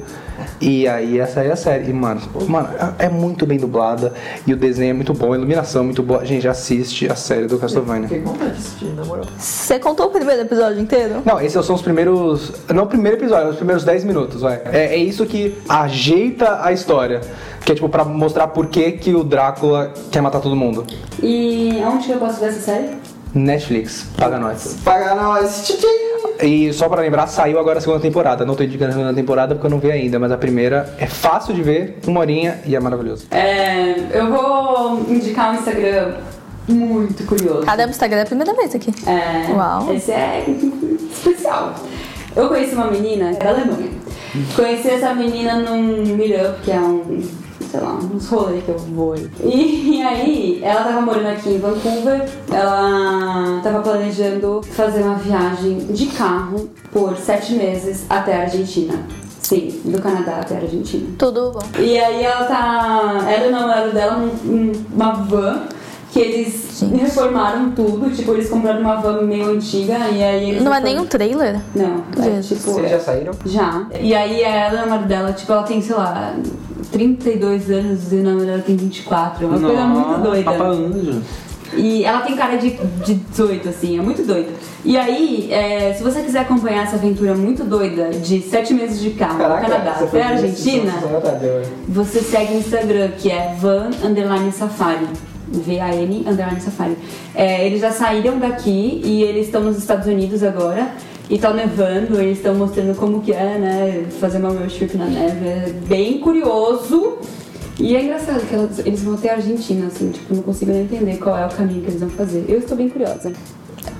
C: E aí essa aí é a série. E, mano, mano, é muito bem dublada e o desenho é muito bom, a iluminação é muito boa. Gente, assiste a série do Castlevania.
F: Fiquei com vontade de assistir, na moral.
E: Você contou o primeiro episódio inteiro?
C: Não, esses são os primeiros. Não o primeiro episódio, os primeiros 10 minutos, vai. É, é isso que ajeita a história. Que é tipo pra mostrar por que, que o Drácula quer matar todo mundo.
D: E onde que eu posso ver essa série?
C: Netflix, paga nós.
F: Pagar nós. Tchim, tchim.
C: E só pra lembrar, saiu agora a segunda temporada. Não tô indicando a segunda temporada porque eu não vi ainda, mas a primeira é fácil de ver, uma horinha e é maravilhoso.
D: É, eu vou indicar um Instagram muito curioso.
E: Caramba, Instagram é a primeira vez aqui.
D: É,
E: Uau.
D: Esse é especial. Eu conheci uma menina é da Alemanha. Conheci essa menina num meetup, que é um, sei lá, uns rolês que eu vou. E, aí, ela tava morando aqui em Vancouver. Ela tava planejando fazer uma viagem de carro por sete meses até a Argentina. Sim, do Canadá até a Argentina.
E: Tudo bom.
D: E aí ela tá. Ela e o namorado dela, um- um- uma van, que eles reformaram tudo, tipo, eles compraram uma van meio antiga e aí eles.
E: Não é
D: reformaram-
E: nem um trailer?
D: Não, é
E: Jesus.
D: tipo.
F: Vocês já saíram?
D: Já. E aí ela e o namorado dela, tipo, ela tem, sei lá, 32 anos e o namorado dela tem 24. É uma coisa muito
F: tá
C: Nossa, tá
D: doida.
C: Papa Anjo.
D: E ela tem cara de, de 18, assim, é muito doida. E aí, é, se você quiser acompanhar essa aventura muito doida de 7 meses de carro
F: Caraca,
D: do Canadá
F: você
D: até a
F: foi
D: Argentina,
F: tá
D: você segue o Instagram, que é van underline safari. V-A-N underline safari. É, eles já saíram daqui e eles estão nos Estados Unidos agora. E tá nevando, eles estão mostrando como que é, né? Fazer uma road trip na neve. É bem curioso. E é engraçado que elas- eles vão até a Argentina, assim, tipo, não consigo nem entender qual é o caminho que eles vão fazer. Eu estou bem curiosa.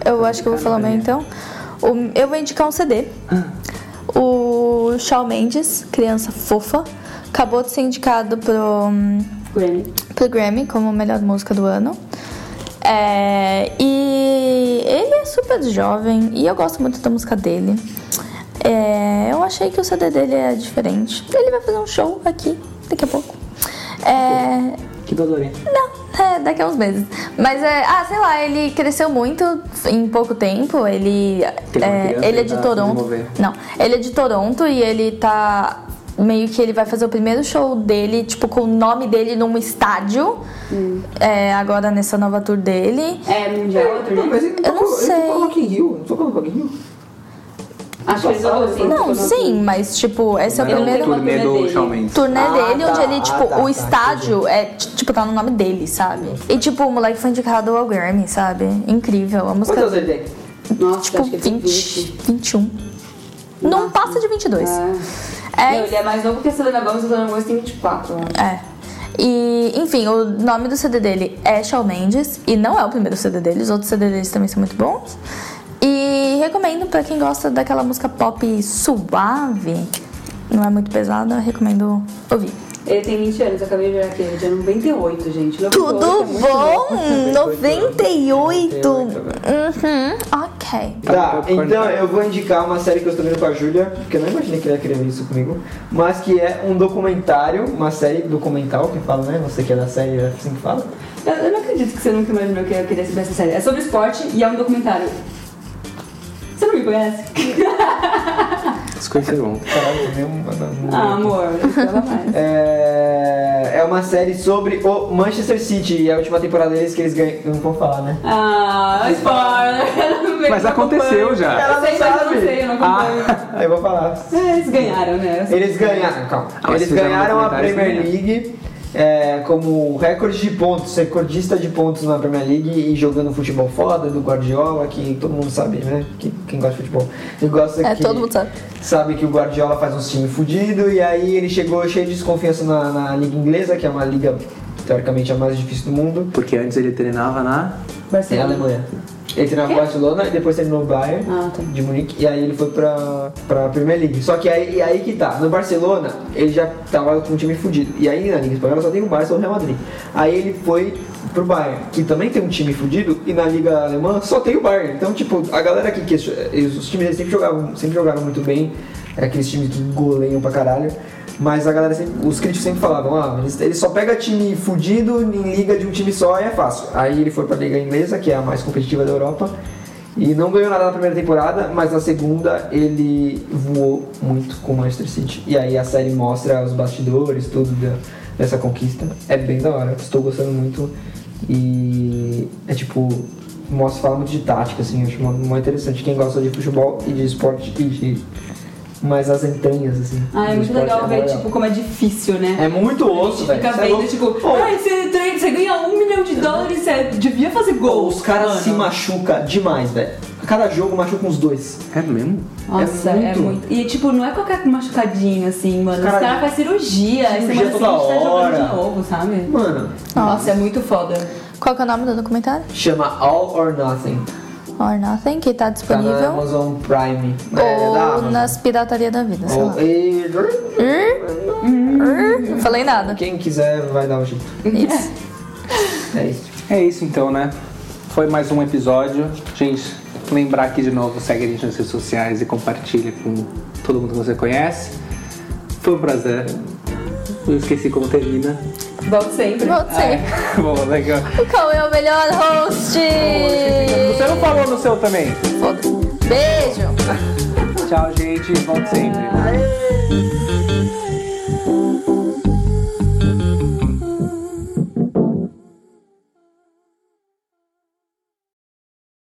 E: Eu acho que eu vou falar o meu então. O- eu vou indicar um CD. O Shawn Mendes, criança fofa, acabou de ser indicado pro, hum,
D: Grammy.
E: pro Grammy como melhor música do ano. É, e ele é super jovem e eu gosto muito da música dele. É, eu achei que o CD dele é diferente. Ele vai fazer um show aqui daqui a pouco. É,
C: Que dodorinha.
E: é, daqui a uns meses. Mas é, ah, sei lá, ele cresceu muito em pouco tempo. Ele,
C: Teve uma
E: é,
C: criança
E: ele é
C: pra
E: de Toronto.
C: desenvolver.
E: Não, ele é de Toronto e ele tá meio que ele vai fazer o primeiro show dele, tipo com o nome dele num estádio. É, agora nessa nova tour dele.
D: É mundial, outro, né?
F: Mas ele
E: Eu não
F: tocou- Ele
E: sei.
F: tocou Rock in Rio, não tocou no Rock in Rio?
D: Acho que eles vão assim.
E: Não, sim, mas tipo, esse é o
D: Não,
E: primeiro
D: tem
C: Turnê
D: turnê
C: do
D: dele.
C: Shawn Mendes.
E: turnê
F: Ah,
E: dele,
F: tá,
E: onde ele,
F: ah,
E: tipo,
F: tá,
E: o
F: tá,
E: estádio é, t- tipo, tá no nome dele, sabe? E tipo, o moleque foi indicado ao Grammy, sabe? Incrível. A música
F: Quantos anos ele tem?
D: Nossa,
E: Tipo,
D: acho que é ele tem
E: 20, 21. Não passa de 22.
D: Ah. Não,
E: É,
D: ele é mais novo que a Selena Gomez, a Selena Gomez tem 24, eu acho.
E: é. E, enfim, o nome do CD dele é Shawn Mendes. E não é o primeiro CD dele. Os outros CD deles também são muito bons. E recomendo pra quem gosta daquela música pop suave. Não é muito pesada, recomendo ouvir.
D: Ele tem 20 anos, eu acabei de olhar aqui, ele é 98, gente. 98 é
E: Tudo
D: muito
E: bom? 98. Uhum, ok.
F: Tá,
C: Popcorn.
F: então eu vou indicar uma série que eu estou vendo com a Júlia, porque eu não imaginei que ela ia querer ver isso comigo, mas que é um documentário, uma série documental que fala, né? Não sei que é da série, é assim que fala.
D: Eu, eu não acredito que você nunca imaginou que eu queria saber essa série. É sobre esporte e é um documentário. Você não me conhece?
C: Desconheceu.
F: Caralho, eu tomei uma- uma- uma-
D: Ah, amor, ela mais.
F: É, é uma série sobre o Manchester City e a última temporada deles que eles ganham. Não vou falar, né?
D: Ah, spoiler!
C: Mas aconteceu já.
D: Eu sei, mas eu não sei, eu não acompanho.
F: Aí eu vou falar.
D: É, eles ganharam, né? Eu sei.
F: Eles ganharam, calma.
C: Ah, mas
F: Eles
C: fizeram
F: ganharam a
C: documentário,
F: Premier
C: sim,
F: League é, como recorde de pontos, recordista de pontos na Premier League e jogando futebol foda do Guardiola, que todo mundo sabe, né? Que- quem gosta de futebol. E gosta
E: É,
F: que,
E: todo mundo sabe.
F: sabe que o Guardiola faz uns times fudido e aí ele chegou cheio de desconfiança na, na Liga Inglesa, que é uma liga teoricamente a mais difícil do mundo.
C: Porque antes ele treinava na.
F: É a Alemanha. Ele treinou no Barcelona e depois treinou no Bayern
D: Ah, tá.
F: de Munique e aí ele foi pra, pra Premier League. Só que aí, aí que tá, no Barcelona ele já tava com um time fudido. E aí na Liga Espanhola só tem o Barça ou o Real Madrid. Aí ele foi pro Bayern, que também tem um time fudido, e na Liga Alemã só tem o Bayern. Então, tipo, a galera que, que os os times eles sempre jogavam, sempre jogaram muito bem, é aqueles times que goleiam pra caralho. Mas a galera sempre, os críticos sempre falavam, ah, eles, ele só pega time fudido em liga de um time só e é fácil. Aí ele foi pra liga inglesa, que é a mais competitiva da Europa, e não ganhou nada na primeira temporada, mas na segunda ele voou muito com o Manchester City. E aí a série mostra os bastidores, tudo da- dessa conquista. É bem da hora, estou gostando muito. E é tipo, mostra fala muito de tática, assim, eu acho muito interessante quem gosta de futebol e de esporte e de. Mas as entranhas, assim.
D: Ah, é
F: do
D: muito
F: esporte
D: legal ver,
F: legal.
D: tipo, como é difícil, né?
F: É muito osso, velho.
D: Fica
F: Isso é
D: vendo,
F: louco.
D: tipo,
F: Ô,
D: ai, você, treina, você ganha um milhão de dólares, você devia fazer gol.
F: os caras se
D: mano."
F: machucam demais, velho. A Cada jogo machuca uns dois.
C: É mesmo?
D: Nossa,
F: É
D: é
F: muito.
D: muito. E tipo, não é qualquer machucadinho assim, mano.
F: Cara,
D: Os caras fazem cirurgia, aí semana seguinte
F: cirurgia toda
D: tá jogando
F: hora.
D: de novo, sabe?
F: Mano,
D: Nossa, é muito foda.
E: Qual que é o nome do documentário?
F: chama All or Nothing.
E: Or Nothing, que tá
F: Tá na
E: disponível.
F: Amazon Prime. É, da
E: ou
F: Amazon.
E: nas pirataria da vida, sei lá.
F: Ou- e-
E: Hum, Não falei nada.
F: Quem quiser vai dar um jeito.
E: Isso.
F: É isso.
C: É isso então, né? Foi mais um episódio. Gente, lembrar aqui de novo, segue a gente nas redes sociais e compartilha com todo mundo que você conhece. Foi um prazer. Eu esqueci como termina.
D: Volto sempre.
F: é.
E: Você.
C: Bom, legal.
E: O Cauê é o melhor host.
C: Você não falou no seu também.
E: Beijo.
C: Tchau, gente. Volte sempre.